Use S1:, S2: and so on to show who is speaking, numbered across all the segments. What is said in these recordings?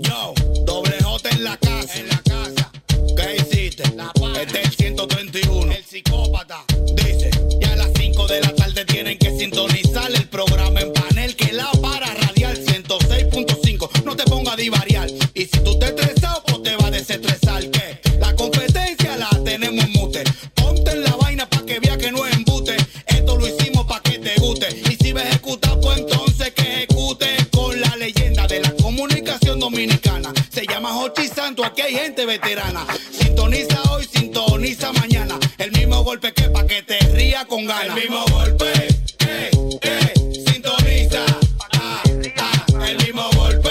S1: Yo, doble J en la casa. En la casa. ¿Qué hiciste? La Este es el 131. El psicópata. Dice, ya a las 5 de la tarde tienen que sintonizar el programa en panel que la para radial 106.5. No te ponga a divariar. Y si tú te estresado, pues te va a desestresar. Que la competencia la tenemos en mute. Ponte en la vaina para que vea que no es embute. Esto lo hicimos para que te guste. Y si ves ejecutar, pues entonces que ejecute con la leyenda de la comunicación dominicana. Se llama Jochi Santo, aquí hay gente veterana. Sintoniza hoy, sintoniza mañana. El mismo golpe que pa' que te ría con ganas. El mismo golpe, eh, eh, sintoniza. Ah, ah, el mismo golpe,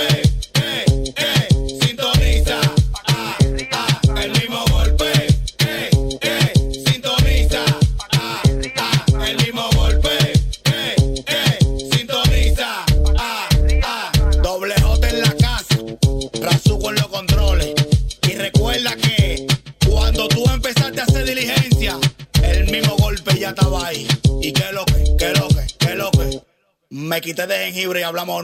S1: eh, eh, sintoniza. Ah, ah, el mismo golpe, eh, eh, sintoniza. Ah, ah, el mismo golpe, eh, eh, sintoniza. Ah, ah, doble J en la casa, Razú con los controles. Y recuerda que cuando tú empezaste a hacer diligencia, el mismo golpe ya estaba ahí. Y qué lo que, qué lo que, qué lo que. Me quité de jengibre y hablamos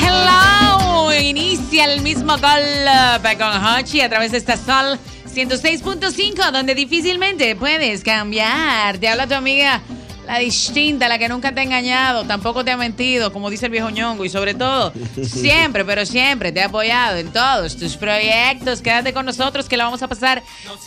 S2: Hello, inicia el mismo golpe con Hochi a través de esta Sol 106.5, donde difícilmente puedes cambiar. Te habla tu amiga, la distinta, la que nunca te ha engañado, tampoco te ha mentido, como dice el viejo ñongo, y sobre todo,
S1: eh.
S2: siempre, pero siempre te ha apoyado en todos tus proyectos. Quédate con nosotros que la vamos a pasar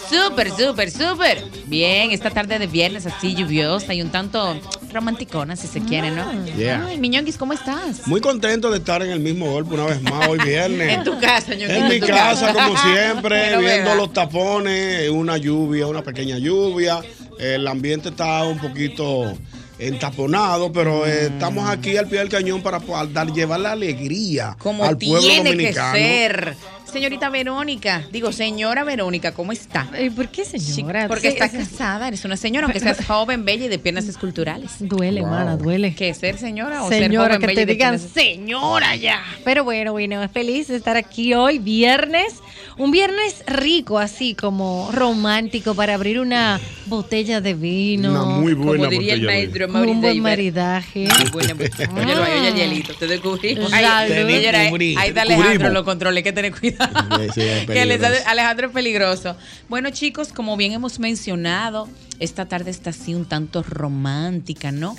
S2: súper, súper, súper bien esta tarde de viernes, así lluviosa y un tanto romanticona, si se quiere, ¿no?
S3: Yeah.
S2: Ay, Miñonguis, ¿cómo estás?
S3: Muy contento de estar en el mismo golpe una vez más hoy
S2: En
S3: viernes.
S2: tu casa, ñonguito,
S3: En mi
S2: tu
S3: casa, como siempre,
S2: Pero
S3: viendo
S2: vea.
S3: los tapones, una lluvia, una pequeña lluvia. El ambiente está un poquito entaponado, pero
S2: Mm.
S3: eh, estamos aquí al pie del cañón para, poder dar, llevar la alegría
S2: Como
S3: al pueblo
S2: tiene que
S3: dominicano.
S2: ser. Señorita Verónica, digo, señora Verónica, ¿cómo está?
S4: Ay, Eh, ¿Por qué, señora?
S2: Porque
S4: Sí,
S2: estás
S4: sí.
S2: casada, eres una señora, aunque seas joven, bella y de piernas esculturales.
S4: Duele, mana, duele.
S2: ¿Qué ser señora o
S4: Señora,
S2: ser joven,
S4: que
S2: bella
S4: te
S2: y de
S4: digan
S2: piernas-
S4: señora ya. Pero bueno, bueno, es feliz de estar aquí hoy, viernes. Un viernes rico, así como romántico, para abrir una botella de vino.
S3: Una muy buena
S2: Como diría el
S3: botella de
S2: maestro
S4: con un
S2: Mauricio
S4: buen
S2: Iber.
S4: maridaje.
S2: Muy buena, muy
S4: Ah.
S2: buena. pues, Óyelo ahí, oye el hielito, te descubrí.
S4: Salud.
S2: Ay,
S4: Te
S2: señora, ahí,
S3: descubrí,
S2: ahí está
S3: te descubrimos.
S2: Alejandro, lo controles, que tener cuidado.
S3: Sí, sí, es
S2: que les-
S3: peligroso.
S2: Alejandro es peligroso. Bueno, chicos, como bien hemos mencionado, esta tarde está así un tanto romántica, ¿no?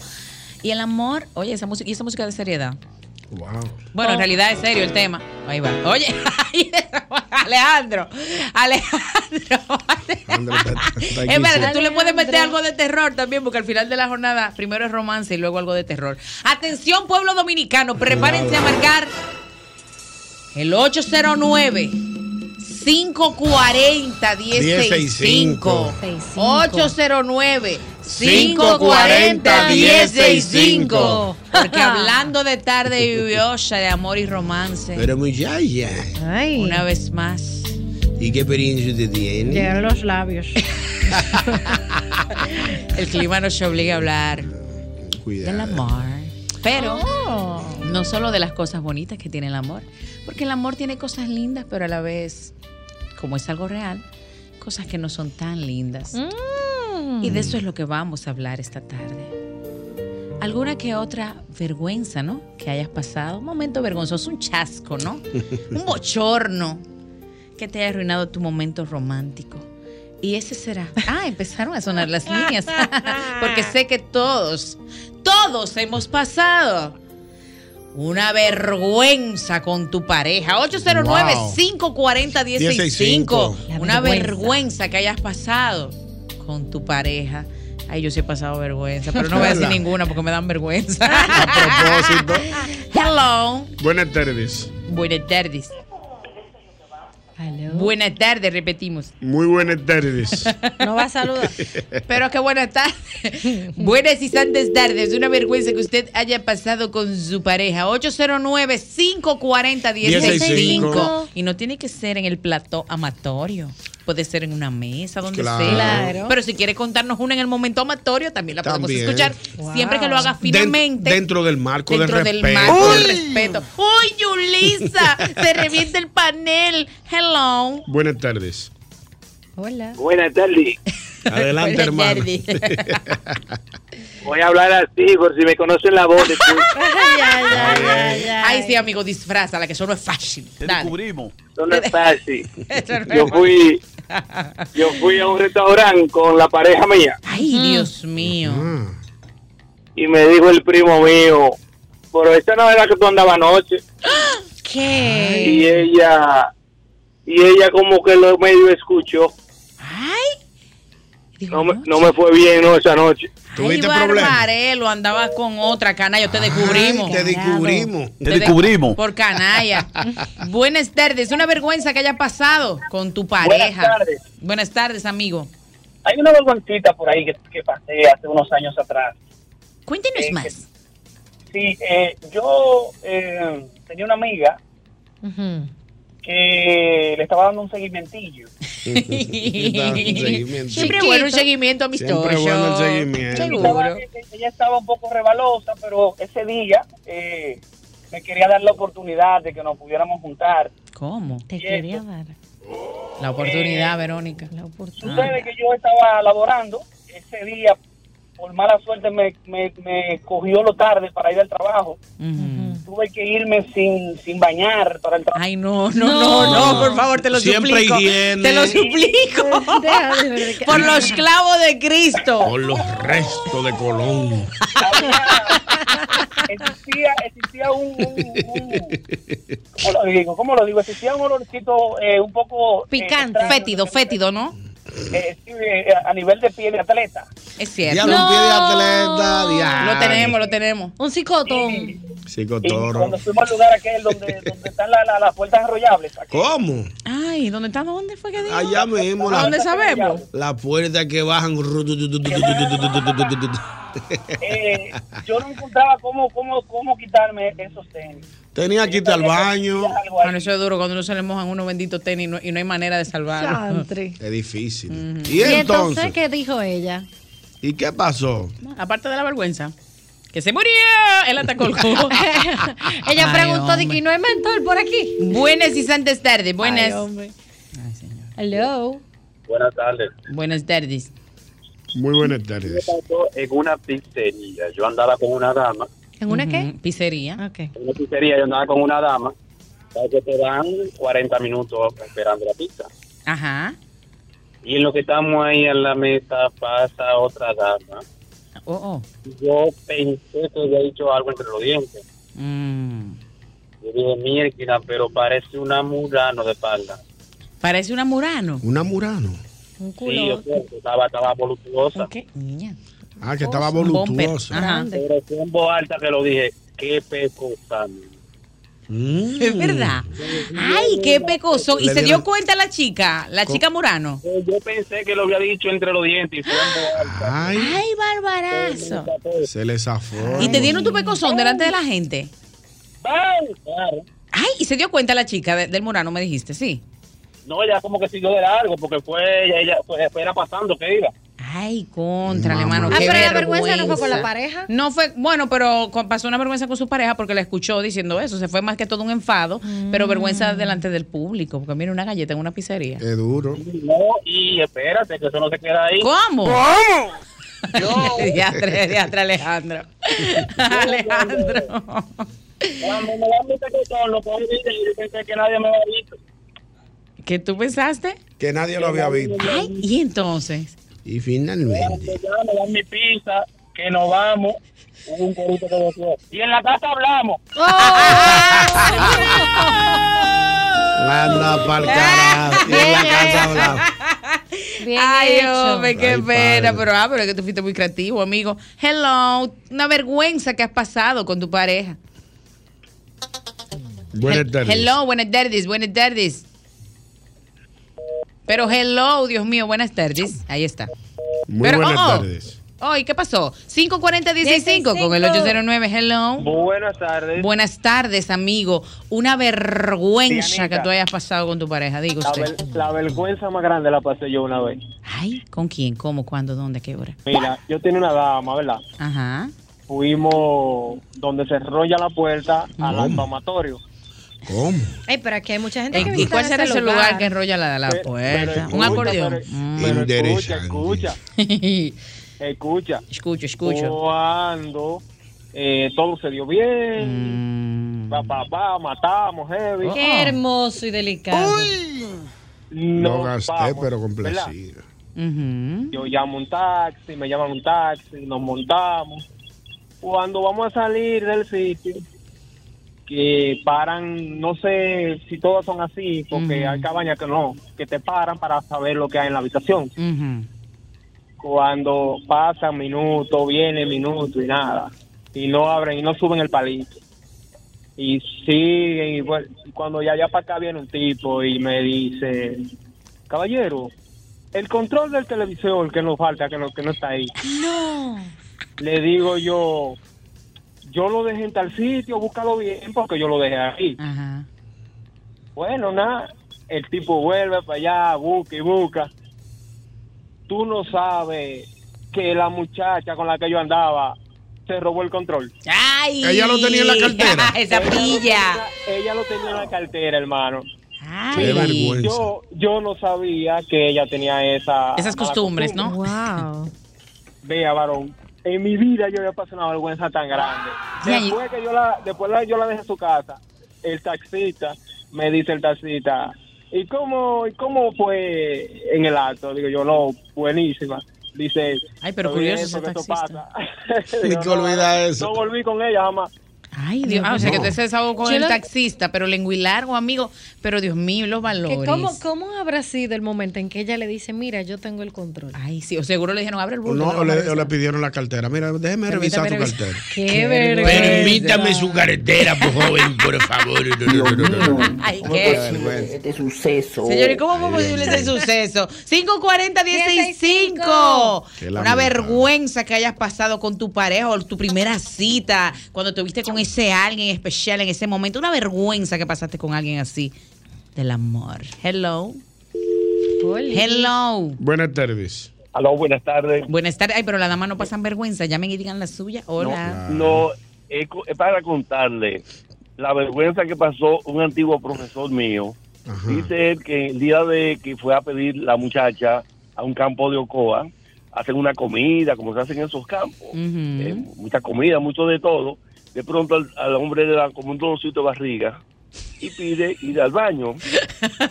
S2: Y el amor, oye, esa música, y esa música de seriedad.
S3: Wow.
S2: Bueno, en
S4: Oh.
S2: realidad es serio el tema. Ahí va. Oye, ahí- Alejandro, Alejandro.
S3: Alejandro está- está aquí,
S2: Espérate,
S3: sí.
S2: tú le puedes meter
S4: Alejandro.
S2: algo de terror también, porque al final de la jornada primero es romance y luego algo de terror. Atención, pueblo dominicano, prepárense a marcar el 809. 540 1065 809 540 1065 Porque hablando de tarde lluviosa, de amor y romance,
S5: Pero muchacha,
S4: Ay,
S2: una vez más.
S5: ¿y qué experiencia usted tiene?
S4: llegaron los labios.
S2: El clima nos obliga a hablar del
S3: Cuidado.
S2: amor. Pero
S4: Oh.
S2: no solo de las cosas bonitas que tiene el amor, porque el amor tiene cosas lindas, pero a la vez, como es algo real, cosas que no son tan lindas.
S4: Mm.
S2: Y de eso es lo que vamos a hablar esta tarde. Alguna que otra vergüenza, ¿no? Que hayas pasado. Un momento vergonzoso, un chasco, ¿no? un bochorno que te haya arruinado tu momento romántico. Y ese será. Ah, empezaron a sonar las líneas. Porque sé que todos, todos hemos pasado. Una vergüenza con tu pareja. 809-540-165. Una
S4: La vergüenza.
S2: vergüenza que hayas pasado con tu pareja. Ay, yo sí he pasado vergüenza, pero no voy a decir
S3: Hola.
S2: ninguna porque me dan vergüenza.
S3: A propósito.
S2: Hello.
S3: Buenas tardes.
S2: Buenas tardes.
S4: Aló.
S2: Buenas tardes, repetimos.
S3: Muy buenas tardes.
S4: No va a saludar.
S2: Pero qué buenas tardes. Buenas y santas tardes. Una vergüenza que usted haya pasado con su pareja. 809-540-165.
S3: 165.
S2: Y no tiene que ser en el plató amatorio. Puede ser en una mesa, donde
S3: Claro.
S2: sea.
S4: Claro.
S2: Pero si quiere contarnos una en el momento amatorio, también la podemos
S3: También.
S2: escuchar.
S4: Wow.
S2: Siempre que lo haga
S3: Den-
S2: finalmente.
S3: dentro del marco de
S2: dentro
S3: respeto.
S2: del marco del respeto. ¡Uy, Yulisa! se revienta el panel. Hello.
S3: Buenas tardes.
S4: Hola.
S6: Buenas tardes.
S3: Adelante,
S2: Buenas
S3: hermano.
S2: tardes.
S6: Voy a hablar así por si me conocen la voz después.
S2: Ay, sí, amigo, disfraza, la que eso no es fácil. Dale.
S6: Eso no es fácil.
S2: Eso no es
S6: Yo fui, yo fui a un restaurante con la pareja mía
S2: Ay, Dios mío.
S3: Ah,
S6: y me dijo el primo mío, pero esta no era que tú andabas anoche.
S2: ¿Qué?
S6: Y ella, y ella como que lo medio escuchó.
S2: Ay. Digo,
S6: No me, no me fue bien no, esa noche.
S3: ¿Tuviste
S2: Ay,
S3: problemas?
S2: Barbarelo, andabas con otra canalla, te descubrimos.
S3: Ay, te descubrimos.
S2: Te de- Por canalla. Buenas tardes. Una vergüenza que haya pasado con tu pareja.
S6: tardes.
S2: Buenas tardes, amigo.
S6: Hay una vergüencita por ahí que, que pasé hace unos años atrás.
S2: Cuéntenos
S6: Eh,
S2: más.
S6: Sí, eh, yo eh, tenía una amiga
S4: Ujú.
S6: que le estaba dando un seguimientillo.
S3: seguimiento.
S2: Siempre
S4: Chiquito.
S2: bueno un seguimiento amistoso.
S3: Siempre bueno el seguimiento.
S2: Seguro.
S6: ella estaba un poco rebalosa, pero ese día eh, me quería dar la oportunidad de que nos pudiéramos juntar.
S2: Ah, ¿Cómo?
S4: Te quería dar
S2: La
S6: Eh,
S2: oportunidad, Verónica.
S4: la oportunidad.
S6: Sucede que yo estaba laborando ese día, por mala suerte me, me- me cogió lo tarde para ir al trabajo.
S2: Ujú.
S6: Tuve que irme sin, sin bañar para el trabajo.
S2: Ay, Ah. no, no, no, no, por favor, te lo
S3: Siempre
S2: suplico.
S3: higiene.
S2: Te lo suplico.
S4: Deja de ver que-
S2: Por los clavos de Cristo.
S3: Por los restos de Colón.
S6: Existía, existía un... un- un- ¿cómo, lo digo? ¿Cómo lo digo? Existía un olorcito eh, un poco... eh,
S4: Picante.
S6: extraño,
S2: Fétido, fétido, ¿no?
S6: eh, sí, eh, a nivel de piel de atleta.
S2: Es cierto.
S3: Ya no.
S4: No.
S3: un pie de atleta. diablo.
S2: Lo tenemos, lo tenemos.
S4: Un psicotón.
S3: Sí,
S6: Y
S3: cotorro.
S6: cuando fuimos al lugar aquel donde, donde están la- la- las puertas enrollables, aquí,
S3: ¿Cómo?
S2: Ay, ¿dónde está? ¿Dónde fue que dijo?
S3: Allá mismo.
S2: ¿A
S3: La,
S2: dónde sabemos?
S3: la puerta que bajan.
S6: eh, yo no encontraba cómo, cómo, cómo quitarme esos tenis.
S3: Tenía que irte al baño.
S6: Algo ahí.
S2: Bueno, eso es duro cuando no se le mojan unos benditos tenis no- y no hay manera de salvarlo.
S4: Chantre.
S3: Es difícil.
S4: ¿Y
S3: ¿Y
S4: entonces
S3: entonces?
S4: qué dijo ella?
S3: ¿Y qué pasó?
S2: Aparte de la vergüenza. Que se murió. Él hasta colgó.
S4: Ella
S2: Ay,
S4: preguntó de
S2: hombre.
S4: que no hay mentor por aquí.
S2: Buenas y santas tardes. Buenas.
S4: Ay, hombre. Hello.
S6: Buenas tardes.
S2: Buenas tardes.
S3: Muy buenas tardes.
S6: En una pizzería, yo andaba con una dama.
S4: ¿En una qué?
S2: Ujú, Pizzería.
S4: Ok.
S6: En una pizzería, yo andaba con una dama. sabes que te dan 40 minutos esperando la pizza.
S2: Ajá.
S6: Y en lo que estamos ahí en la mesa, pasa otra dama.
S2: Oh, oh.
S6: Yo pensé que había dicho algo entre los dientes.
S2: Mm.
S6: Yo dije, mierda, pero parece una murano de espalda.
S2: Parece una Murano.
S3: Una Murano.
S4: Un
S6: Sí,
S4: culo.
S6: o sea, estaba, estaba voluptuosa.
S2: ¿Qué? Niña.
S3: Ah, que estaba
S2: Un bumper.
S3: voluptuosa.
S2: Ajá.
S4: Grande.
S6: Pero fue en voz alta que lo dije. Qué pecosa.
S3: Mm.
S2: Es verdad. Ay, qué pecoso. ¿Y
S3: Le
S2: se dio
S3: dieron-
S2: cuenta la chica? La chica Murano.
S6: Pues Yo pensé que lo había dicho entre los dientes y fue en voz alta.
S3: Ay,
S2: Ay, barbarazo.
S6: Eh,
S3: se le zafó.
S2: ¿Y te dieron tu pecozón delante de la gente?
S6: Ay, claro.
S2: Ay, ¿y se dio cuenta la chica de- del Murano? Me dijiste, sí.
S6: No, ya como que siguió de largo porque fue ella, ella fue, fue era pasando que iba.
S2: Ay, contra,
S3: Mamá.
S2: hermano.
S4: Ah,
S2: qué
S4: pero la
S2: vergüenza
S4: vergüenza no fue con la pareja.
S2: No fue, bueno, pero con- pasó una vergüenza con su pareja porque la escuchó diciendo eso. Se fue más que todo un enfado, pero vergüenza
S4: Mm.
S2: delante del público. Porque mira, una galleta en una pizzería.
S7: Eh.
S3: Es duro.
S6: No, y espérate, que eso no se queda ahí.
S2: ¿Cómo? ¿Cómo? Diatre, diatre, Alejandro. Alejandro.
S6: Cuando me dan mi pecozón, lo cogí y yo pensé que nadie me había visto.
S2: ¿Qué tú pensaste?
S3: Que nadie lo había visto.
S2: Ay, y entonces.
S8: Y finalmente.
S6: Ya me dan mi pizza, que nos vamos. Hubo un corito que decía, y en la casa hablamos.
S1: Anda
S3: Eh.
S1: pa'l carajo. Y en la casa hablamos.
S4: Bien
S2: Ay,
S4: hecho.
S2: hombre, qué
S1: Ay,
S2: pena.
S1: padre.
S2: Pero, ah, pero es que tú fuiste muy creativo, amigo. Hello, una vergüenza que has pasado con tu pareja.
S1: Buenas tardes.
S2: Hello, buenas tardes, buenas tardes. Pero hello, Dios mío, buenas tardes. Ahí está.
S1: Muy
S2: Pero,
S1: buenas
S2: oh, oh.
S1: tardes.
S2: Hoy, ¿qué pasó? 540-165 con el 809. Hello.
S6: Buenas tardes.
S2: Buenas tardes, amigo. Una vergüenza
S6: Dianita.
S2: que tú hayas pasado con tu pareja, digo
S6: La,
S2: usted.
S6: ver- la vergüenza más grande la pasé yo una vez.
S2: Ay, ¿con quién? ¿Cómo? ¿Cuándo? ¿Dónde? ¿A ¿Qué hora?
S6: Mira, yo tenía una dama, ¿verdad?
S2: Ajá.
S6: Fuimos donde se enrolla la puerta al
S1: ¿Cómo?
S6: automatorio.
S1: ¿Cómo?
S4: Ay, pero aquí hay mucha gente que
S2: ¿Y
S4: visita
S2: cuál será
S4: ese
S2: ese lugar que enrolla la, la
S6: Pe- pero
S2: puerta? Un
S6: escucha,
S2: acordeón.
S6: pero-
S2: Mm.
S6: pero escucha,
S1: Interesante.
S6: escucha, escucha.
S2: Escucho, escucho.
S6: Cuando eh, todo se dio bien,
S2: Mm.
S6: pa, pa, pa, matamos heavy.
S2: Oh.
S4: Qué hermoso y delicado.
S6: nos
S1: No gasté,
S6: vamos,
S1: pero
S6: ¿verdad?
S1: complacido.
S2: Ujú.
S6: Yo llamo un taxi, me llaman un taxi, nos montamos. Cuando vamos a salir del sitio, que paran, no sé si todos son así, porque
S2: Ujú.
S6: hay cabañas que no, que te paran para saber lo que hay en la habitación.
S2: Ujú.
S6: Cuando pasan minutos, viene minutos y nada, y no abren y no suben el palito. Y siguen, y vuel- y cuando ya, ya para acá viene un tipo y me dice, caballero, el control del televisor que nos falta, que no, que no está ahí.
S4: No.
S6: Le digo yo, yo lo dejé en tal sitio, búscalo bien, porque yo lo dejé ahí.
S2: Ajá.
S6: Bueno, nada, el tipo vuelve para allá, busca y busca. Tú no sabes que la muchacha con la que yo andaba se robó el control.
S2: ¡Ay!
S1: Ella lo tenía en la cartera.
S2: Esa
S6: Ella lo
S2: pilla.
S6: tenía- Ella lo tenía en la cartera, hermano.
S1: Qué
S2: Ay.
S1: vergüenza.
S6: Yo, yo no sabía que ella tenía esa
S2: Esas
S6: mala
S2: costumbres, ¿no?
S4: Wow.
S6: Vea, varón, en mi vida yo había pasado una vergüenza tan grande.
S2: Sí, ahí-
S6: Después que yo la, después la- yo la dejé en su casa, el taxista, me dice el taxista, ¿y cómo, y cómo fue en el acto? Digo yo, no, buenísima. Dice,
S2: Ay, pero
S6: "Está bien,
S2: curioso ese
S6: porque esto
S2: taxista.
S6: pasa".
S1: Hay
S6: Digo,
S1: que
S6: "No,
S1: olvidar
S6: no,
S1: eso".
S6: No volví con ella jamás.
S2: Ay, Dios. Ah, o sea que te se desahogó con
S4: Yo
S2: el
S4: lo-
S2: taxista, pero lengua y largo, amigo. Pero Dios mío, los valores.
S4: Que ¿Cómo, ¿Cómo habrá sido el momento en que ella le dice, mira, yo tengo el control?
S2: Ay, sí, o seguro le dijeron, abre el
S1: O
S2: bulto.
S1: no,
S2: que
S1: o
S2: lo
S1: le,
S2: vamos a
S1: o le
S2: revisar.
S1: pidieron la cartera. Mira, déjeme
S2: Permítame
S1: revisar tu
S2: revisar.
S1: cartera.
S4: Qué vergüenza.
S1: Permítame su cartera, por joven, por favor.
S2: Ay,
S1: Qué
S2: qué.
S1: vergüenza.
S7: Este suceso.
S2: Señores, ¿cómo fue posible ese suceso? 540-165.
S1: Qué
S2: Una
S1: lamentable.
S2: vergüenza que hayas pasado con tu pareja o tu primera cita, cuando te viste con ese alguien especial en ese momento. Una vergüenza que pasaste con alguien así del amor. Hello.
S4: Oli.
S2: Hello.
S1: Buenas tardes.
S6: Aló, buenas tardes.
S2: Buenas tardes. Ay, pero las damas no pasan vergüenza. Llamen y digan la suya. Hola.
S9: No, es, cu- es para contarle la vergüenza que pasó un antiguo profesor mío.
S1: Ajá.
S9: Dice él que el día de que fue a pedir la muchacha a un campo de Ocoa, hacen una comida, como se hacen en esos campos,
S2: Ujú.
S9: eh, mucha comida, mucho de todo. De pronto al, al hombre le dan como un dolorcito de barriga y pide ir al baño.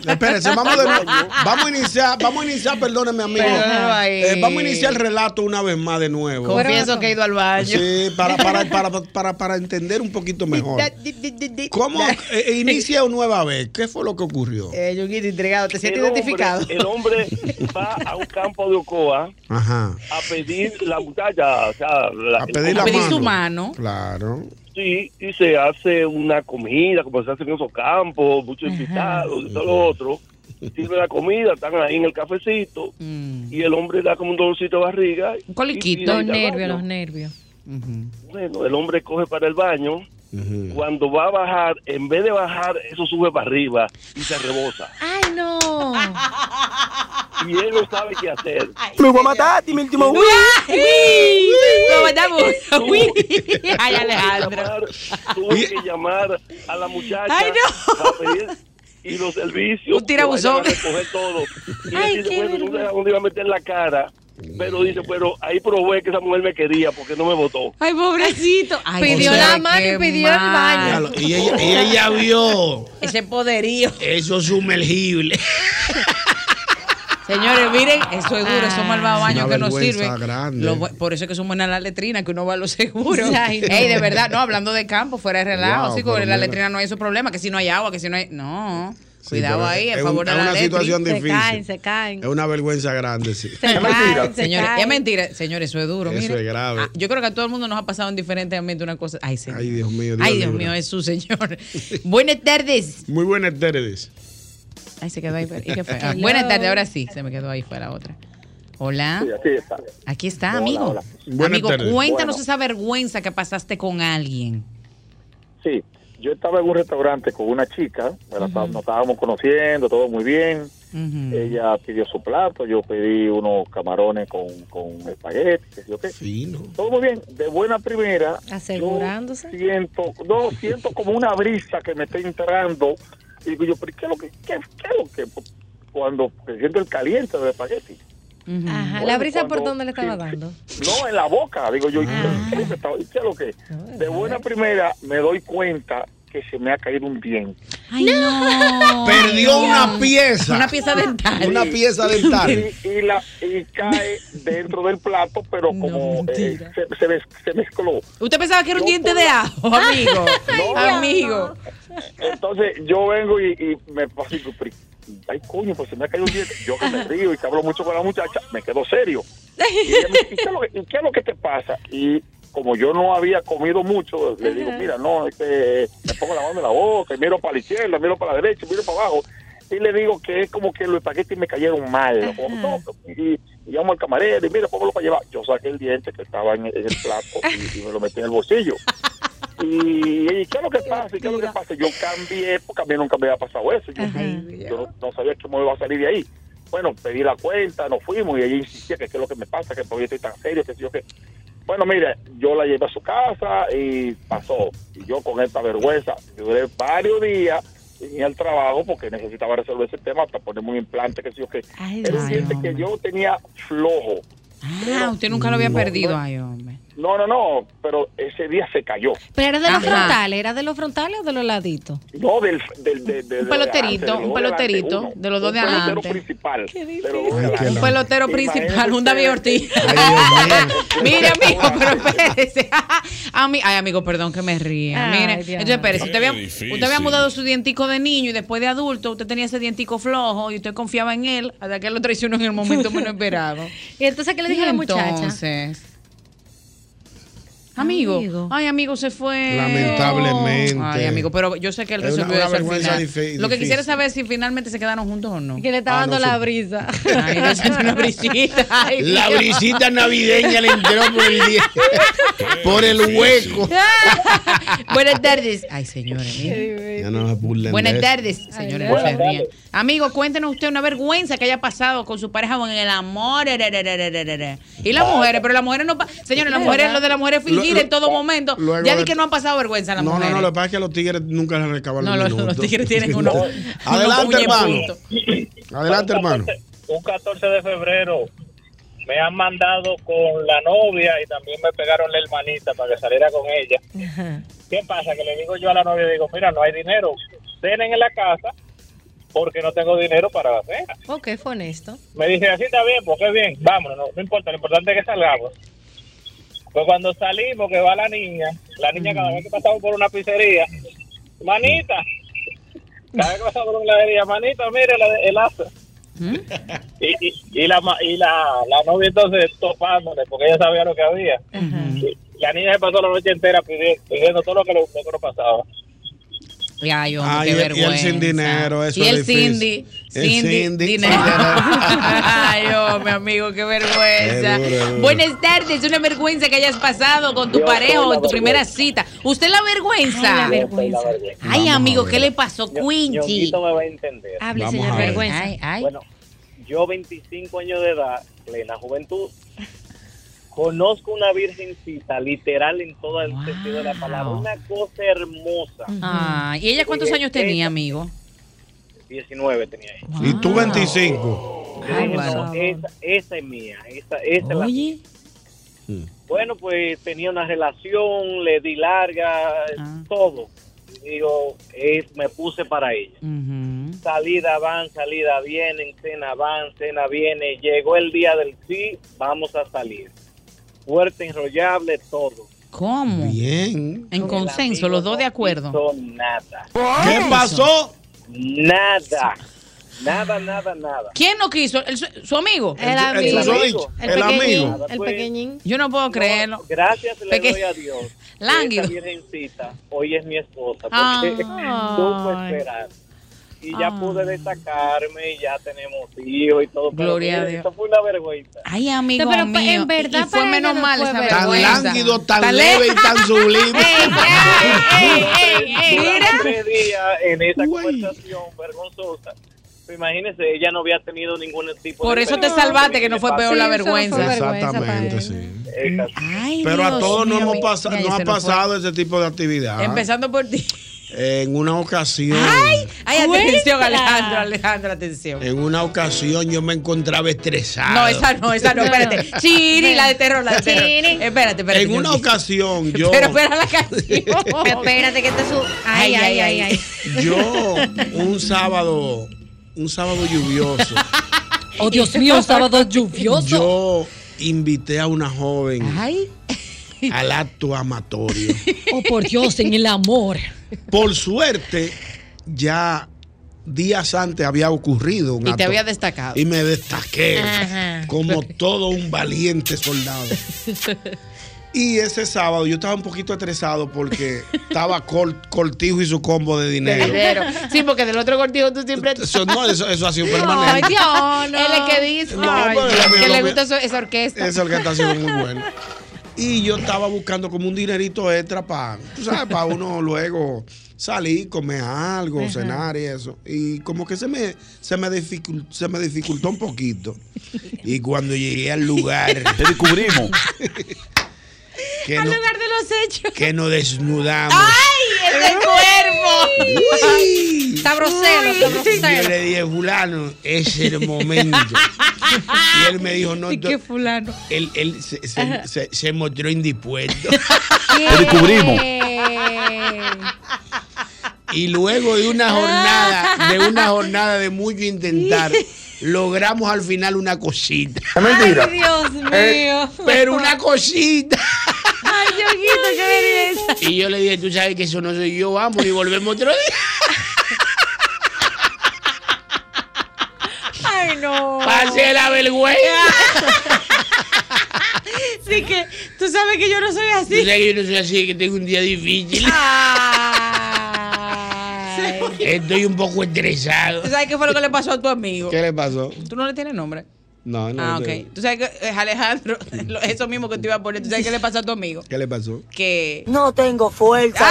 S3: Espérense, vamos, de nuevo. vamos a iniciar, vamos a iniciar, perdóneme amigo.
S2: Perdónalo ahí.
S3: Eh, vamos a iniciar el relato una vez más de nuevo.
S2: Confieso que he ido al baño.
S3: Sí, para, para, para, para, para entender un poquito mejor. ¿Cómo eh, inicia nueva vez? ¿Qué fue lo que ocurrió?
S2: Eh, Yunguito, entregado. ¿Te sientes
S9: El hombre-
S2: identificado?
S9: el hombre va a un campo de Ocoa
S3: Ajá.
S9: a pedir la muchacha, o sea, la-
S1: A pedir la
S2: A pedir
S1: mano.
S2: su mano.
S1: Claro.
S9: Sí, y se hace una comida, como se hace en esos campos, muchos invitados y todo lo otro. Sirve la comida, están ahí en el cafecito,
S2: Mm.
S9: y el hombre da como un dolorcito de barriga.
S2: Un coliquito.
S9: y pide
S4: Los
S9: ir al
S4: nervios, los
S9: baño.
S4: nervios.
S2: Ujú.
S9: Bueno, el hombre coge para el baño.
S1: Ujú.
S9: Cuando va a bajar, en vez de bajar, eso sube para arriba y se rebosa.
S4: Ay, no.
S9: Y él no sabe qué hacer.
S2: ah, ¡Uy! ¿Cómo estamos? ¡Uy! Ay, Alejandro.
S9: Llamar, tuve que llamar a la muchacha
S2: Ay, no.
S9: para pedir y los pues, servicios.
S2: Un tirabuzón.
S9: que vayan a recoger todo. Y
S4: Ay,
S9: él
S4: qué
S9: dice, bueno, no sé
S4: vergüenza.
S9: a dónde iba a meter la cara. Pero dice, pero ahí probé que esa mujer me quería porque no me votó.
S2: Ay, pobrecito. Ay,
S4: Pidió
S2: o sea,
S4: la mano y
S2: qué
S4: pidió el
S2: mal.
S4: baño.
S1: Claro, Y ella, y ella vio
S2: Ese poderío.
S1: eso sumergible.
S2: Señores, miren, eso es duro, esos malvados
S3: Es una
S2: baños que nos
S3: vergüenza
S2: sirven.
S3: grande.
S2: Lo bu- por eso es que son buenas las letrinas, que uno va a lo seguro.
S4: Ay, no.
S2: Ey, de verdad, no, hablando de campo, fuera de relajo,
S3: Wow,
S2: sí, con
S3: pero
S2: la
S3: mira.
S2: letrina no hay esos problemas, que si no hay agua, que si no hay. No, cuidado
S3: pero
S2: ahí,
S3: es
S2: en
S3: un-
S2: favor de
S3: es
S2: la
S3: una
S2: letrina.
S3: situación
S4: Se
S3: difícil.
S4: caen, se caen.
S3: Es una vergüenza grande, sí.
S4: Se caen, se
S2: Señores, es
S4: caen.
S2: mentira, señores, eso es duro.
S3: Eso
S2: miren.
S3: es grave.
S2: Ah, yo creo que a todo el mundo nos ha pasado en diferentes ambientes una cosa. Ay, señor.
S3: Ay, Dios mío, Dios
S2: Ay, Dios
S3: libre.
S2: mío, Jesús, señor. Buenas tardes.
S3: Muy buenas tardes.
S2: Ay, se quedó ahí. pero- ¿Y qué fue? Ah, buenas tardes, ahora sí, se me quedó ahí, fue la otra. Hola.
S10: Sí, aquí está.
S2: Aquí está, amigo.
S10: hola.
S3: Buenas
S2: amigo,
S3: tardes.
S2: cuéntanos
S10: Bueno.
S2: esa vergüenza que pasaste con alguien.
S10: Sí, yo estaba en un restaurante con una chica, me la estaba- nos estábamos conociendo, todo muy bien.
S4: Mm.
S2: Ujú.
S6: Eh,
S10: Ella pidió su plato, yo pedí unos camarones con, con espagueti, qué sé yo qué.
S3: Fino.
S10: Todo muy bien, de buena primera.
S4: Asegurándose.
S10: yo Siento, no, siento como una brisa que me está entrando. Y digo yo, pero ¿qué es lo que, qué, qué es lo que? Cuando siento el caliente del espagueti.
S2: Ujú.
S4: Ajá, la
S10: Bueno,
S4: brisa por
S10: cuando-
S4: donde le estaba
S10: sí,
S4: dando.
S10: No, en la boca. Digo yo, ¿y
S4: Ah.
S10: ¿qué, es esto? ¿Y qué es lo que?
S4: No,
S10: De
S4: a
S10: buena
S4: ver.
S10: primera me doy cuenta que se me ha caído un diente.
S2: Ay, no.
S3: Perdió una pieza.
S2: Una pieza dental.
S3: Una pieza dental.
S10: Y, y la, y cae dentro del plato, pero
S2: No,
S10: como eh,
S2: mentira.
S10: se, se mez- se mezcló.
S2: Usted pensaba que era un
S10: Yo
S2: diente
S10: por-
S2: de ajo, amigo.
S10: No.
S2: amigo.
S10: Entonces yo vengo y, y me paso y digo, "Pero, ay coño, pues se me ha caído un diente. Yo que me río y que hablo mucho con la muchacha, me quedo serio. Y, ella me dice, "¿Y qué, es lo que- y qué es lo que te pasa? Y como yo no había comido mucho, le digo, mira, no, es que me pongo la mano en la boca, y miro para la izquierda, miro para la derecha, y miro para abajo. Y le digo que es como que los espaguetis me cayeron mal. Como, no, pues, y, y llamo al camarero y mira, póngalo para llevar. Yo saqué el diente que estaba en, en el plato y- y me lo metí en el bolsillo. Y, y qué es lo que pasa, y qué es lo que pasa. Yo cambié, porque a mí nunca me había pasado eso. Yo, yo no, no sabía cómo iba a salir de ahí. Bueno, pedí la cuenta, nos fuimos y ella insistía que qué es lo que me pasa, que por qué estoy tan serio, que sé yo qué. Bueno, mire, yo la llevé a su casa y pasó. Y yo con esta vergüenza duré varios días en el trabajo porque necesitaba resolver ese tema hasta ponerme un implante, que sé yo qué.
S4: Ay,
S10: Era un
S2: Dios.
S10: diente que yo tenía flojo.
S2: Ah, usted nunca lo había perdido. Ay, hombre.
S10: No, no, no, pero ese día se cayó.
S4: Pero era de los
S2: Ajá.
S4: frontales, era de los frontales o de los laditos.
S10: No, del, del, de- de-
S2: Un
S10: de los de
S2: peloterito,
S10: adelante,
S2: un
S10: de los de adelante,
S2: peloterito,
S10: uno.
S2: de los dos de
S10: Un pelotero
S2: adelante.
S10: principal,
S4: Qué
S10: de los dos
S4: difícil.
S10: de
S3: Ay, qué
S10: adelante.
S2: Un pelotero
S10: Imagínense
S2: principal, un David
S10: ustedes
S2: Ortiz.
S3: Ay, Dios mío.
S2: Mire, amigo, pero espérese. Ami- Ay, amigo, perdón que me ría.
S4: Ay,
S2: Mire,
S4: Dios.
S2: entonces espérese. Usted
S11: Qué
S2: había,
S11: difícil.
S2: usted había mudado su dientico de niño y después de adulto usted tenía ese dientico flojo y usted confiaba en él hasta que lo traicionó en el momento menos esperado.
S4: Y entonces, ¿qué le dijo
S2: Y
S4: a la muchacha?
S2: entonces, Amigo.
S4: Amigo.
S2: Ay, amigo, se fue.
S3: Lamentablemente.
S2: Ay, amigo, pero yo sé que él
S3: Es una-
S2: resolvió
S3: una
S2: eso al
S3: vergüenza
S2: final.
S3: difi-
S2: Lo que quisiera
S3: difícil.
S2: saber es si finalmente se quedaron juntos o no.
S4: Que le estaba
S3: Ah, no,
S4: dando la
S3: sup-
S4: brisa.
S2: Ay, yo siento una brisita. Ay,
S3: La
S2: Dios.
S3: brisita navideña le entró por el diente. Por el hueco.
S2: Buenas tardes. Ay, señores. mire.
S3: Ya no se burlen
S2: Buenas
S3: de eso.
S2: tardes, señores. no se rían. Amigo, cuéntenos usted una vergüenza que haya pasado con su pareja o en el amor. Y las mujeres, pero las mujeres no. pa- Señores, las mujeres, lo de las mujeres
S3: Lo- lo-
S2: fingir en todo momento.
S3: luego
S2: Ya
S3: de-
S2: di que no han pasado vergüenza las
S3: No, no,
S2: mujeres.
S3: no, lo que pasa es que los tigres nunca les recaban
S2: No,
S3: los
S2: los, los
S3: minutos.
S2: tigres tienen unos.
S3: Adelante,
S2: unos
S3: hermano.
S2: puñepuntos.
S3: Adelante, hermano.
S6: un 14 de febrero me han mandado con la novia y también me pegaron la hermanita para que saliera con ella. ¿Qué pasa? Que le digo yo a la novia, digo, mira, no hay dinero, cenen en la casa porque no tengo dinero para ¿eh? la cena.
S4: ok, fue honesto.
S6: Me dice, así está bien, pues qué bien, vámonos, no, no importa, lo importante es que salgamos. Pues cuando salimos, que va la niña, la niña cada vez que pasamos por una pizzería, manita, cada vez que pasamos por una heladería, manita, mire la de- el asa. Y, y, y la, ma- y la, la novia entonces topándole, porque ella sabía lo que había. Y La niña se pasó la noche entera pidiendo, pidiendo todo lo que los nosotros pasaba.
S2: Ay, hombre,
S3: Ay,
S2: qué
S3: y el- y el
S2: vergüenza.
S3: sin dinero, eso
S2: Y
S3: es
S2: el
S3: difícil.
S2: Cindy.
S3: El
S2: Cindy,
S3: Cindy,
S2: dinero.
S3: sin dinero.
S2: Ay, hombre, amigo, qué vergüenza.
S3: Es duro, es duro.
S2: Buenas tardes, una vergüenza que hayas pasado con tu
S6: Yo
S2: pareja
S6: soy
S2: o
S6: la
S2: en tu
S6: vergüenza.
S2: primera cita. ¿Usted la vergüenza?
S4: Ay, la vergüenza.
S2: Ay,
S3: Vamos a
S2: amigo,
S3: ver.
S2: ¿qué le pasó, Quincy?
S6: Ñonguito me va a entender.
S4: Hable,
S3: Vamos a
S4: señor
S3: ver.
S4: vergüenza.
S2: Ay, ay.
S6: Bueno, yo 25 años de edad, plena juventud, conozco una virgencita, literal en todo el
S2: Wow.
S6: sentido de la palabra, una cosa hermosa.
S2: Ay, ¿Y ella cuántos años tenía, amigo?
S6: 19 tenía ella.
S3: Y tú 25.
S6: Yo
S2: Ay,
S6: dije, no,
S2: guau.
S6: Ah, esa, esa es mía, esa, esa es la mía.
S2: Oye.
S6: Bueno, pues tenía una relación, le di larga,
S2: Ah.
S6: todo. Y Digo, es, me puse para ella.
S2: Ujú.
S6: Salida van, salida vienen, cena van, cena viene. Llegó el día del sí, vamos a salir. Fuerte, enrollable, todo.
S2: ¿Cómo?
S3: Bien.
S2: En consenso, los dos de acuerdo.
S6: nada.
S3: ¿Qué pasó?
S6: Nada. Nada, nada, nada.
S2: ¿Quién no quiso? ¿El su, su amigo?
S6: El El amigo. susodicho. El El pequeñín, amigo. el
S2: pequeñín. Yo no puedo creerlo.
S6: Gracias le
S2: Peque-
S6: doy a Dios.
S2: Lánguido.
S6: Esta virgencita hoy es mi esposa porque
S2: Ay.
S6: supo esperar. Y ya pude destacarme y ya tenemos hijos y todo. pero
S2: Gloria a
S6: mire,
S2: Dios.
S6: Esto fue una vergüenza.
S2: Ay, amigo
S12: No, pero pa-
S2: mío.
S12: en verdad
S2: y fue
S12: para
S2: menos
S12: ella no
S2: mal
S12: fue
S2: esa
S12: vergüenza.
S2: vergüenza.
S7: Tan lánguido, tan
S2: Tan
S7: leve y tan sublime.
S6: Durante tres días en esa conversación vergonzosa. pues, Imagínese, ella no había tenido ningún tipo
S2: Por
S6: de
S2: eso te
S6: experiencia.
S2: salvaste, que no fue peor la vergüenza.
S3: Exactamente, sí.
S6: Exacto.
S3: Pero a
S2: Dios
S3: todos no
S2: mío,
S3: hemos
S2: mi-
S3: pasado,
S2: ya, ya
S3: no
S2: se
S3: ha
S2: nos fue.
S3: pasado ese tipo de actividad.
S2: Empezando por ti.
S3: En una ocasión.
S2: Ay, atención, Alejandro, Alejandro, atención.
S3: En una ocasión yo me encontraba estresado.
S2: No, esa no, esa no, espérate. Chiri, la de terror, la de terror. Espérate, espérate.
S3: en una
S2: yo-
S3: ocasión yo,
S2: Pero espera la canción.
S12: Espérate
S4: este
S12: que te su... Ay, ay, ay, ay.
S3: yo un sábado, un sábado lluvioso,
S12: Oh, Dios mío, sábado lluvioso.
S3: yo invité a una joven
S12: Ay.
S3: al acto amatorio.
S12: Oh, por Dios, en el amor.
S3: Por suerte, ya días antes había ocurrido un
S2: Y te
S3: acto-
S2: había destacado.
S3: y me destaqué
S2: Ajá.
S3: como todo un valiente soldado. Y ese sábado yo estaba un poquito estresado porque estaba Col- Cortijo y su combo de dinero.
S2: Pero, sí, porque del otro cortijo tú siempre.
S3: Eso, no, eso, eso ha sido
S2: Ay,
S3: permanente.
S2: Dios, Él es que dice
S3: No,
S2: ay,
S3: pero la
S2: que le
S3: melodía-
S2: gusta eso- esa orquesta.
S3: Esa orquestación es muy buena. Y yo estaba buscando como un dinerito extra para, tú sabes, para uno luego salir, comer algo,
S2: Ajá.
S3: cenar y eso. Y como que se me, se me, dificul- se me dificultó un poquito. Y cuando llegué al lugar... Te descubrimos. que, no-
S2: lugar de los hechos.
S3: que nos desnudamos.
S2: ¡Ay! ¡Es el cuervo!
S3: Uy.
S12: Está grosero, está
S3: Yo
S12: grosero.
S3: le dije, fulano, es el momento. Y él me dijo, no,
S2: ¿Y
S3: to-
S2: qué fulano?
S3: él, él se, se- se- se mostró indispuesto.
S12: Te
S7: descubrimos.
S2: Eh.
S3: Y luego de una
S1: Ah.
S3: jornada, de una jornada de mucho intentar, logramos al final una cosita.
S12: Ay, Dios mío.
S3: Eh, Pero una cosita.
S12: Ay, Yoguito, qué belleza.
S3: Y yo le dije, tú sabes que eso no soy yo, vamos y volvemos otro día.
S12: Ay, no.
S3: Pase la vergüenza.
S2: Sí, que tú sabes que yo no soy
S3: Tú
S2: así. Ah.
S3: sabes que yo no soy así, que tengo un día difícil.
S2: Ay.
S3: Estoy un poco estresado.
S2: ¿Tú sabes qué fue lo que le pasó a tu amigo?
S3: ¿Qué le pasó?
S2: Tú no le tienes nombre.
S3: No, no.
S2: Ah,
S3: no.
S2: ok. Tú sabes que, eh, Alejandro, lo- eso mismo que te iba a poner, ¿tú sabes qué le pasó a tu amigo?
S3: ¿Qué le pasó?
S2: Que. ¡Ah!
S11: No tengo fuerza.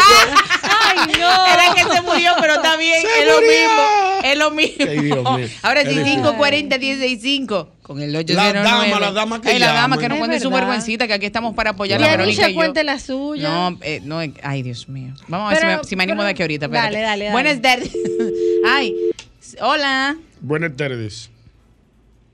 S12: Ay, no.
S2: Era que se murió, pero está bien.
S3: ¡Se
S2: es lo
S3: murió!
S2: mismo. Es lo
S3: Ay, Dios
S2: mismo.
S3: mío.
S2: Ahora
S3: Es
S2: sí,
S3: difícil.
S2: 540 1065. Con el 809.
S3: Las damas, las damas que
S2: Ay, las damas
S3: llaman.
S2: que nos
S12: Es
S2: cuenten su
S12: verdad.
S2: vergüencita, que aquí estamos para apoyar
S12: Y
S2: a la Verónica
S12: Anisha
S2: y yo.
S12: cuente la suya.
S2: No, eh, no, eh, ay, Dios mío. Vamos a ver si
S12: Pero-
S2: me, si me animo
S12: pero-
S2: de aquí ahorita. espérate.
S12: dale, dale, dale.
S2: Buenas tardes. Ay, s- hola.
S3: Buenas tardes.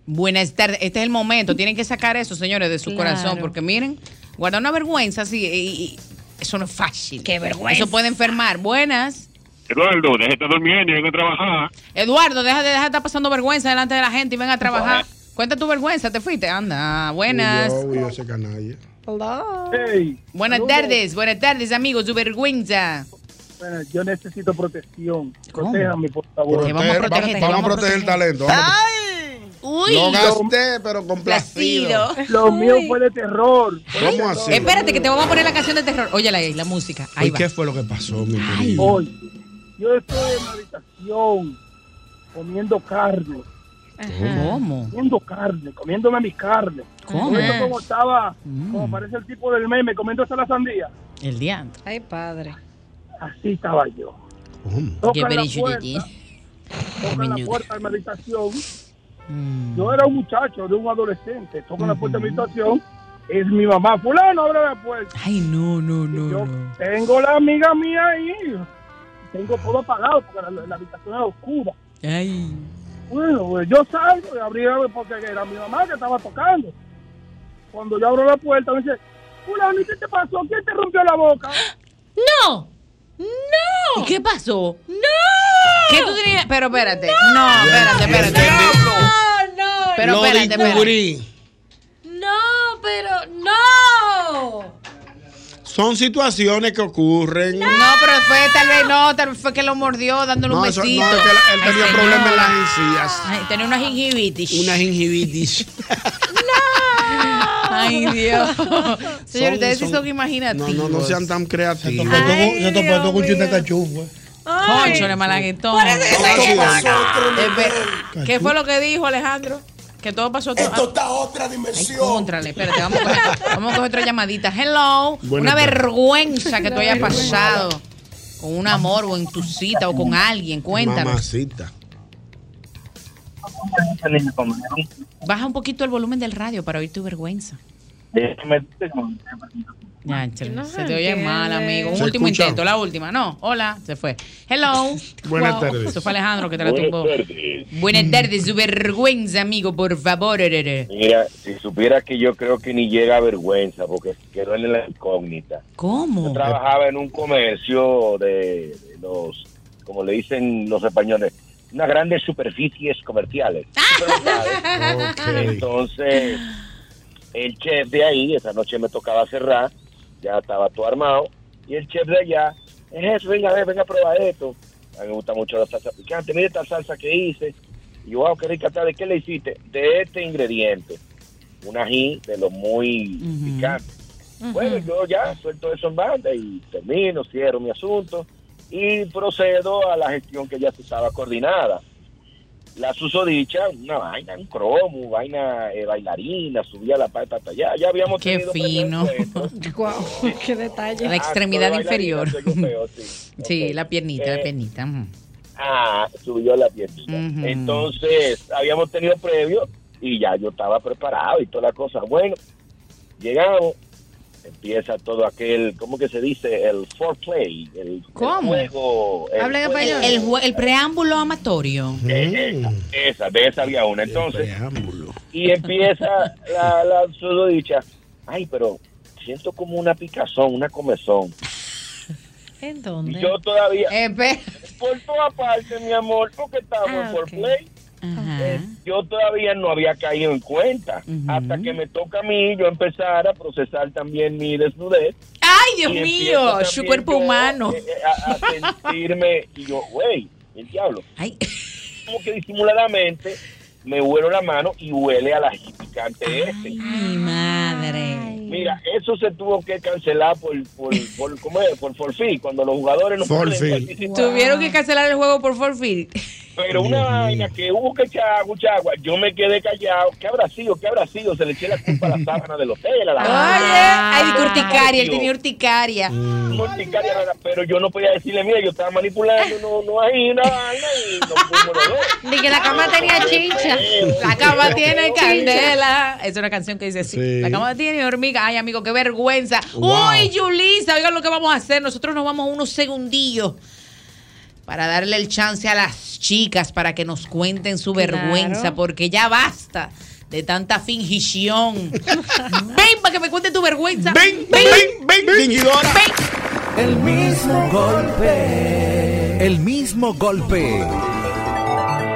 S2: Buenas tardes. Este es el momento. Tienen que sacar eso, señores, de su
S12: Claro.
S2: corazón. Porque miren, guardar una vergüenza así. y- y- eso no es fácil.
S12: Qué vergüenza.
S2: Eso puede enfermar. Buenas.
S10: Eduardo, deje de estar durmiendo y vengo a trabajar.
S2: Eduardo, deja de, deja de estar pasando vergüenza delante de la gente y ven a trabajar. Cuenta tu vergüenza. Te fuiste. Anda. Buenas.
S3: Uy, yo, uy, yo ese canalla.
S6: Hey,
S2: Buenas
S6: saludos.
S2: tardes. Buenas tardes, amigos. Su vergüenza.
S6: Bueno, yo necesito protección.
S2: ¿Cómo?
S6: Protéjame, por favor.
S2: Te vamos a
S3: Proteger-
S2: proteger, te vamos a
S3: el talento.
S12: Ah.
S3: vamos a
S2: Uy.
S3: proteger. Lo gasté, pero
S2: Placido.
S3: complacido.
S6: Lo mío fue de terror.
S3: ¿Cómo así?
S2: Espérate, que te vamos a poner la canción de terror. Óyela ahí, la música. Ahí
S3: ¿Y
S2: va.
S3: qué fue lo que pasó, mi
S2: Ay.
S3: querido?
S6: Hoy, yo estoy en la habitación comiendo carne,
S2: ¿Cómo?
S6: comiendo carne, comiéndome mis carnes.
S2: ¿Cómo?
S6: Comiendo como estaba,
S2: Mm.
S6: como parece el tipo del meme, comiéndose la sandía.
S2: El diantro.
S12: Ay, padre.
S6: Así estaba yo.
S2: Oh,
S3: ¿Cómo?
S6: Tocan la
S2: Qué
S6: puerta, tocan la
S2: menudo.
S6: puerta de mi habitación.
S2: Mm.
S6: Yo era un muchacho, de un adolescente. Tocan la puerta de mi habitación. Es mi mamá. Fulano, abre la puerta.
S2: Ay, no, no, no,
S6: Yo
S2: no.
S6: tengo la amiga mía ahí. Tengo todo apagado porque la, la habitación era oscura.
S2: Ay.
S6: Bueno, pues, yo salgo y abrí la- porque era mi mamá que estaba tocando. Cuando yo abro la puerta, me dice, fulano, ¿y ¿qué te pasó? ¿Quién te rompió la boca?
S2: ¿Y qué pasó? ¿Qué tú tenías? Pero espérate. No, espérate, espérate.
S4: No, no.
S2: Pero
S4: no.
S2: espérate, espérate.
S4: No, pero no.
S3: Son situaciones que ocurren.
S2: No, pero fue tal vez no, tal vez fue que lo mordió dándole un
S3: No, eso- no,
S2: besito.
S3: es que la- él tenía problemas en las encías.
S2: Ay, tenía una gingivitis.
S3: Una gingivitis.
S2: Ay, Dios. Señor,
S3: Son-
S2: ustedes sí
S3: son-
S2: son imaginativos.
S3: No, no sean tan creativos.
S13: Se topó esto con chiste cachufo.
S3: eh.
S2: Concho, le malaguetón. ¿Qué fue lo que dijo Alejandro? Que todo pasó a Esto está otra dimensión. Contrale, espérate, vamos a, coger- vamos a coger otra llamadita. Hello.
S11: Buenas
S2: una
S11: tardes.
S2: vergüenza que tú
S11: Una
S2: hayas
S11: vergüenza.
S2: pasado con un amor o en tu cita o con alguien. Cuéntanos.
S3: Mamacita.
S2: Baja un poquito el volumen del radio para oír tu vergüenza. Ya, chale,
S11: No
S2: se
S11: se
S2: te oye
S11: entiende.
S2: mal, amigo. Un
S11: Se
S2: último
S11: escucha.
S2: intento, la última. No, hola, se fue. Hello.
S11: Buenas
S2: Wow.
S11: tardes.
S2: Eso fue Alejandro que te la
S14: Buenas
S2: tumbó.
S14: tardes.
S2: Buenas tardes, su vergüenza, amigo, por favor.
S14: Mira, si supiera que yo creo que ni llega a vergüenza porque quedó en la incógnita.
S2: ¿Cómo?
S14: Yo trabajaba en un comercio de, de los, como le dicen los españoles, unas grandes superficies comerciales. Entonces, el chef de ahí, esa noche me tocaba cerrar, ya estaba todo armado, y el chef de allá, es eso, venga, a ver, venga a probar esto. A mí me gusta mucho la salsa picante, mire esta salsa que hice. Y yo, wow, qué rica está, ¿de qué le hiciste? De este ingrediente, un ají de los muy picantes. Bueno, yo ya suelto eso en banda y termino, cierro mi este asunto y procedo a la gestión que ya se estaba coordinada la susodicha, una vaina, un cromo, vaina eh, bailarina, subía la pata hasta allá. Ya habíamos
S2: Qué
S14: tenido
S2: fino.
S4: Guau, qué detalle.
S2: La extremidad
S14: Ah, soy
S2: inferior.
S14: bailarina, soy yo peor, sí.
S2: Sí,
S14: Ok.
S2: la piernita, la
S14: Eh,
S2: piernita. Mm. ujú.
S14: Ah, subió la piernita.
S2: Ujú.
S14: Entonces, habíamos tenido previo y ya yo estaba preparado y toda la cosa. Bueno, llegamos, empieza todo aquel, ¿cómo que se dice? El foreplay, el,
S2: ¿Cómo?
S14: el juego. el
S2: Habla en
S14: juego. Eh,
S2: español. El, jue- el preámbulo amatorio.
S14: Esa, de esa había una. Entonces, y empieza la, la susodicha. Ay, pero siento como una picazón, una comezón.
S4: ¿En dónde?
S14: Yo todavía.
S2: Eh,
S4: Por
S14: todas partes, mi amor, porque
S2: Ah,
S14: estamos por play. Eh, yo todavía no había caído en cuenta. Hasta que me toca a mí, yo empezar a procesar también mi desnudez.
S2: ¡Ay, Dios
S14: Y empiezo
S2: mío!
S14: también
S2: Su cuerpo
S14: yo,
S2: humano.
S14: eh, eh, a, a sentirme y yo, güey, el diablo. Como que disimuladamente me huelo la mano y huele a la picante este.
S2: Mi madre.
S14: Mira, eso se tuvo que cancelar por, por, por, ¿cómo es? por forfeit, cuando los jugadores no
S3: Forfeit.
S14: participar.
S2: Tuvieron que cancelar el juego por forfeit.
S14: Pero una vaina que hubo que echar agua, echar agua. Yo me quedé callado. ¿Qué habrá sido? ¿Qué habrá sido? Se le eché la culpa a la sábana del hotel. A la
S2: Ay, de urticaria, él tenía urticaria.
S14: Urticaria, nada, Pero yo no podía decirle, mira, yo estaba manipulando, no, no hay una vaina y nos fuimos los dos.
S4: Ni que la cama tenía chicha.
S2: La cama tiene candela. Es una canción que dice así. La cama tiene hormiga. Ay, amigo, qué vergüenza.
S11: Wow.
S2: Uy, Yulisa, oigan lo que vamos a hacer. Nosotros nos vamos unos segundillos para darle el chance a las chicas para que nos cuenten su
S11: Claro.
S2: vergüenza, porque ya basta de tanta fingición. ven para que me cuente tu vergüenza. Ven, ven,
S3: ven,
S2: fingidora.
S15: El mismo golpe. El mismo golpe.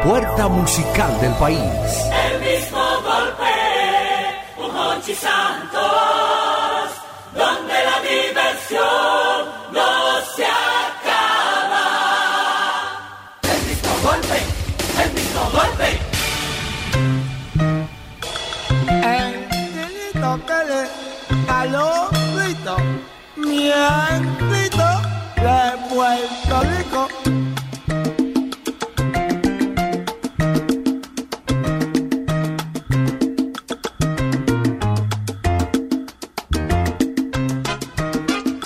S15: Puerta musical del país.
S11: El mismo golpe, un Hochi Santos, donde la diversión no se acaba. El mismo golpe, el mismo
S16: Angelito
S11: golpe.
S16: que le calorito, mi angelito de Puerto Rico.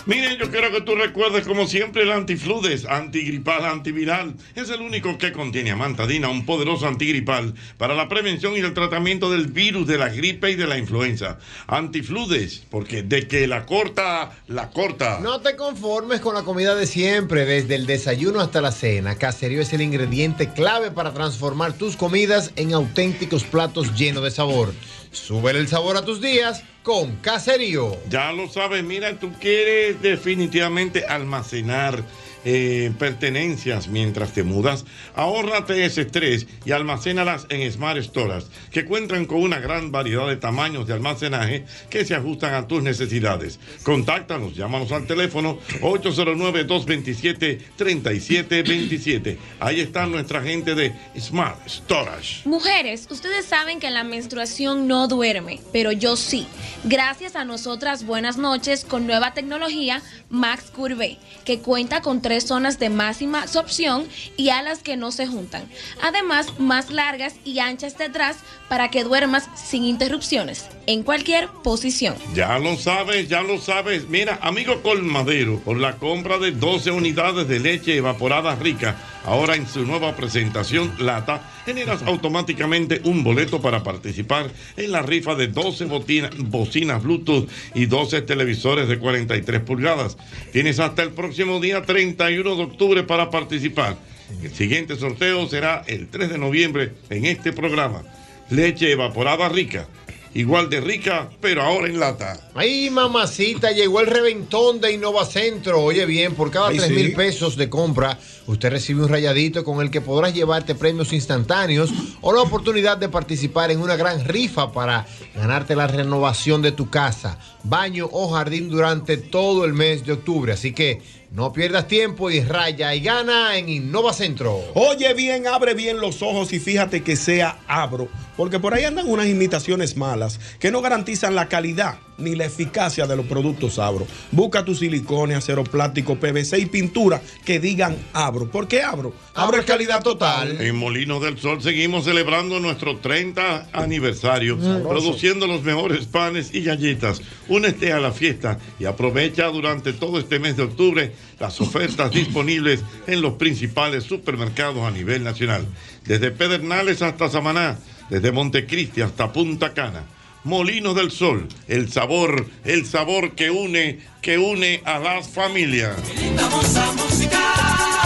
S17: Miren, yo quiero que tú recuerdes como siempre el antifludes, antigripal, antiviral. Es el único que contiene amantadina, un poderoso antigripal para la prevención y el tratamiento del virus de la gripe y de la influenza. Antifludes, porque de que la corta, la corta.
S18: No te conformes con la comida de siempre, desde el desayuno hasta la cena. Caserío es el ingrediente clave para transformar tus comidas en auténticos platos llenos de sabor. Súbele el sabor a tus días
S8: con Caserío.
S16: Ya lo sabes, mira, tú quieres definitivamente almacenar eh, pertenencias mientras te mudas. Ahórrate ese estrés y almacénalas en Smart Storage, que cuentan con una gran variedad de tamaños de almacenaje que se ajustan a tus necesidades. Contáctanos, llámanos al teléfono 809-227-3727. Ahí está nuestra gente de Smart Storage.
S19: Mujeres, ustedes saben que la menstruación no duerme, pero yo sí. Gracias a nosotras, buenas noches con nueva tecnología Max Curve, que cuenta con tres zonas de máxima absorción y alas que no se juntan. Además, más largas y anchas detrás para que duermas sin interrupciones, en cualquier posición.
S16: Ya lo sabes, ya lo sabes. Mira, amigo Colmadero, por la compra de 12 unidades de leche evaporada rica, ahora en su nueva presentación lata, generas automáticamente un boleto para participar en la rifa de 12 botina- bocinas Bluetooth y 12 televisores de 43 pulgadas. Tienes hasta el próximo día 31 de octubre para participar. El siguiente sorteo será el 3 de noviembre en este programa. Leche evaporada rica. Igual de rica, pero ahora en lata.
S8: Ahí, mamacita, llegó el reventón de Innovacentro. Oye bien, por cada
S16: Ay,
S8: 3 mil
S16: sí.
S8: pesos de compra, usted recibe un rayadito con el que podrás llevarte premios instantáneos o la oportunidad de participar en una gran rifa para ganarte la renovación de tu casa, baño o jardín durante todo el mes de octubre. Así que no pierdas tiempo y raya y gana en Innovacentro.
S3: Oye bien, abre bien los ojos y fíjate que sea abro, porque por ahí andan unas imitaciones malas que no garantizan la calidad ni la eficacia de los productos abro. Busca tu silicone, acero plástico, PVC y pintura que digan abro. ¿Por qué abro? Abro es calidad total.
S16: En Molinos del Sol seguimos celebrando nuestro 30 aniversario,
S3: Mm.
S16: produciendo los mejores panes y galletas. Únete a la fiesta y aprovecha durante todo este mes de octubre las ofertas disponibles en los principales supermercados a nivel nacional, desde Pedernales hasta Samaná, desde Montecristi hasta Punta Cana. Molinos del Sol, el sabor, el sabor que une, que une a las familias.
S11: Linda moza, música,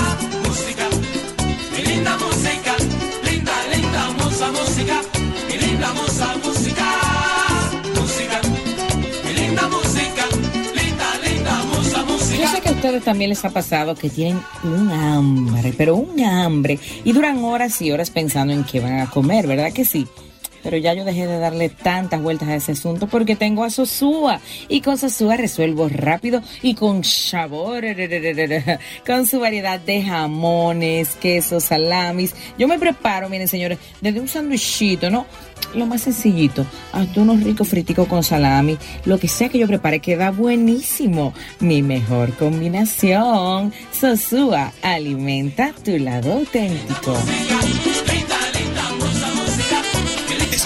S11: música. Mi linda música, linda, linda moza, música. Mi linda moza, música, música. Mi linda música, linda, linda moza,
S2: Yo
S11: música.
S2: sé que a ustedes también les ha pasado que tienen un hambre, pero un hambre, y duran horas y horas pensando en qué van a comer, ¿verdad que sí? Pero ya yo dejé de darle tantas vueltas a ese asunto porque tengo a Sosúa. Y con Sosúa resuelvo rápido y con sabor. Con su variedad de jamones, quesos, salamis. Yo me preparo, miren señores, desde un sanduichito, ¿no? Lo más sencillito, hasta unos ricos friticos con salami. Lo que sea que yo prepare queda buenísimo. Mi mejor combinación. Sosúa, alimenta tu lado auténtico.
S20: Es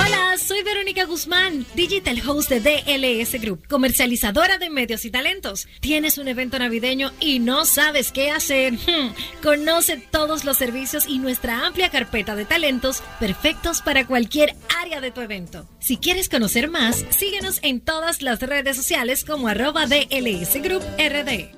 S4: Hola, soy Verónica Guzmán, digital host de DLS Group, comercializadora de medios y talentos. ¿Tienes un evento navideño y no sabes qué hacer? Hmm, Conoce todos los servicios y nuestra amplia carpeta de talentos perfectos para cualquier área de tu evento. Si quieres conocer más, síguenos en todas las redes sociales como arroba DLS Group RD.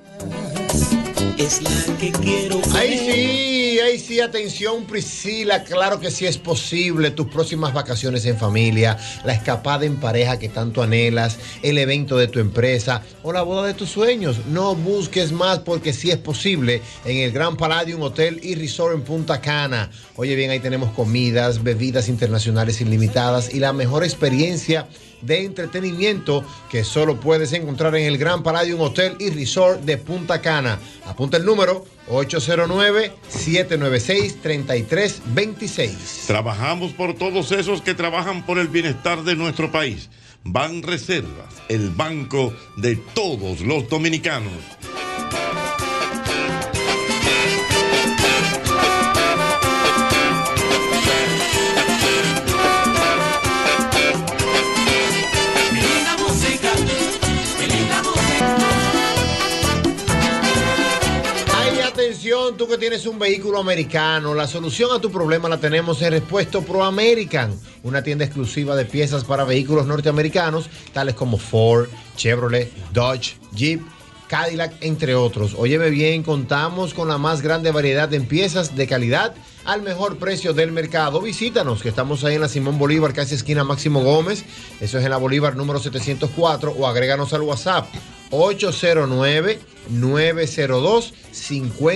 S11: Es la que quiero
S8: Ahí sí, ahí sí, atención Priscila, claro que sí es posible, tus próximas vacaciones en familia, la escapada en pareja que tanto anhelas, el evento de tu empresa o la boda de tus sueños. No busques más porque sí es posible en el Gran Palladium Hotel y Resort en Punta Cana. Oye bien, ahí tenemos comidas, bebidas internacionales ilimitadas y la mejor experiencia de entretenimiento que solo puedes encontrar en el Gran Palladium Hotel y Resort de Punta Cana. Apunta el número 809-796-3326.
S16: Trabajamos por todos esos que trabajan por el bienestar de nuestro país. Ban Reservas, el banco de todos los dominicanos.
S11: Mi linda música, mi linda música.
S8: tienes un vehículo americano, la solución a tu problema la tenemos en Repuesto Pro American, una tienda exclusiva de piezas para vehículos norteamericanos, tales como Ford, Chevrolet, Dodge, Jeep. Cadillac, entre otros. Óyeme bien, contamos con la más grande variedad en piezas de calidad al mejor precio del mercado. Visítanos, que estamos ahí en la Simón Bolívar, casi esquina Máximo Gómez. Eso es en la Bolívar número 704 o agréganos al WhatsApp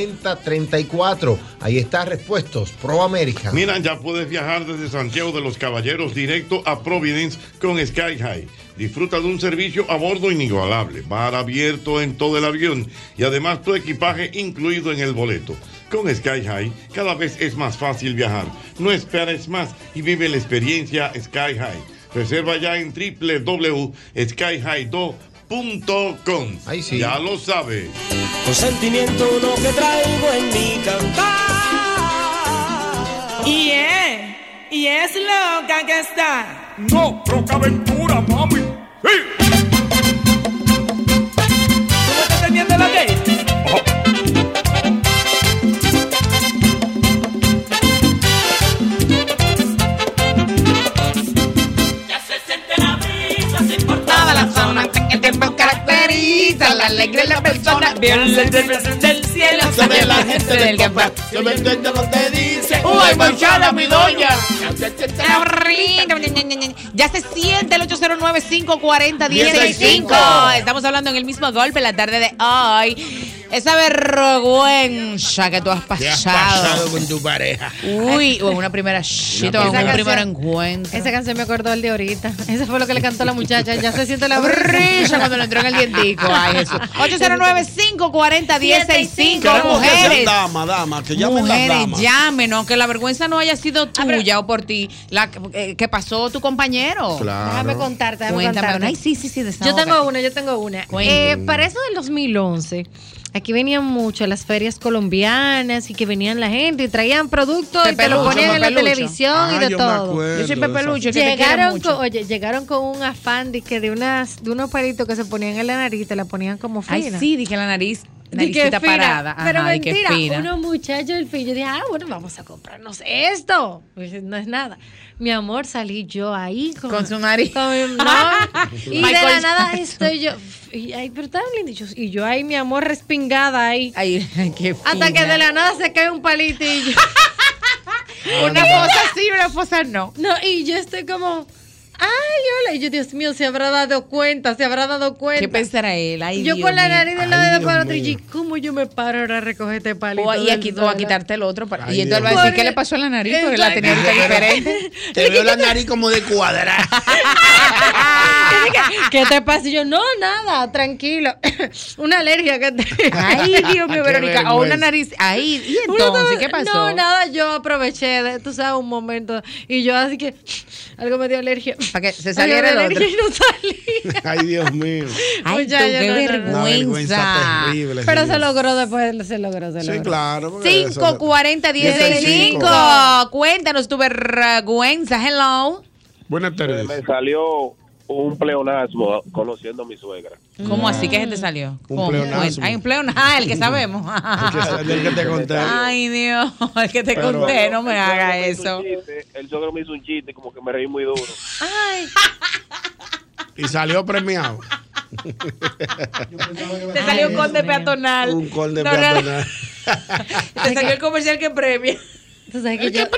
S8: 809-902-5034. Ahí está Respuestos Pro América.
S16: Mira, ya puedes viajar desde Santiago de los Caballeros directo a Providence con Sky High. Disfruta de un servicio a bordo inigualable, bar abierto en todo el avión y además tu equipaje incluido en el boleto. Con Sky High cada vez es más fácil viajar. No esperes más y vive la experiencia Sky High. Reserva ya en www.skyhigh2.com. Ya lo sabes.
S11: Sentimiento lo que traigo en mi
S2: Ah.
S11: cantar.
S21: Y es, y es loca que está.
S11: No, Rocaventura, mami. ¡Sí!
S21: ¿Tú me estás entendiendo lo que?
S11: Ya se siente la brisa sin por
S2: toda la zona que te caracteriza la alegría de la persona bien la del cielo sobre la gente del campo
S11: Se me entiende lo que dice.
S2: ¡Uy, manchada, mi doña! ya se siente el 809-540-165 estamos hablando en el mismo golpe la tarde de hoy esa vergüenza que tú has
S1: ¿Qué has
S2: pasado
S1: pasado con tu pareja?
S2: uy o una primera shit o
S4: Esa
S2: un
S4: canción-
S2: primer encuentro
S4: Esa canción me acordó el de ahorita. Esa fue lo que le cantó la muchacha. Ya se siente la brilla
S2: cuando le entró en el dientico. Ay, Jesús. 809-540-1065.
S3: Queremos que sean
S2: Mujeres.
S3: damas, damas, que llamen las
S2: Mujeres,
S3: damas.
S2: llámenos, que la vergüenza no haya sido
S4: Ah,
S2: tuya o por ti, la eh, que pasó tu compañero.
S3: Claro. Déjame
S4: contarte, déjame
S2: Cuéntame,
S4: contarte.
S2: una. Ay, sí, sí, sí,
S4: Yo
S2: desahógate.
S4: tengo una, yo tengo una.
S2: Cuéntame.
S4: Eh, para eso del 2011, aquí venían mucho las ferias colombianas y que venían la gente y traían productos y te lo
S2: Pepelucho,
S4: ponían en la
S2: Pepelucho.
S4: televisión
S2: Ah,
S4: y de
S2: yo me
S4: todo.
S2: acuerdo Yo soy Pepelucho, de esa- que te quiero
S4: Llegaron
S2: mucho.
S4: con, oye, llegaron con un afán de que de unas de unos palitos que se ponían en la nariz y te la ponían como fina.
S2: Ay, sí, dije la nariz,
S4: Di que
S2: naricita
S4: fina,
S2: parada. Ajá,
S4: pero
S2: di que
S4: mentira,
S2: fina.
S4: unos muchachos del fin, yo dije, ah, bueno, vamos a comprarnos esto. Pues, no es nada. Mi amor, salí yo ahí con,
S2: Con su nariz.
S4: con mi- no. y de
S2: Michael
S4: la nada
S2: Jackson.
S4: estoy yo. Y, ay, pero estaban lindichos. Y yo ahí, mi amor, respingada ahí. Hasta que
S2: fina.
S4: de la nada se cae un palitillo.
S2: Una cosa sí, una cosa no.
S4: No, y yo estoy como. Ay, hola. Y yo, Dios mío, se habrá dado cuenta, se habrá dado cuenta.
S2: ¿Qué pensará él? Ay,
S4: yo
S2: Dios
S4: con la
S2: mío.
S4: nariz del
S2: Ay,
S4: lado de
S2: Dios
S4: para otro,
S2: mío.
S4: y yo, ¿cómo yo me paro ahora a recoger este palito?
S2: O- y
S4: del
S2: aquí tú vas a
S4: suelo?
S2: quitarte el otro. para-
S4: Ay,
S2: y entonces él va a
S4: Dios.
S2: decir, ¿qué le pasó a la nariz? Porque la tenía ahorita
S1: Pero-
S2: diferente.
S1: Te veo la nariz como de cuadrada.
S4: Y dije, ¿Qué te pasa? Y yo, no, nada, tranquilo. Una alergia que te.
S2: Ay, Dios mío, Verónica. O una nariz. Ahí. ¿Y
S4: Una
S2: entonces qué
S4: tabla-
S2: pasó?
S4: No, nada, yo aproveché, de, tú sabes, un momento. Y yo, así que algo me dio alergia.
S2: Para que se saliera el otro.
S3: Ay, Dios mío.
S4: Ay,
S2: Ay, tú, qué
S3: Una vergüenza terrible.
S4: Pero se
S3: señor.
S4: logró después, se logró, se
S3: Sí,
S4: logró.
S3: claro. porque eso-
S2: 540-165. Cuéntanos tu vergüenza. Hello.
S3: Buenas tardes.
S22: Me salió un pleonasmo conociendo a mi suegra.
S2: ¿Cómo así que se te salió?
S22: Un
S2: ¿Cómo?
S22: pleonasmo.
S2: Cuenta. Ay, un pleonasmo. Ah, el que sabemos.
S22: el que te conté.
S2: Ay, Dios. El Ah, que te
S22: Pero-
S2: conté. No me
S22: El suegro
S2: haga
S22: me hizo
S2: eso.
S22: un chiste, El suegro me hizo un chiste, como que me reí muy duro.
S2: Ay.
S3: Y salió premiado.
S2: Te salió un corte peatonal.
S3: Un col de
S2: No, no, no.
S3: peatonal.
S2: Te salió el comercial que premia.
S4: Tú sabes que
S2: El que
S4: yo,
S2: el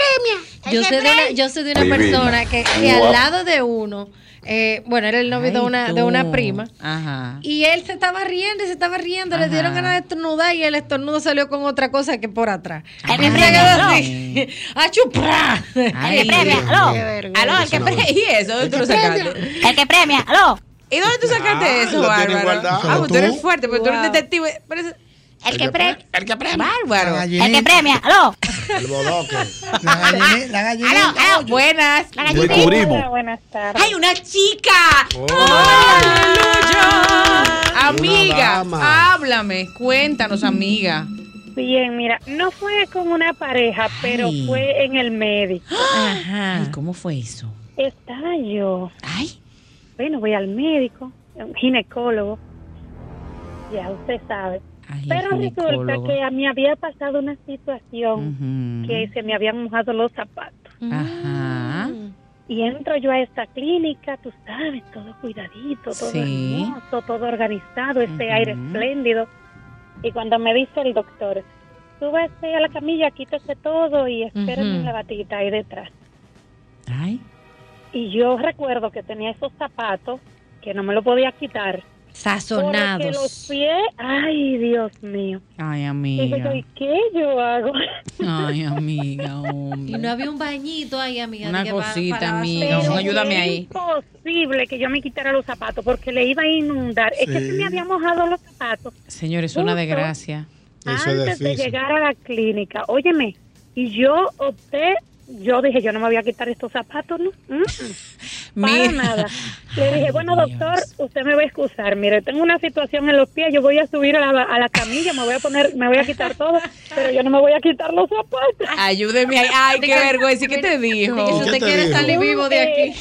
S4: Yo soy, de
S2: que premia.
S4: una, yo soy de una
S2: Divina.
S4: persona que, que
S2: Guapa.
S4: al lado de uno, eh, bueno, era el novio de una, de una prima.
S2: Ajá.
S4: Y él se estaba riendo y se estaba riendo. Le dieron ganas de estornudar y el estornudo salió con otra cosa que por atrás.
S2: Ay,
S4: Y se
S2: ay,
S4: quedó
S2: no.
S4: así. ¡A chupar!
S2: Ay, el que premia, aló. Aló, el que premia. ¿Y eso? ¿Dónde tú lo sacaste? El que premia, aló. ¿Y dónde tú sacaste
S11: Ah,
S2: eso,
S11: lo tiene
S2: Bárbaro?
S11: guardado.
S2: Ah, pues tú eres
S11: ¿Tú?
S2: fuerte, porque tú eres
S11: Wow.
S2: detective. Pero eso- El que premia. El que premia. Bárbaro.
S11: gallinita.
S2: El que premia, aló.
S3: El bodoque.
S2: La gallinita. Aló, aló, buenas. La
S3: gallinita. Descubrimos. Hola,
S2: buenas tardes. ¡Hay una chica! ¡Hola, Lucho! Amiga,
S23: dama.
S2: háblame. Cuéntanos, amiga.
S23: Bien, mira, no fue con una pareja, pero
S2: Ay.
S23: fue en el médico.
S2: Ay, Ah. ¿cómo fue eso?
S23: Estaba yo.
S2: Ay.
S23: Bueno, voy al médico, un ginecólogo. Ya usted sabe. Pero resulta
S2: ginecólogo.
S23: que a mí había pasado una situación
S2: Ujú. Ah,
S23: que se me habían mojado los zapatos.
S2: Ajá.
S23: Y entro yo a esta clínica, tú sabes, todo cuidadito, todo
S2: Sí.
S23: hermoso, todo organizado, este aire espléndido. Y cuando me dice el doctor, súbase a la camilla, quítese todo y espérame
S2: Ujú.
S23: en la batita ahí detrás.
S2: Ay.
S23: Y yo recuerdo que tenía esos zapatos que no me lo podía quitar. Porque
S2: Sazonados.
S23: los pies, ay, Dios mío.
S2: Ay,
S23: Y
S2: amiga.
S23: yo, ¿y qué yo hago?
S2: Ay, amiga,
S4: Y
S2: hombre.
S4: no había un bañito ahí, amiga.
S2: Una
S4: de que pa-
S2: cosita,
S4: para-
S2: amiga.
S23: Pero
S2: ayúdame
S23: es
S2: ahí.
S23: imposible que yo me quitara los zapatos porque le iba a inundar. Es que
S2: Sí.
S23: se me había mojado los zapatos
S2: Señor, es una
S23: Justo.
S2: desgracia.
S23: antes de llegar a la clínica. Óyeme, y yo opté, yo dije, yo no me voy a quitar estos zapatos, ¿no? Mm, mm. Para
S2: Mira.
S23: nada. Le dije, bueno, doctor, usted me va a excusar. Mire, tengo una situación en los pies, yo voy a subir a la, a la camilla, me voy a poner, me voy a quitar todo, pero yo no me voy a quitar los zapatos.
S2: Ayúdeme ahí. Ay, qué
S23: Diga-
S2: vergüenza. ¿Y ¿Qué te dijo?
S23: Diga, si usted ¿Qué te quiere dijo? salir vivo de aquí.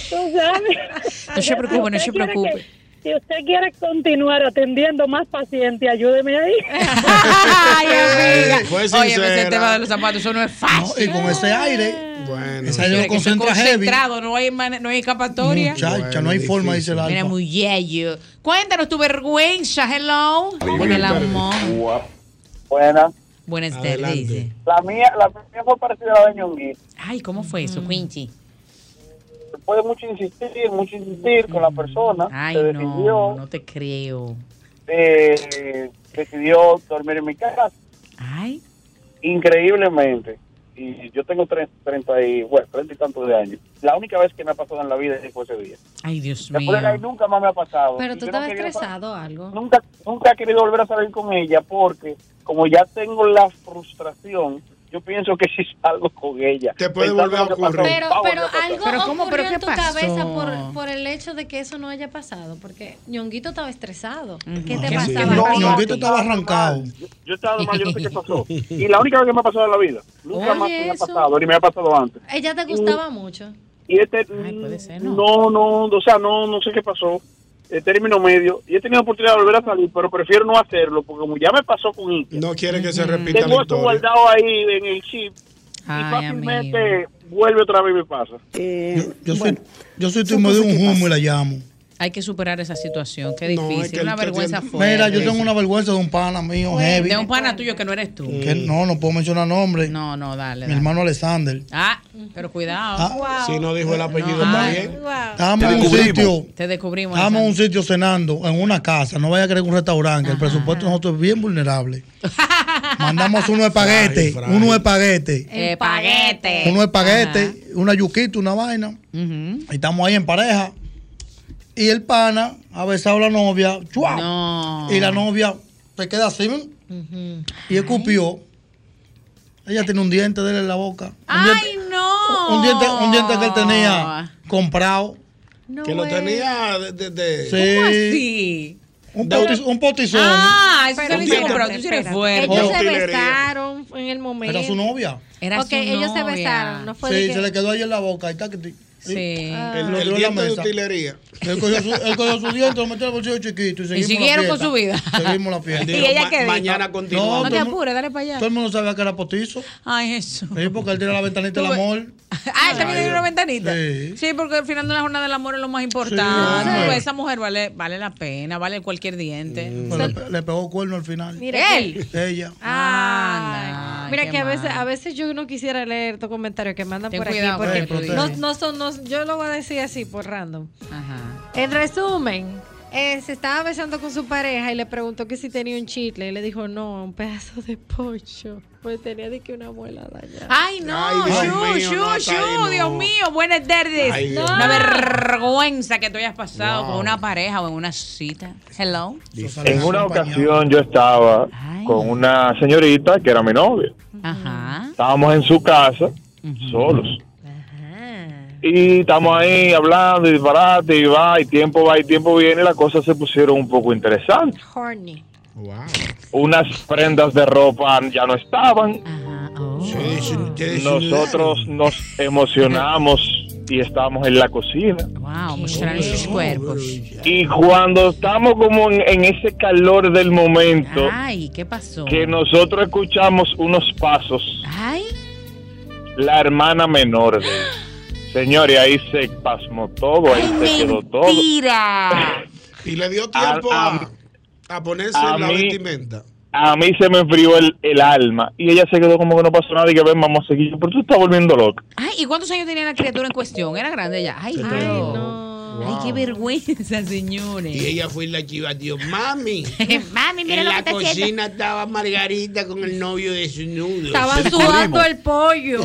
S2: No se preocupe, no se preocupe.
S23: Si usted quiere continuar atendiendo más pacientes, ayúdeme ahí.
S2: Ay, amiga.
S23: Fue
S2: Oye, pero ese
S23: sincera.
S2: tema de los zapatos, eso no es fácil.
S13: Y con ese aire, bueno, ese aire
S2: Mira,
S13: lo
S2: Ah. que estoy
S13: concentra heavy.
S2: concentrado, no hay, mane- no hay escapatoria.
S13: Muchacha, no hay forma, dice el
S2: Mira,
S13: alfa.
S2: muy yello. Cuéntanos tu vergüenza, hello. Con el amor.
S12: Buenas.
S2: Buenas tardes.
S12: La mía, la mía fue parecida a la de Ñonguito.
S2: Ay, ¿cómo fue eso,
S13: Mm.
S2: Quinchi?
S12: Después de mucho insistir, mucho insistir con la persona,
S2: Ay,
S12: se
S2: no,
S12: decidió,
S2: no te creo.
S12: eh, decidió dormir en mi casa.
S2: Ay.
S12: Increíblemente. Y yo tengo tre- 30 y, bueno, 30 y tantos de años. La única vez que me ha pasado en la vida fue ese día.
S2: Ay, Dios mío.
S12: Después de ahí nunca más me ha pasado.
S4: Pero
S12: Y
S4: tú
S12: yo no
S4: estabas
S12: quería-
S4: estresado o algo.
S12: nunca, nunca he querido volver a salir con ella porque como ya tengo la frustración, yo pienso que si salgo con ella, te
S3: puede volver a ocurrir.
S4: Pero, pero algo
S2: Pero ¿cómo?
S4: ocurrió
S2: ¿Pero
S4: en
S2: qué
S4: tu
S2: pasó?
S4: cabeza por, por el hecho de que eso no haya pasado, porque Ñonguito estaba estresado. ¿Qué te
S13: Sí.
S4: pasaba?
S13: No,
S4: a ti?
S13: Ñonguito estaba arrancado.
S12: Yo estaba mal, yo no sé qué pasó. Y la única vez que me ha pasado en la vida, nunca
S4: Oye,
S12: más me ha
S4: eso.
S12: pasado, ni me ha pasado antes.
S4: Ella te gustaba mucho.
S12: Y este, no. no, o sea, no, no sé qué pasó. El término medio, y he tenido oportunidad de volver a salir, pero prefiero no hacerlo, porque como ya me pasó con Iker,
S3: No quiere que se repita
S12: tengo
S3: la
S12: esto
S3: historia.
S12: guardado ahí en el chip, y
S3: Ay,
S12: fácilmente vuelve otra vez y me pasa.
S13: Yo soy, yo soy tu de un humo y la llamo.
S2: Hay que superar esa situación, qué
S13: No,
S2: difícil.
S13: es que
S2: una
S13: el que
S2: vergüenza
S13: tiene-
S2: fuerte.
S13: Mira, yo tengo una vergüenza de un pana mío, heavy.
S2: De un pana tuyo que no eres tú.
S13: que no, no puedo mencionar nombre.
S2: No, no, dale.
S13: Mi hermano Alexander.
S2: Ah, pero cuidado.
S13: Ah,
S3: Si no dijo el apellido,
S2: Ah,
S3: está bien.
S13: Estábamos en un sitio.
S2: Te descubrimos.
S13: Estábamos en un sitio cenando, en una casa, no vaya a creer que un restaurante, que el presupuesto de nosotros es bien vulnerable. Mandamos unos espaguetes, unos espaguetes,
S2: Eh, paguete.
S13: unos espaguetes, una yuquita, una vaina.
S2: Ujú.
S13: Y estamos ahí en pareja. Y el pana ha besado a la novia, ¡chua! y la novia se queda así ¿ven? y escupió. Ella tiene un diente de él en la boca. Un diente-
S2: Ay, no.
S13: un diente, un diente que él tenía comprado.
S3: que lo tenía desde. De,
S13: ¿Cómo así? Un, potiz- un potizón.
S2: Ah, eso se
S13: Pero
S2: lo hicieron,
S13: espérate,
S2: pero tú sí eres
S13: espérate.
S2: fuerte.
S13: Ellos
S4: Se
S13: Utilería.
S4: besaron en el momento.
S13: Era su novia.
S2: Era
S4: Ok, ellos se besaron, no fue de
S13: Sí,
S4: que-
S13: se le quedó ahí en la boca. ahí está que ti-
S2: Sí.
S13: Ah.
S3: El,
S13: Lo
S3: el
S13: tiró en la
S3: diente de
S13: mesa.
S3: utilería.
S13: Él cogió su, él cogió su diente, lo metió en el bolsillo chiquito y seguimos
S2: siguieron
S13: la
S2: con
S13: fiesta.
S2: su vida.
S13: Seguimos la fiesta.
S2: ¿Y ella qué dijo?
S13: No,
S2: No,
S13: todo,
S2: te
S13: el mundo-
S2: apures, dale para allá.
S13: todo el mundo sabía que era potizo.
S2: Ay, Jesús.
S13: Sí, porque él tiene la ventanita del
S2: Tú ve-
S13: amor.
S2: Ah, él también tiene una ventanita.
S13: Sí.
S2: Sí. porque al final de la jornada del amor es lo más
S13: Sí,
S2: importante.
S13: hombre.
S2: Esa mujer vale, vale la pena, vale cualquier diente.
S13: Pero le, le pegó cuerno al final.
S4: Mira,
S2: él. Ah,
S13: Ella.
S4: Ay, Mira
S2: qué
S4: que a veces, a veces yo no quisiera leer tu comentario que mandan
S2: Ten
S4: por
S2: cuidado con
S4: aquí
S2: lo que
S4: porque
S2: tú
S4: no,
S2: dices.
S4: no son, no- yo lo voy a decir así por random.
S2: Ajá.
S4: En resumen, eh, se estaba besando con su pareja y le preguntó que si tenía un chicle y le dijo no, un pedazo de pollo. Pues tenía de que una muela dañada.
S2: Ay, no,
S4: Dios
S2: Shu,
S4: mío, no,
S2: Shu,
S4: hasta ahí
S2: Shu,
S4: no.
S2: Dios mío, buenas tardes.
S4: Ay, Dios
S2: una
S4: mío.
S2: vergüenza que tú hayas pasado
S4: Wow.
S2: con una pareja o en una cita. Hello.
S12: En una ocasión yo estaba con una señorita que era mi novia.
S2: Ajá.
S12: Estábamos en su casa, solos. Y estamos ahí hablando y disparate y va, y tiempo va, y tiempo viene, y las cosas se pusieron un poco interesantes.
S4: Horny.
S12: Unas prendas de ropa ya no estaban.
S3: Sí, sí,
S12: Nosotros nos emocionamos y estábamos en la cocina.
S2: Wow. No, mostraron sus cuerpos.
S24: Y cuando estamos como en, en ese calor del momento,
S2: Ay, ¿qué pasó?
S24: que nosotros escuchamos unos pasos,
S2: Ay,
S24: la hermana menor de él. Señores, ahí se pasmó todo, ahí se quedó todo.
S2: Tira.
S3: Y le dio tiempo a, a ponerse
S24: a
S3: la
S24: mí-
S3: vestimenta.
S24: A mí se me enfrió el, el alma y ella se quedó como que no pasó nada y que ven, vamos a seguir. Pero tú estás volviendo loca.
S2: Ay, ¿y cuántos años tenía la criatura en cuestión? Era grande ya. Ay, Dios. Ay, qué vergüenza, señores.
S7: Y ella fue y la chiva, Dios, mami.
S2: Mami, mira
S7: en
S2: lo
S7: la
S2: que está
S7: cocina
S2: haciendo.
S7: estaba Margarita con el novio desnudo.
S23: Estaba sudando el pollo.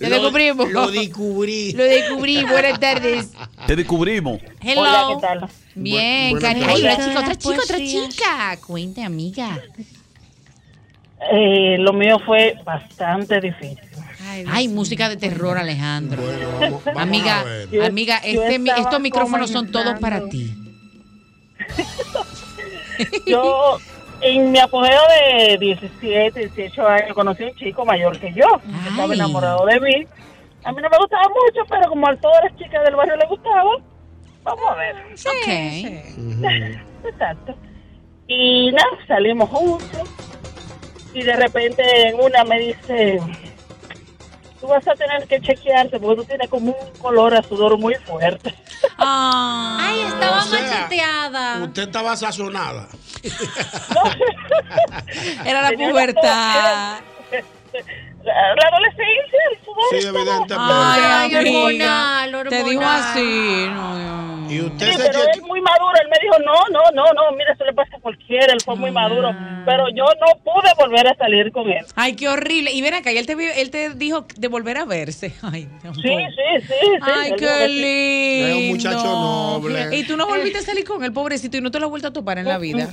S2: Lo
S7: descubrimos.
S2: descubrimos.
S7: Lo descubrí.
S2: Lo descubrí. Buenas tardes.
S10: Te descubrimos.
S2: Hello.
S10: Hola, ¿qué
S2: Bien,
S10: Bu- buenas
S2: cariño. Ay,
S10: tardes.
S2: otra
S10: Hola,
S2: chica, otra chica, otra
S10: poesías.
S2: chica. Cuente, amiga.
S11: Eh, lo mío fue bastante difícil.
S2: Ay, música de terror, Alejandro.
S11: a
S2: amiga,
S11: ver. Yo-
S2: amiga,
S11: yo
S2: este mi-
S11: estaba
S2: estos micrófonos son
S11: comenzando.
S2: todos para ti.
S11: Yo, en mi apogeo de 17, 18 años, conocí a un chico mayor que yo. que Estaba enamorado de mí. A mí no me gustaba mucho, pero como a todas las chicas del barrio le gustaba, vamos a ver.
S2: Ok.
S11: Exacto. Y nada, salimos juntos. Y de repente en una me dice, tú vas a tener que chequearte porque tú tienes como un color a sudor muy fuerte.
S3: Ah,
S4: Ah.
S2: Ay,
S11: estaba
S23: macheteada.
S7: Usted estaba sazonada.
S2: Era la
S11: Tenía
S2: pubertad.
S11: La, la adolescencia, el sudor.
S7: Sí,
S11: estaba-
S7: evidentemente.
S2: Ay,
S11: amiga,
S2: hormonal, Te dijo
S11: hormonal.
S2: así. No,
S7: Y usted
S11: Sí,
S7: se
S11: pero él muy maduro, él me dijo, no, no, no, no, mira, eso le pasa a cualquiera, él fue muy
S2: Mm.
S11: maduro, pero yo no pude volver a salir con él.
S2: Ah. Ay, qué horrible. Y ven acá, y él te, vi- él te dijo de volver a verse. Ay, Dios
S11: Sí,
S2: mío.
S11: sí, sí, sí.
S2: Ay,
S11: él dijo
S2: qué
S11: que sí.
S2: lindo.
S7: Era un muchacho noble.
S2: Y tú no volviste a salir con el pobrecito y no te lo has vuelto a topar en la vida.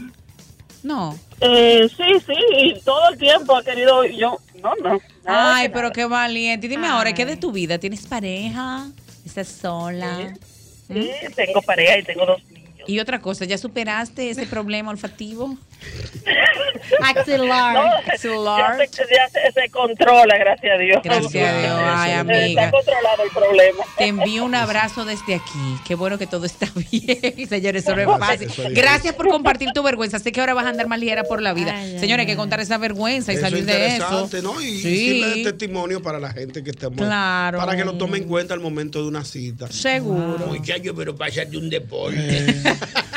S2: No.
S11: Eh, sí, sí, y todo el tiempo ha querido, y yo, no, no. nada
S2: Ay,
S11: que
S2: pero qué valiente. Y dime ahora, ¿qué de tu vida? ¿Tienes pareja? ¿Estás sola?
S11: Sí, tengo pareja y tengo dos
S2: niños. Y otra cosa, ¿ya superaste ese problema olfativo?
S11: nada.
S2: Axelar.
S11: No,
S2: Axelar.
S11: ya se, ya se- se controla, gracias a Dios.
S2: Gracias a Dios. Ay,
S11: Se-
S2: amiga.
S11: Está controlado el problema.
S2: Te envío un abrazo desde aquí. Qué bueno que todo está bien, señores. Eso no
S11: Eso
S2: es
S11: es
S2: fácil.
S11: difícil.
S2: Gracias por compartir tu vergüenza. Sé que ahora vas a andar más ligera por la vida.
S3: Ay, ay,
S2: Señores, hay que contar esa vergüenza y
S3: Eso es
S2: salir de eso.
S3: interesante, ¿no? Y
S2: sí.
S3: sirve de testimonio para la gente que está mal.
S2: Claro.
S3: Para que lo tome en cuenta al momento de una cita. Eh.
S2: Seguro.
S7: Muchacho, pero pásate un deporte.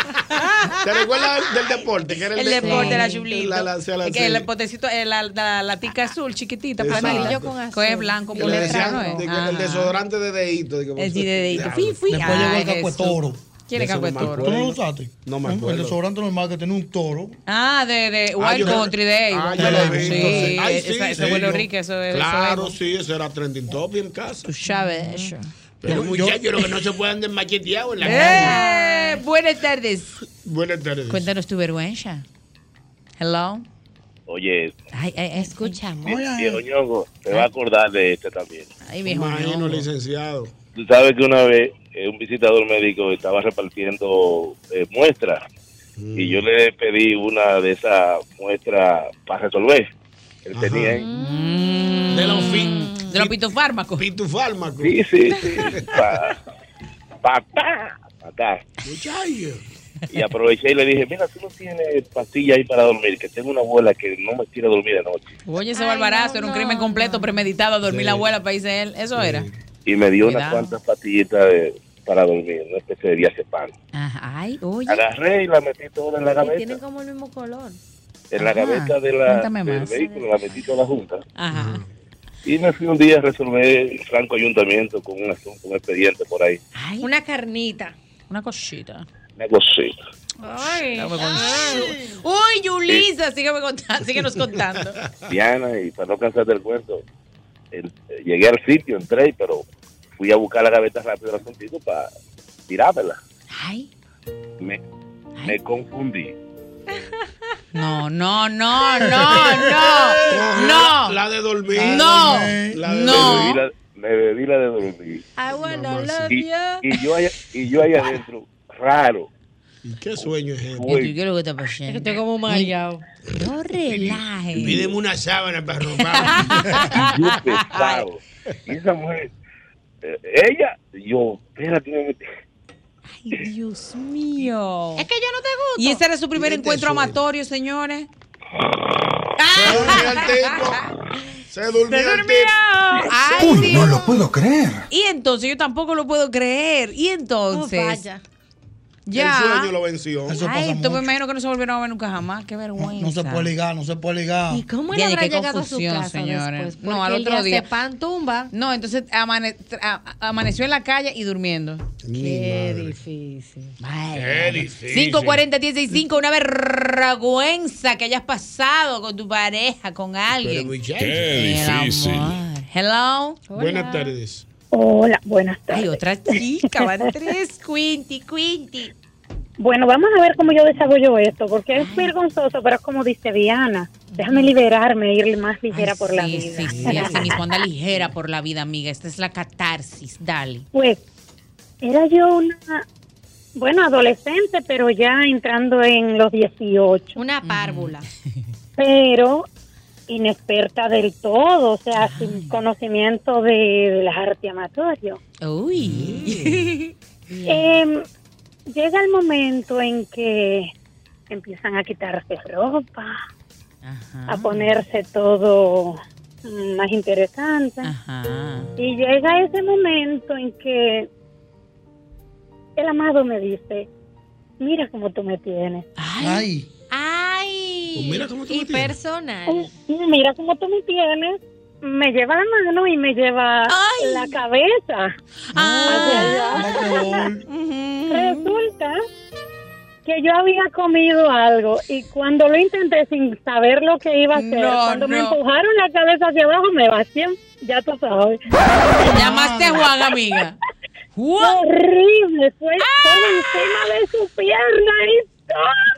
S3: ¿Te recuerdas del deporte? Que era el,
S2: El
S3: de-
S2: deporte, la
S3: Sí.
S2: chulita.
S3: La, la- se la-
S2: que el
S3: se-
S2: potecito, eh, la, la, la tica azul, chiquitita,
S3: Exacto.
S2: planita.
S3: Amarillo con azul.
S2: Que es blanco,
S3: que le decían
S2: puletrano,
S3: de-
S2: ¿eh?
S3: que el
S2: Ajá.
S3: desodorante de dedito. de que-
S2: El de dedito.
S3: Ya,
S2: Fui, fui.
S13: Después llegó
S2: Ay,
S13: el caco de
S2: Jesús.
S13: toro.
S2: ¿Quién es
S13: Eso
S2: caco de
S13: no me
S2: toro?
S13: acuerdo. ¿Tú no lo usaste?
S3: No me
S13: ¿Eh?
S3: acuerdo.
S13: El desodorante normal que tenía un toro.
S2: Ah, de, de
S13: Ah,
S2: Wild
S13: yo-
S2: Country Day.
S13: Ah,
S3: Ya lo vi,
S2: Sí,
S3: entonces. Ay, sí,
S2: esa- ese
S3: sí,
S2: huele
S3: yo-
S2: rico, eso es.
S3: Claro, sí, ese era trending top en casa.
S2: Tú sabes eso.
S7: Pero
S3: Yo-
S7: muchachos, lo que no se puede andar macheteado en la calle.
S2: Eh, buenas tardes.
S3: Buenas tardes.
S2: Cuéntanos tu vergüenza. Hello.
S25: Oye,
S2: Ay,
S23: eh,
S2: ay, escuchamos.
S25: viejo ñongo, te va a acordar de este también.
S2: Ay, viejo.
S3: Imagino, licenciado.
S25: Tú sabes que una vez eh, un visitador médico estaba repartiendo eh, muestras y yo le pedí una de esas muestras para resolver. Él tenía ahí.
S3: De los fin.
S2: Mm. De los pitufármacos.
S3: Pitufármacos.
S25: Sí, sí, sí. Pa- patá, patá.
S3: Muchacho.
S25: Y aproveché y le dije, mira, tú no tienes pastilla ahí para dormir, que tengo una abuela que no me quiere dormir de noche.
S2: Oye, ese barbarazo era un crimen completo, premeditado, dormir la abuela para irse él. Eso era.
S25: Y me dio unas
S2: Cuidado.
S25: cuantas pastillitas de- para dormir, una especie de diazepam.
S2: Ajá. Ah, Ay, oye.
S25: Agarré y la metí toda en la
S23: Y
S25: gaveta.
S23: tienen como el mismo color.
S25: En la
S23: Ajá,
S25: gaveta de la,
S23: cuéntame
S25: del
S23: más.
S25: vehículo, la metí toda junta.
S2: Ajá.
S25: Y me fui un día a resolver Franco Ayuntamiento con un asunto, un expediente por ahí.
S23: Una carnita.
S2: Una cosita.
S25: Una cosita.
S23: Ay.
S2: Uy, Yulisa, sígueme contando, síguenos contando.
S25: Diana, y para no cansar del cuento, el- eh, llegué al sitio, entré, pero fui a buscar la gaveta rápido del asuntito para tirármela. Me, me confundí.
S2: No, no, no, no, no. No.
S3: La de dormir.
S2: No.
S3: La de
S25: Me
S2: No.
S25: bebí la, me bebí la de dormir.
S23: I wanna
S25: Mamacita.
S23: love you.
S25: Y yo allá, y yo allá adentro, raro.
S3: ¿Qué sueño es
S2: ¿Qué es lo que está pasando?
S23: Estoy como mareado.
S2: No relaje.
S3: pues,
S7: Pídeme una sábana para robar.
S25: yo pesado. Y esa mujer eh, ella, yo, espérate, me metí.
S2: Dios mío.
S4: Es que yo no te gusto.
S2: Y ese era su primer encuentro amatorio, señores. Ah.
S3: Se durmió.
S2: Se durmió. Ay,
S7: Uy,
S2: Dios.
S7: no lo puedo creer.
S2: Y entonces yo tampoco lo puedo creer. Y entonces.
S3: Oh, vaya.
S2: Ya.
S3: El sueño lo venció.
S2: Ay, tú me imagino que no se volvieron a ver nunca jamás. Qué vergüenza.
S13: No se puede ligar, no se puede ligar. ¿Y
S4: cómo
S2: él Ya, ni habrá qué llegado a su confusión, casa señores. después? No, Porque al él otro ya día. se
S4: pan tumba.
S2: No, entonces amane- a- a- amaneció en la calle y durmiendo.
S4: Qué difícil.
S2: Qué
S11: difícil.
S2: 540-165, una vergüenza que hayas pasado con tu pareja, con alguien.
S11: Qué difícil.
S2: Hello.
S3: Buenas tardes.
S23: Hola, buenas tardes.
S2: Hay otra chica, van tres, Quinty, Quinty.
S23: Bueno, vamos a ver cómo yo desarrollo esto, porque es vergonzoso, pero es como dice Diana, déjame liberarme, e ir más ligera por la
S2: Sí,
S23: vida.
S2: sí, sí, así mismo anda ligera por la vida, amiga. Esta es la catarsis, dale.
S23: Pues era yo una, bueno, adolescente, pero ya entrando en los 18.
S4: Una párvula.
S23: Pero inexperta del todo, o sea, sin conocimiento de, de las artes amatorias.
S2: Uy.
S23: Em, llega el momento en que empiezan a quitarse ropa, a ponerse todo mm, más interesante. Y llega ese momento en que el amado me dice, mira cómo tú me tienes.
S13: Ay.
S4: Ay.
S23: Pues mira cómo tú
S4: y
S23: me tienes.
S4: personal.
S23: Mira cómo tú me tienes. Me lleva la mano y me lleva la cabeza. Hacia allá. Resulta que yo había comido algo y cuando lo intenté sin saber lo que iba a hacer,
S2: No,
S23: cuando me
S2: no.
S23: empujaron la cabeza hacia abajo, me vacié. Ya tú sabes.
S2: Llamaste a Juan, amiga.
S23: Horrible, fue
S2: Ah.
S23: todo encima de su pierna y todo.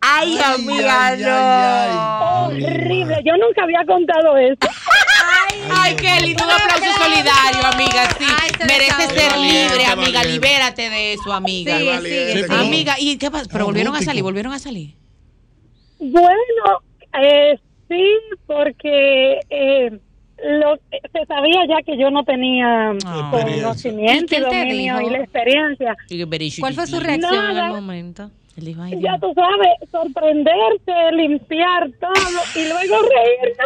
S2: Ay, amiga, no.
S23: Horrible, yo nunca había contado esto.
S2: Ay, Kelly, un aplauso solidario, amiga. Sí,
S23: se
S2: mereces
S23: desahogó.
S2: ser
S23: Qué
S2: libre,
S23: valiente,
S2: amiga.
S23: valiente.
S2: Libérate de eso, amiga.
S23: Sigue, Qué sigue, valiente, sigue.
S2: Amiga, ¿y qué pasa? Pero volvieron a
S23: Romántico.
S2: salir, volvieron a salir.
S23: Bueno, eh, sí, porque eh, lo, se sabía ya que yo no tenía pues, conocimiento
S4: ¿Y
S23: y
S4: quién te
S23: dominio
S4: dijo?
S23: y la experiencia.
S4: ¿Cuál fue su reacción
S23: Nada.
S4: al momento? Él dijo, ay,
S23: Ya tú sabes, sorprenderse, limpiar todo y luego reírse.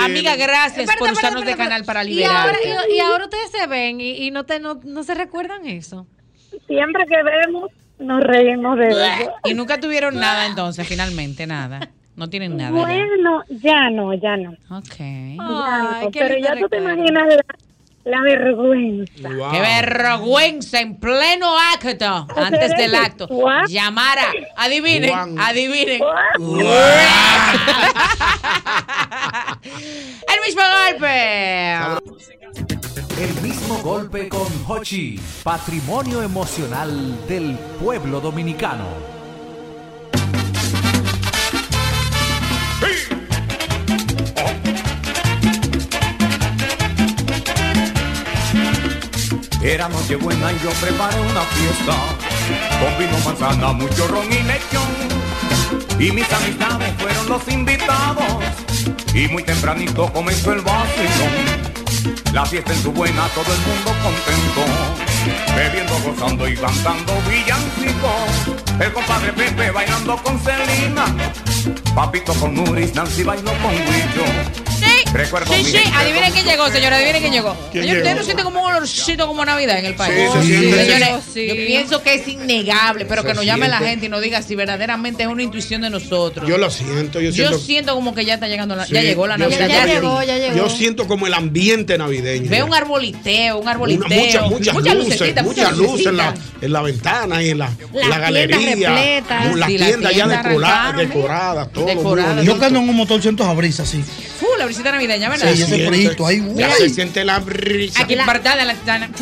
S2: Amiga, gracias por usarnos de canal para
S4: Y ahora,
S2: liberarte.
S4: y, y ahora ustedes se ven y, y no, te, no, no se recuerdan eso.
S23: Siempre que vemos, nos reímos de eso.
S2: Y nunca tuvieron nada entonces, finalmente, nada. No tienen nada. ya.
S23: Bueno, ya no, ya no.
S2: Ok.
S23: Ya
S2: Ay,
S23: no,
S2: qué
S23: pero
S2: lindo
S23: ya tú te imaginas la, la vergüenza.
S2: Qué vergüenza en pleno acto, antes del acto. Llamara, adivinen,
S11: Juan.
S2: adivinen. El mismo golpe.
S15: El mismo golpe con Hochi, patrimonio emocional del pueblo dominicano.
S6: Era noche buena y yo preparé una fiesta Con vino, manzana, mucho ron y lechón Y mis amistades fueron los invitados Y muy tempranito comenzó el vacilón La fiesta en su buena, todo el mundo contento Bebiendo, gozando y cantando villancicos El compadre Pepe bailando con Celina Papito con Nuris, Nancy bailó con Guillo
S2: Sí,
S6: Recuerdo
S2: sí,
S6: mi
S2: sí.
S6: gente
S2: Adivinen quién llegó, señora, adivinen quién llegó.
S6: ¿Quién
S2: Señor, ustedes
S6: llegó?
S2: no sienten como un olorcito como Navidad en el país.
S6: Sí, se siente.
S2: Señores, yo pienso que es innegable, pero
S3: Se
S2: que nos llame la
S3: siente.
S2: gente y nos diga si verdaderamente es una intuición de nosotros.
S3: Yo lo siento, yo
S2: Yo siento,
S3: siento.
S2: como que ya está llegando la,
S3: Sí,
S2: ya llegó la
S3: yo
S2: Navidad.
S3: siento que- Yo siento como el ambiente navideño.
S2: Ve un arboliteo, un arboliteo.
S3: Una- muchas, muchas, luces,
S2: lucecitas,
S3: muchas luces en la,
S2: lucecitas.
S3: en la ventana y en la,
S2: Las
S3: la
S2: tiendas
S3: galería.
S2: repletas.
S3: las
S2: Sí, las
S3: tiendas ya
S2: tiendas
S3: decoradas,
S2: arrancaron, ¿eh?
S3: decoradas, todo. muy
S2: Decoradas,
S3: bonito.
S13: Yo ando en un motor ciento brisa, así.
S2: Uh, la brisita navideña, ¿verdad?
S13: Sí, ese frito ahí.
S3: Ya
S13: uy.
S3: se siente la brisa.
S2: Aquí partada la, la-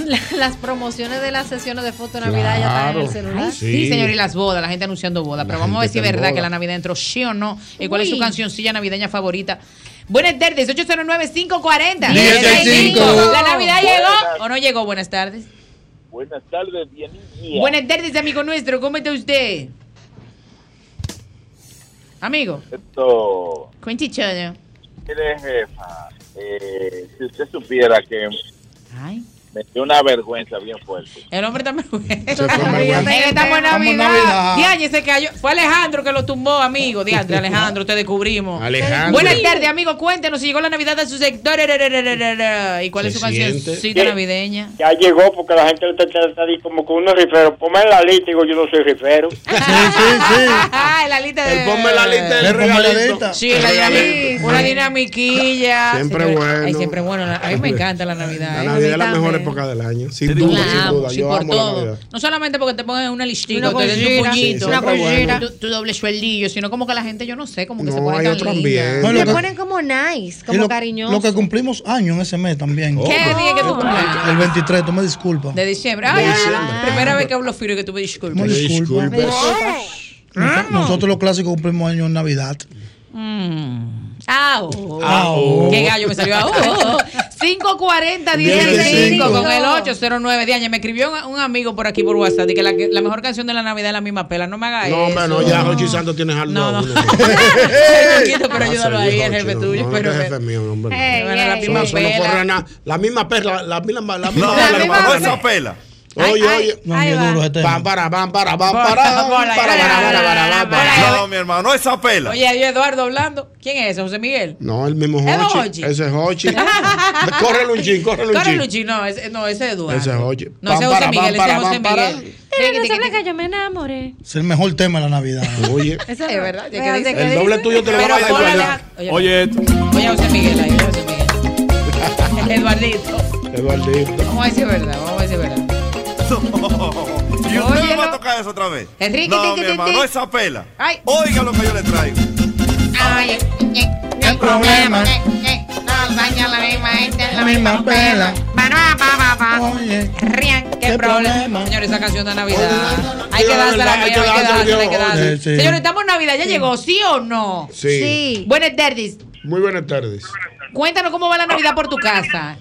S4: La- las promociones de las sesiones de foto de Navidad ya están en el
S2: Claro.
S4: celular.
S2: Ay, sí. señor, y las bodas, la gente anunciando bodas. Pero vamos a ver si es
S4: gente está en
S2: verdad que
S4: boda.
S2: la Navidad entró, sí o no. ¿Y cuál es su
S4: Uy.
S2: cancioncilla navideña favorita? Buenas tardes, 809-540.
S11: 1065.
S2: ¿La Navidad llegó o no llegó? Buenas tardes.
S26: Buenas tardes, bien
S2: Buenas tardes, amigo nuestro. ¿Cómo está usted? Amigo,
S26: Esto,
S2: Quinty Choño.
S26: mire, jefa, Eh, si usted supiera que me dio una vergüenza bien fuerte.
S2: El hombre también
S26: vergüenza.
S2: Estamos en
S26: Estamos en Navidad.
S2: Navidad. Diantre se cayó. Fue Alejandro que lo tumbó, amigo. Diantre, Alejandro, te descubrimos.
S3: Alejandro.
S2: Buenas tardes, amigo. Cuéntenos si llegó la Navidad de su sector. ¿Y cuál es
S7: Se
S2: su cancioncita
S7: siente.
S2: navideña?
S7: Ya llegó porque la gente lo está, está ahí como que uno es rifero. Ponme en la lista, digo, yo no soy rifero.
S2: Ah, en la lista de.
S3: Ponme la lista del regalito.
S2: Sí, la dinamiquilla. Una dinamiquilla.
S3: Siempre
S2: Señores,
S3: bueno.
S2: Ay, siempre bueno. La- A mí me encanta la Navidad.
S3: La
S2: eh.
S3: Navidad es la
S2: Bonita.
S3: mejor época del año. Sin
S2: Yo
S3: duda,
S2: la
S3: sin
S2: amo,
S3: duda.
S2: sí,
S3: Yo
S2: por
S3: amo la
S2: todo.
S3: Navidad.
S2: No solamente porque te pongan una listica,
S3: Una
S2: te den tu
S3: collera,
S2: puñito,
S3: sí, una collera.
S2: tu, tu doble sueldillo, sino como que la gente, yo no sé, como que
S3: No,
S2: se pone
S3: hay
S2: tan
S3: otro
S2: linda.
S3: ambiente.
S13: No, lo
S4: Te
S13: que-
S4: ponen como nice,
S13: Y
S4: como
S13: lo-
S4: cariñoso.
S13: Lo que Oh. cumplimos años en ese mes también.
S2: ¿Qué día que tú cumples?
S13: El 23, tú me disculpas.
S2: De diciembre. Ay, ay, ay, primera vez que hablo firo y que tú me disculpas.
S13: Me disculpas. Me Nos- Nosotros los clásicos cumplimos años en Navidad.
S2: Mm. Au.
S13: Au.
S2: Qué gallo me salió. Au. 540
S11: 15.
S2: 105 con el 809 de año. Me escribió un, un amigo por aquí por WhatsApp de que la, que- la mejor canción de la Navidad es la misma pela. No me hagas
S3: No,
S2: eso.
S3: hombre, no, ya Rochi Santos tiene algo. No, no.
S2: Poquito, pero ayúdalo ahí, el jefe tuyo.
S3: No,
S2: Pero
S3: este jefe mío, no, hombre.
S2: Ey,
S3: Bueno, la
S2: ey,
S3: misma
S2: ey.
S3: eso no
S2: pela.
S3: corre nada. La misma perla, la misma la misma
S13: No,
S3: perla,
S13: la misma
S3: papá.
S13: perla. Esa
S3: pela.
S13: Ay,
S3: Oye,
S13: ay,
S3: oye.
S13: No, qué duro este.
S3: Pam, para, pam, para, pam,
S2: Bola,
S3: para.
S2: bola,
S3: para, para,
S2: bola,
S3: para, para, para, para.
S14: No, mi hermano, esa pela.
S2: Oye, oye, Eduardo hablando. ¿Quién es ese? José Miguel.
S3: No, el mismo
S2: ¿Es
S3: Hochi.
S2: Hochi?
S3: Ese es Hochi. Córrele un chin, córrele un
S2: Corre
S3: chin.
S2: Luchi, no, ese, no, ese es Eduardo.
S3: Ese es Hochi.
S2: No, ese
S3: Pam,
S2: es José
S3: para,
S2: Miguel,
S3: pam,
S2: ese
S3: para,
S2: es José
S3: pam, para.
S2: Miguel.
S4: Pero no se habla que yo me enamoré.
S13: Es el mejor tema de la Navidad.
S3: Oye.
S4: Eso
S2: es verdad. ¿de qué
S4: Espérate,
S2: dice?
S4: ¿qué
S3: El doble tuyo te lo
S2: Pero
S3: va a dar
S2: ponle
S3: igual.
S2: la-
S14: Oye,
S2: Oye, José Miguel ahí, José Miguel. Eduardito.
S3: Eduardito.
S2: Vamos a decir verdad, vamos a decir verdad.
S14: ¿Y usted me va a tocar eso otra vez?
S2: Enrique,
S14: no,
S2: tiqui,
S14: mi
S2: tiqui,
S14: hermano,
S2: tiqui.
S14: esa pela.
S2: Ay.
S14: Oiga lo que yo le traigo.
S2: eh, Ay,
S14: hay problema.
S2: eh, No, daña la misma gente,
S14: la misma
S2: pela.
S13: Oye,
S2: qué problema. Señores, esa canción de Navidad. Hay que dársela,
S3: Hay que
S2: coño, hay que
S3: dársela,
S2: dársela, hay que
S3: Dios. Sí,
S2: dársela.
S3: sí.
S2: Señores, estamos en Navidad, ¿ya llegó? ¿Sí o no?
S3: Sí.
S2: Buenas tardes.
S3: Muy buenas tardes.
S2: Cuéntanos cómo va la Navidad por tu casa.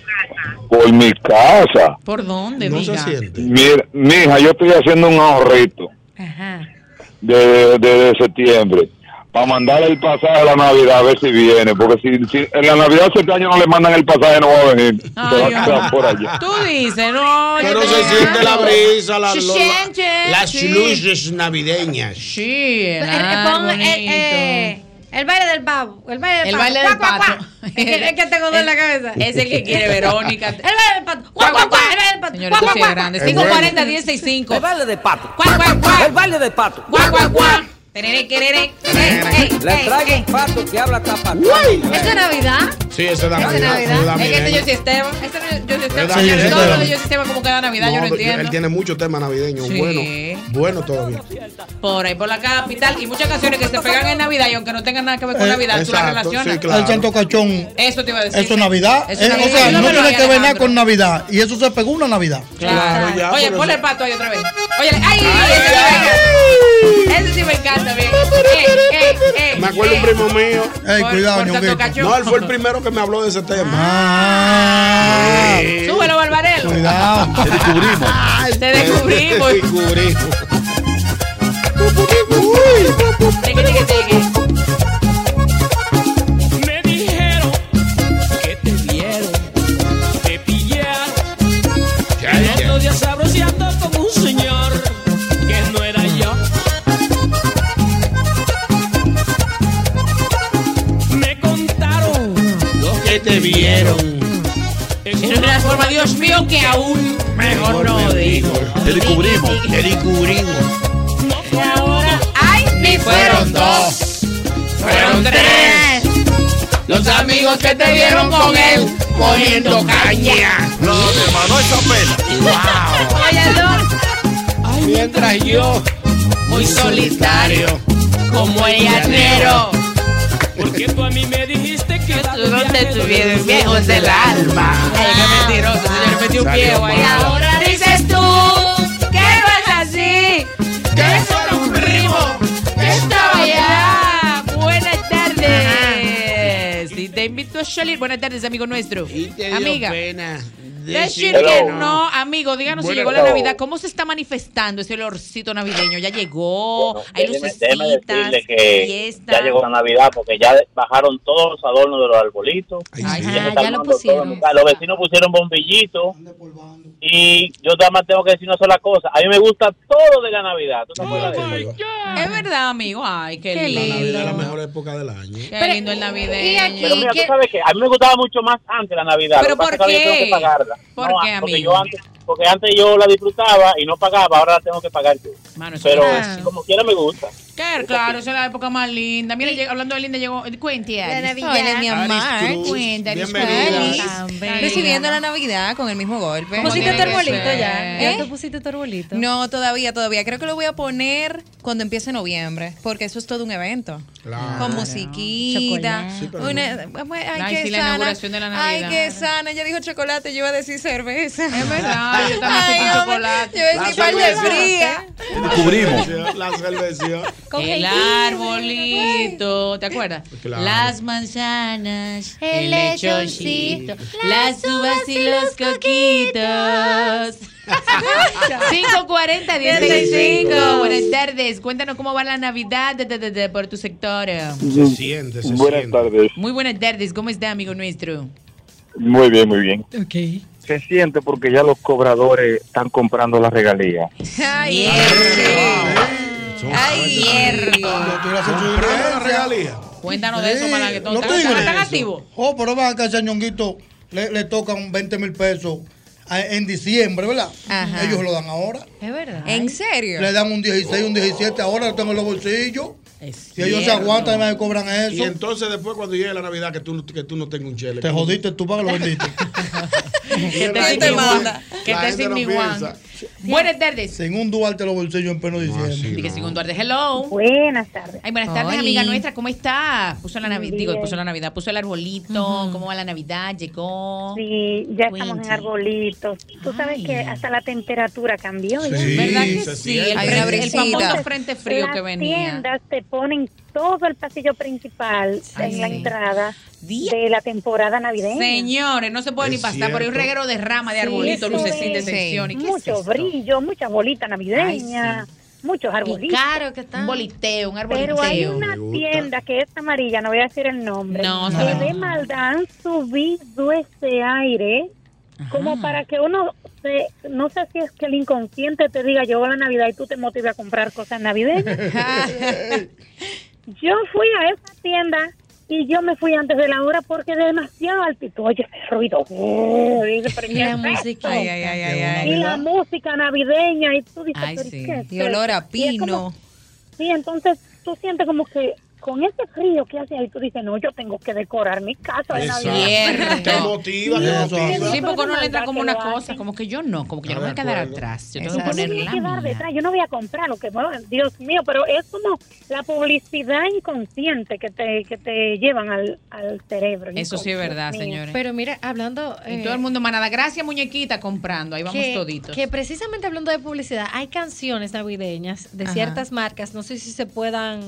S26: Por mi casa.
S2: ¿Por dónde,
S26: No
S2: mija?
S26: Mira, mija, yo estoy haciendo un ahorrito desde de, de septiembre para mandar el pasaje a la Navidad a ver si viene, porque si, si en la Navidad este año no le mandan el pasaje no va a venir, se va a
S2: Ay,
S26: quedar por allá.
S2: Tú dices, no. yo
S3: Pero
S2: estoy
S3: se siente
S2: llegando.
S3: la brisa, la,
S2: Se
S3: lo-
S2: siente,
S3: la- las
S2: sí.
S3: luces navideñas.
S2: Sí, el
S4: Eh, eh, pon el, eh, el baile del pavo. El baile del
S2: El
S4: pavo.
S2: baile del
S4: Cuac, cuac,
S2: pato.
S4: cuac. Es que, es que tengo dos en la cabeza.
S2: Es el que quiere Verónica.
S4: El baile del pato. Cuac, cuac, cuac. El baile del pato.
S2: Señores,
S4: Cuac,
S2: esto sí
S4: cuac,
S2: es grande.
S4: cuac.
S2: 540 1065. El baile de pato. El baile de pato. Tereré, quereré.
S11: Le traigo un pato que habla tapa.
S4: ¿Eso es Navidad?
S3: Sí, eso da
S4: ¿Eso es
S3: Navidad. eso da
S4: Navidad?
S2: Es que este
S3: Navidad.
S2: yo sí Esteban. Este no es yo sí Esteban.
S3: Sí,
S2: Señores,
S3: sí,
S2: Todo
S3: Esteban.
S2: lo de yo sí Esteban como cada Navidad, yo
S3: No,
S2: no
S3: yo- él
S2: entiendo.
S3: tiene muchos temas navideños
S2: Sí.
S3: bueno bueno todavía
S2: Por ahí, por la capital. Y muchas canciones que se pegan en Navidad y aunque no tengan nada que ver con
S13: Eh,
S2: Navidad, tú las
S13: exacto,
S2: relacionas.
S13: El Santo Cachón.
S2: Eso te iba a decir.
S13: Eso es Navidad.
S2: Eso
S13: Eh,
S2: es
S13: o
S2: Navidad.
S13: sea, no
S2: Dígamelo
S13: tiene
S2: ahí,
S13: que ver nada
S2: Alejandro.
S13: con Navidad. Y eso se pegó una Navidad.
S2: Claro,
S13: ya,
S2: Oye,
S13: por
S2: ponle el pato ahí otra vez. Oye, ¡ay! ese me encanta. Ese sí me encanta, bien. Eh, eh, eh,
S3: me acuerdo un
S2: eh.
S3: primo mío
S13: Ey, Por- cuidado, por Ñonguito. Santo Cachón.
S3: no él fue el primero que me habló de ese tema Sí.
S2: Súbelo, Barbarelo.
S13: Ah. Cuidado.
S3: Te descubrimos.
S2: Te descubrimos.
S3: Te descubrimos.
S2: Teque, teque, teque.
S11: Me dijeron que te vieron, te pillaron. El otro día sabroseando como un señor que no era yo. Me contaron los que te vieron.
S2: En una forma, Dios mío, que aún mejor no digo.
S14: Te descubrimos.
S3: Te descubrimos.
S2: Y ahora, ¡ay! Ni fueron dos, fueron tres.
S11: Los amigos que te vieron con él poniendo caña.
S14: No, mi hermano, esa pela.
S11: Mientras yo, muy solitario, como el llanero. Porque tú a mí me dijiste que tú no te tuvieron viejos del alma.
S2: Ay, qué mentiroso, señor. Metí un viejo ahí.
S11: Y ahora dices tú
S2: ¿Qué vas así?
S11: que eso era un primo que estaba
S2: Estaba
S11: allá.
S2: ya. Buenas tardes. Si te te invito a salir. Buenas tardes, amigo nuestro. Amiga.
S8: pena
S2: Decir
S8: decir-
S2: que
S8: Hello.
S2: no, amigo, díganos si
S8: Buenas
S2: llegó la
S8: tardes.
S2: Navidad. ¿Cómo se está manifestando ese olorcito navideño? ¿Ya llegó? ¿Hay
S16: Déjeme, déjeme
S2: lucecitas?
S16: decirle que
S2: fiesta.
S16: ya llegó la Navidad porque ya bajaron todos los adornos de los arbolitos. Y se está
S2: ya lo
S16: armando todo en mi casa. Los vecinos pusieron bombillitos. Y yo nada más tengo que decir una sola cosa. A mí me gusta todo de la Navidad. ¿Tú te acuerdas de eso?
S2: Es verdad, amigo. Ay, qué, lindo.
S3: Navidad es la mejor época del año.
S2: Qué lindo el navideño.
S16: Pero mira, tú sabes que a mí me gustaba mucho más antes la Navidad. Lo
S2: ¿Pero
S16: que pasa
S2: por
S16: es que ahora yo
S2: qué?
S16: tengo que pagarla.
S2: ¿Por
S16: No,
S2: qué,
S16: porque
S2: amigo?
S16: yo antes, porque antes yo la disfrutaba y no pagaba, ahora la tengo que pagar yo.
S2: Mano, eso
S16: Pero
S2: es una-
S16: como quiera me gusta.
S2: Qué claro, esa es la época más linda. Mira, llega- hablando de linda, llegó. Cuente, Aris.
S27: La Navidad. Hola, mi amor.
S2: Aris Cruz.
S27: Cuenta, Aris
S2: Bienvenida.
S27: Cruz.
S2: Tan bella.
S27: Recibiendo la Navidad con el mismo golpe.
S4: ¿Pusiste tu
S27: Como tiene que
S4: arbolito
S27: ser.
S4: ya? ¿Ya
S27: ¿Eh?
S4: te pusiste tu arbolito?
S27: No, todavía, todavía. Creo que lo voy a poner cuando empiece noviembre, porque eso es todo un evento.
S4: Claro.
S27: Con musiquita.
S4: Chocolate. Sí, pero
S27: una-
S4: no.
S27: bueno, ay,
S2: Ay,
S27: qué
S2: sí, la
S27: sana.
S2: inauguración de la Navidad.
S27: Ay, qué sana. Ella dijo chocolate, yo iba a decir cerveza. Es
S2: verdad, yo también soy con chocolate.
S27: Yo iba a
S2: La
S27: decir parte
S2: cerveza.
S27: fría.
S3: Descubrimos. La cerveza.
S2: El arbolito, ¿te acuerdas?
S3: Claro.
S2: Las manzanas,
S11: El
S2: el lechoncito, las uvas y los coquitos. 540-1035. Buenas tardes. Cuéntanos cómo va la Navidad de- de- de- de- por tu sector.
S3: Se siente, se
S26: Buenas
S3: siente.
S26: tardes.
S2: Muy buenas tardes. ¿Cómo está, amigo nuestro?
S26: Muy bien, muy bien.
S2: Ok.
S16: Se siente porque ya los cobradores están comprando la regalía.
S27: Ay,
S2: Ay,
S13: la
S3: regalía.
S2: Cuéntanos de eso,
S13: Sí,
S2: Malaguetón.
S13: no
S2: ¿Están-
S13: te digo
S2: están- están
S13: eso.
S2: activos?
S13: Oh, pero van acá, Chañonguito, le, le tocan 20 mil pesos a- en diciembre, ¿verdad?
S27: Ajá.
S13: Ellos lo dan ahora.
S27: Es verdad. ¿En serio?
S13: Le dan un 16, un 17, ahora lo tengo en los bolsillos. Si ellos se
S3: cierto.
S13: aguantan, nadie cobran eso.
S3: Y entonces después cuando llegue la Navidad que tú, que tú no tengas un chele.
S13: Te jodiste tú para que lo vendiste.
S2: Que te sin mi Juan. Que te sin mi Juan. Buenas tardes.
S13: Sin un Duarte los bolsillos en pleno diciembre.
S2: Dije, sin un Duarte, hello.
S23: Buenas tardes.
S2: Ay, buenas tardes,
S23: Oli.
S2: amiga nuestra. ¿Cómo está? Puso la Navidad.
S23: Bien.
S2: Digo, puso la Navidad. Puso el arbolito. ¿Cómo va la Navidad? Llegó.
S23: Sí, ya estamos en arbolitos. Tú sabes que hasta la temperatura cambió. ya.
S2: Sí, ¿Verdad que se sí? siente. El Hay una frente- el brisita. famoso frente frío
S23: Las
S2: que venía.
S23: tiendas te ponen todo el pasillo principal en la
S2: sí.
S23: entrada de la temporada navideña.
S2: Señores, no se puede ni pasar por ahí un reguero de rama, de
S23: Sí,
S2: arbolito,
S23: eso
S2: lucecita,
S23: es.
S2: extensión. ¿Y qué es
S23: Mucho
S2: esto?
S23: brillo, muchas bolitas navideñas, muchos arbolitos.
S2: Claro que está. Un boliteo, un arboliteo.
S23: Pero hay una tienda que es amarilla, no voy a decir el nombre,
S2: No,
S23: que
S2: sabemos.
S23: de maldad han subido ese aire como para que uno, se, no sé si es que el inconsciente te diga llegó la Navidad y tú te motives a comprar cosas navideñas. yo fui a esa tienda y yo me fui antes de la hora porque demasiado altitud, oye, ese ruido. Uh, dice, pero ¿qué
S27: La
S23: es
S27: música.
S23: esto?
S27: Ay, ay, ay, ay, ay.
S23: Y la música navideña y tú dices, pero ¿qué es
S27: Y olor a
S23: esto? Y es como
S27: pino.
S23: Sí, entonces tú sientes como que con ese frío que hace ahí, tú dices, no, yo tengo que decorar mi casa de
S2: Exacto.
S23: Navidad.
S2: Te
S3: motiva,
S2: te
S23: motiva.
S2: Sí, porque uno le entra
S23: Maldad
S2: como
S23: que
S2: una
S23: lo
S2: cosa, como que yo no, como que yo no me voy a
S23: Estoy
S2: quedar
S23: de
S2: atrás. Yo tengo que
S23: Yo no
S2: poner
S23: voy a
S2: la
S23: quedar
S2: mía.
S23: detrás, yo no voy a comprar lo que, bueno, Dios mío, pero es como la publicidad inconsciente que te, que te llevan al, al cerebro.
S2: Eso sí es verdad,
S23: Dios mío.
S2: señores.
S4: Pero mira, hablando...
S2: Y
S4: eh,
S2: todo el mundo, manada, gracias muñequita, comprando. Ahí vamos
S4: que,
S2: toditos.
S4: que precisamente hablando de publicidad, hay canciones navideñas de
S2: Ajá.
S4: ciertas marcas, no sé si se puedan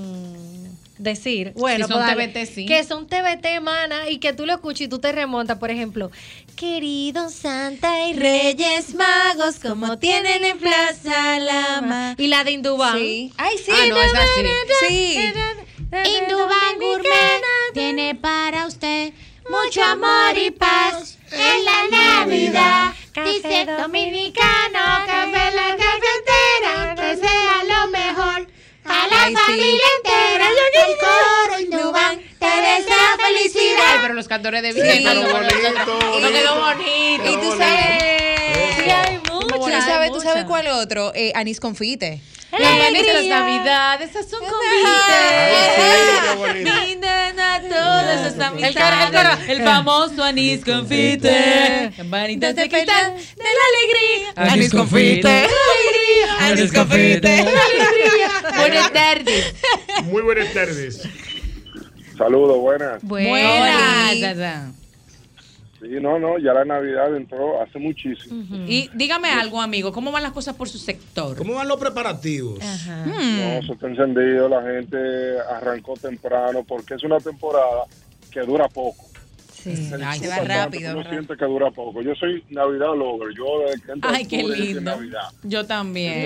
S4: decir. Bueno,
S2: son
S4: pues dale.
S2: TBT, sí.
S4: Que son TBT, mana, y que tú lo escuchas y tú te remontas, por ejemplo, querido Santa y Reyes Magos, como tienen en Plaza Lama. Y la de Indubán.
S27: Sí.
S4: Ay, sí,
S27: Ah, no,
S4: na,
S27: esa
S4: na,
S27: sí.
S4: na, na,
S27: Sí.
S4: na, na, na,
S27: Indubán Gourmet
S4: tiene para usted
S27: mucho amor y paz en la Navidad. Dice dominicano, café la cafetera, que sea lo mejor. A la familia entera, el coro Indubán te desea
S2: Ay,
S27: felicidad.
S2: pero los cantores de
S27: Sí.
S2: bien.
S27: Quedó
S2: bonito. No quedó bonito.
S27: Y tú sabes,
S2: Sí, hay
S27: Tú
S2: muchas,
S27: sabes,
S2: hay
S27: tú sabes
S2: muchas.
S27: cuál otro, eh, anís confite.
S2: Las manis de las navidades, esas son convites. Brinden a todas sus amistades.
S27: coro, el coro.
S2: El famoso anís confite. Campanitas de quitan de la alegría.
S27: Anís confite.
S2: Alegría.
S27: Anís confite.
S2: Alegría. Buenas tardes.
S1: Muy buenas tardes.
S10: Saludos, buenas.
S2: Buenas.
S10: Sí, no, no, ya la Navidad entró hace muchísimo.
S2: Y dígame algo, amigo. ¿Cómo van las cosas por su sector?
S3: ¿Cómo van los preparativos?
S2: Ah.
S10: No,
S2: Hmm.
S10: eso está encendido, la gente arrancó temprano porque es una temporada que dura poco.
S2: Sí.
S10: El
S2: Ay, se va
S10: chupa tanto
S2: rápido,
S10: que uno
S2: ¿verdad?
S10: siente que dura poco. Yo soy Navidad Lover. Yo desde que entro
S2: Ay, qué
S10: octubre, yo soy
S2: lindo.
S10: Navidad.
S2: Yo también.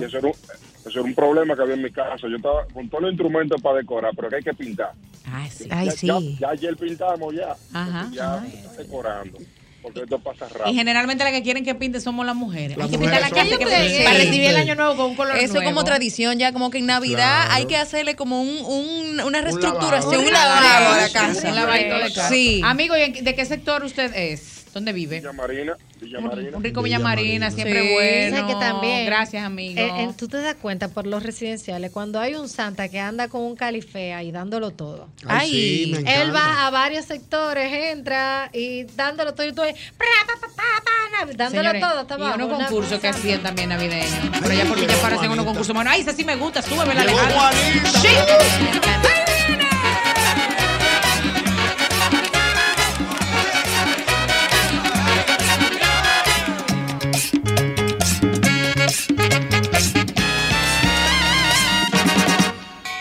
S10: Y eso era, un, eso era un problema que había en mi casa. Yo estaba con todos los instrumentos para decorar, pero que hay que pintar.
S2: Ay, Ah, sí.
S10: ya, Ya, ya ayer pintamos ya.
S2: Ajá,
S10: ya está decorando. Porque esto pasa rápido.
S2: Y generalmente las que quieren que pinte somos las mujeres.
S10: Las
S2: Hay que pintar la
S10: mujeres
S2: calle
S10: son-
S2: que
S10: Sí,
S2: para
S10: sí.
S2: recibir el año nuevo con un color
S17: Eso es
S2: nuevo.
S17: como tradición ya, como que en Navidad
S2: Claro.
S17: hay que hacerle como un, un- una reestructuración,
S2: Un
S17: un lavado a la
S2: lavado,
S17: casa.
S2: un lavadito de casa.
S17: Sí.
S2: Amigo, ¿y en- ¿de qué sector usted es? ¿Dónde vive? Villa
S10: Marina. Villa
S2: Un rico Villa Marina, siempre
S4: Sí.
S2: bueno.
S4: Dice que también.
S2: Gracias, amigo.
S4: Eh, eh, tú te das cuenta por los residenciales, cuando hay un santa que anda con un califea y dándolo todo.
S2: Ay, sí, me encanta.
S4: él va a varios sectores, entra y dándolo todo y tú ahí, pra, pa, pa, pa, pa, na- dándolo
S2: Señores,
S4: todo hasta
S2: y
S4: abajo.
S2: unos
S4: una-
S2: concursos que hacían también navideños. Pero ya porque ya parecen unos concursos bueno Ay, esa sí me gusta, súbeme la
S11: Llegó Juanita.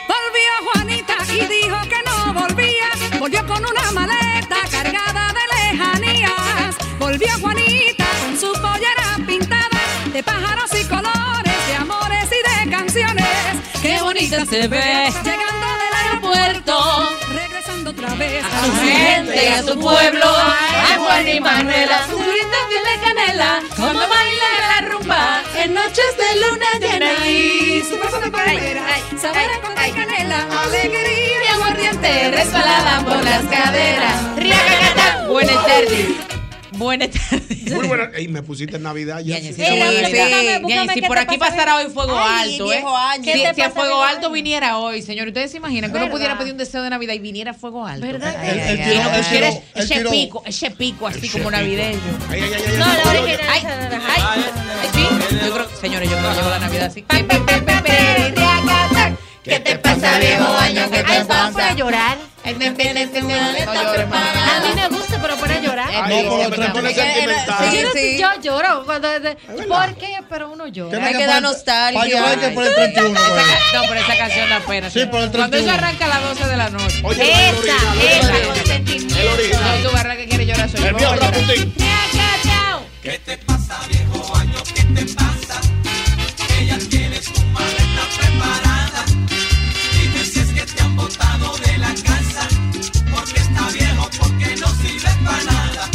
S18: Volvió Juanita y dijo que no volvía. Volvió con una maleta cargada de lejanías. Volvió Juanita con su pollera pintada de pájaros y colores, de amores y de canciones.
S11: Qué bonita se ve.
S18: Llegando del aeropuerto, regresando otra vez a
S11: su gente, a su pueblo. Ay, Juan y Manuela, su
S18: grita de canela.
S11: cuando baila la rumba
S18: en noches de luna
S11: llena.
S18: Y su paso de palmera, saber con canela, alegría y aguardiente, resbalada por las caderas. Riacacata,
S2: Buenas tardes. Buenas tardes.
S3: Muy buenas. Ey, me pusiste en Navidad ya.
S2: Sí, sí, Ñaña, Eh, si por aquí pasara hoy fuego
S17: Ay,
S2: alto, ¿eh?
S17: viejo año.
S2: Si,
S17: ¿Qué te
S2: si a
S17: pasa,
S2: fuego
S17: viejo
S2: alto viniera hoy, señor, ustedes se imaginan que uno
S17: ¿Verdad?
S2: pudiera pedir un deseo de Navidad y viniera fuego alto. ¿Verdad?
S17: Él- él
S2: y
S17: tiró-
S2: no
S17: él
S2: pusiera
S17: tiró- él
S2: ese
S17: tiró-
S2: pico, ese pico así como navideño.
S17: No, la
S2: Ay,
S17: original,
S2: ay, ay, sí, yo creo, señores, yo creo que llegó la Navidad así. Pe, pe, pe, pe, pe, riacata. ¿Qué te pasa, viejo año? ¿Qué te pasa? para llorar. A mí me gusta, pero para llorar.
S4: Yo no-
S17: sí.
S4: Yo lloro. Cuando, de- ¿Por qué? Pero uno llora.
S17: Hay que dar nostalgia.
S2: No, pero esa canción da pena. Sí, por el Cuando eso
S17: 31.
S2: arranca a las 12 de la noche.
S11: Oye, el original, el
S2: esa.
S11: original.
S2: El original. Tú barra que quiere llorar soy yo.
S11: El mío, Raputín.
S18: ¿Qué
S11: te pasa, viejo año? ¿Qué te pasa? Ella tiene su maleta preparada. Dime si es que te han botado de la casa. Porque está viejo, porque no sirve para nada.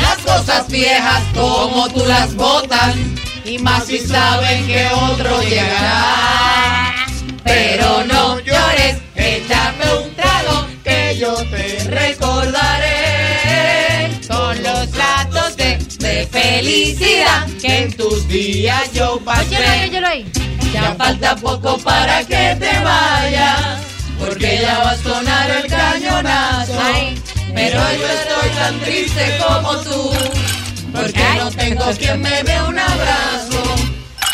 S2: Las cosas viejas como tú las botas y más si saben que otro llegará.
S11: Pero no llores, échame un trago que yo te recordaré con los platos de, de felicidad que en tus días yo pasé. Ya falta poco para que te vayas, porque ya va a sonar el cañonazo. Pero yo estoy tan triste como tú, porque no tengo quien me dé un abrazo.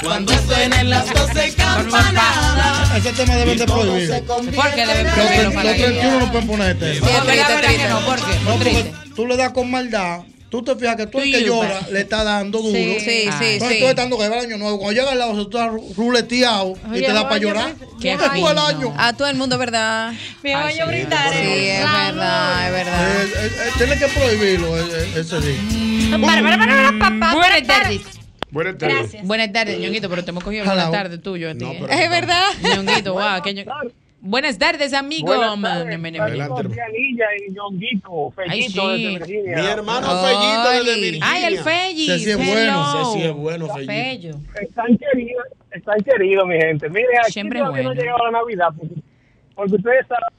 S11: Cuando suenen las 12 campanadas.
S13: Ese tema deben de prohibir.
S2: ¿Por qué deben
S13: Los
S2: prohibirlo
S13: tre-
S2: para
S13: Los
S2: que-
S13: 31 no pueden poner este tema.
S2: Sí, es triste, es triste. No, ¿por qué?
S13: No,
S2: Es
S13: porque tú le das con maldad. Tú te fijas que tú el que
S2: Sí,
S13: llora
S2: pero-
S13: le está dando duro.
S2: Sí, sí,
S13: Ah.
S2: sí,
S13: Entonces
S2: sí.
S13: tú estás dando que va el año nuevo. Cuando llega el lado, tú estás ru- ruleteado y te da para llorar.
S17: Qué
S13: ¿Dónde fue el
S17: fino.
S13: año?
S17: pues, A todo el mundo, ¿verdad?
S13: Me voy a brindar.
S17: Sí, es verdad, es verdad.
S13: Eh, eh, eh, tiene que prohibirlo eh, eh, ese día.
S2: Buenas tardes.
S13: Buenas
S2: Buenas tardes, ñonguito, pero te hemos cogido
S13: Hello.
S2: buenas tardes tuyo a ti. ¿eh?
S17: Es verdad.
S2: Ñonguito, guau, que ño- Buenas tardes, amigo.
S17: Buenas
S2: Man, man, man, man.
S10: Dianilla y Ñonguito,
S2: Fellito
S10: Fellito
S2: Ay, sí.
S10: desde Virginia.
S3: Mi hermano Fellito desde Virginia.
S2: Ay, el Felli,
S3: Se sí es
S2: hello.
S3: bueno. Se sí es bueno, Fellito.
S2: Bello.
S10: Están queridos, están queridos, mi gente. Miren, aquí
S2: Siempre
S10: todavía
S2: bueno.
S10: no ha llegado la Navidad, porque, porque ustedes saben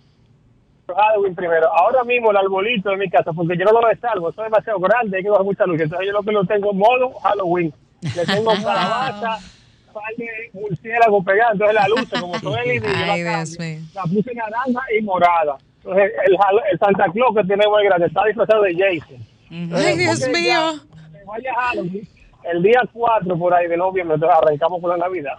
S10: Halloween primero. Ahora mismo el arbolito de mi casa, porque yo no lo desalgo, eso es demasiado grande, hay que bajar mucha luz. Entonces yo lo que lo tengo modo Halloween. Le tengo calabaza, par de murciélago pegado, entonces la luz, como todo el idioma,
S17: Ay,
S10: la,
S17: Dios mío.
S10: la puse naranja y morada. Entonces el, Hall- el Santa Claus que tiene muy grande está disfrazado de Jason.
S17: Ay, Dios
S10: Porque ya-
S17: mío.
S10: vaya Halloween, el día 4 por ahí de noviembre, entonces arrancamos con la Navidad.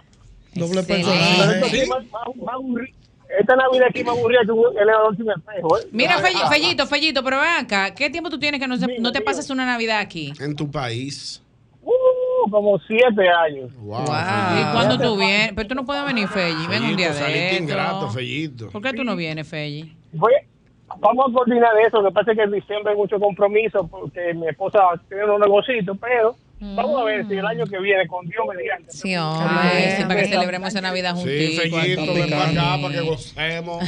S13: Doble
S10: Pero esto aquí más- más- más aburri- Esta Navidad aquí más aburrida que un elevador sin espejo. ¿eh?
S2: Mira,
S10: Ay,
S2: Felli-
S10: ah,
S2: Fellito, Fellito, pero ven acá. ¿Qué tiempo tú tienes que no, se- no te pases una Navidad aquí?
S3: En tu país.
S10: uh, como siete años.
S3: Wow.
S2: ¿Y cuándo tú vienes? Pero tú no puedes venir, Felli. Ven un día
S3: Fellito, saliste
S2: de
S3: ingrato,
S2: esto.
S3: Fellito.
S2: ¿Por qué tú no vienes, Felli?
S10: Voy Vamos a coordinar eso. Lo que pasa es que en diciembre hay mucho compromiso porque mi esposa tiene unos negocios, pero vamos a ver si el año que viene, con Dios mediante.
S2: Sí, hombre, sí, para que celebremos la Navidad juntos.
S3: Sí, Fellito, ven para acá para que gocemos.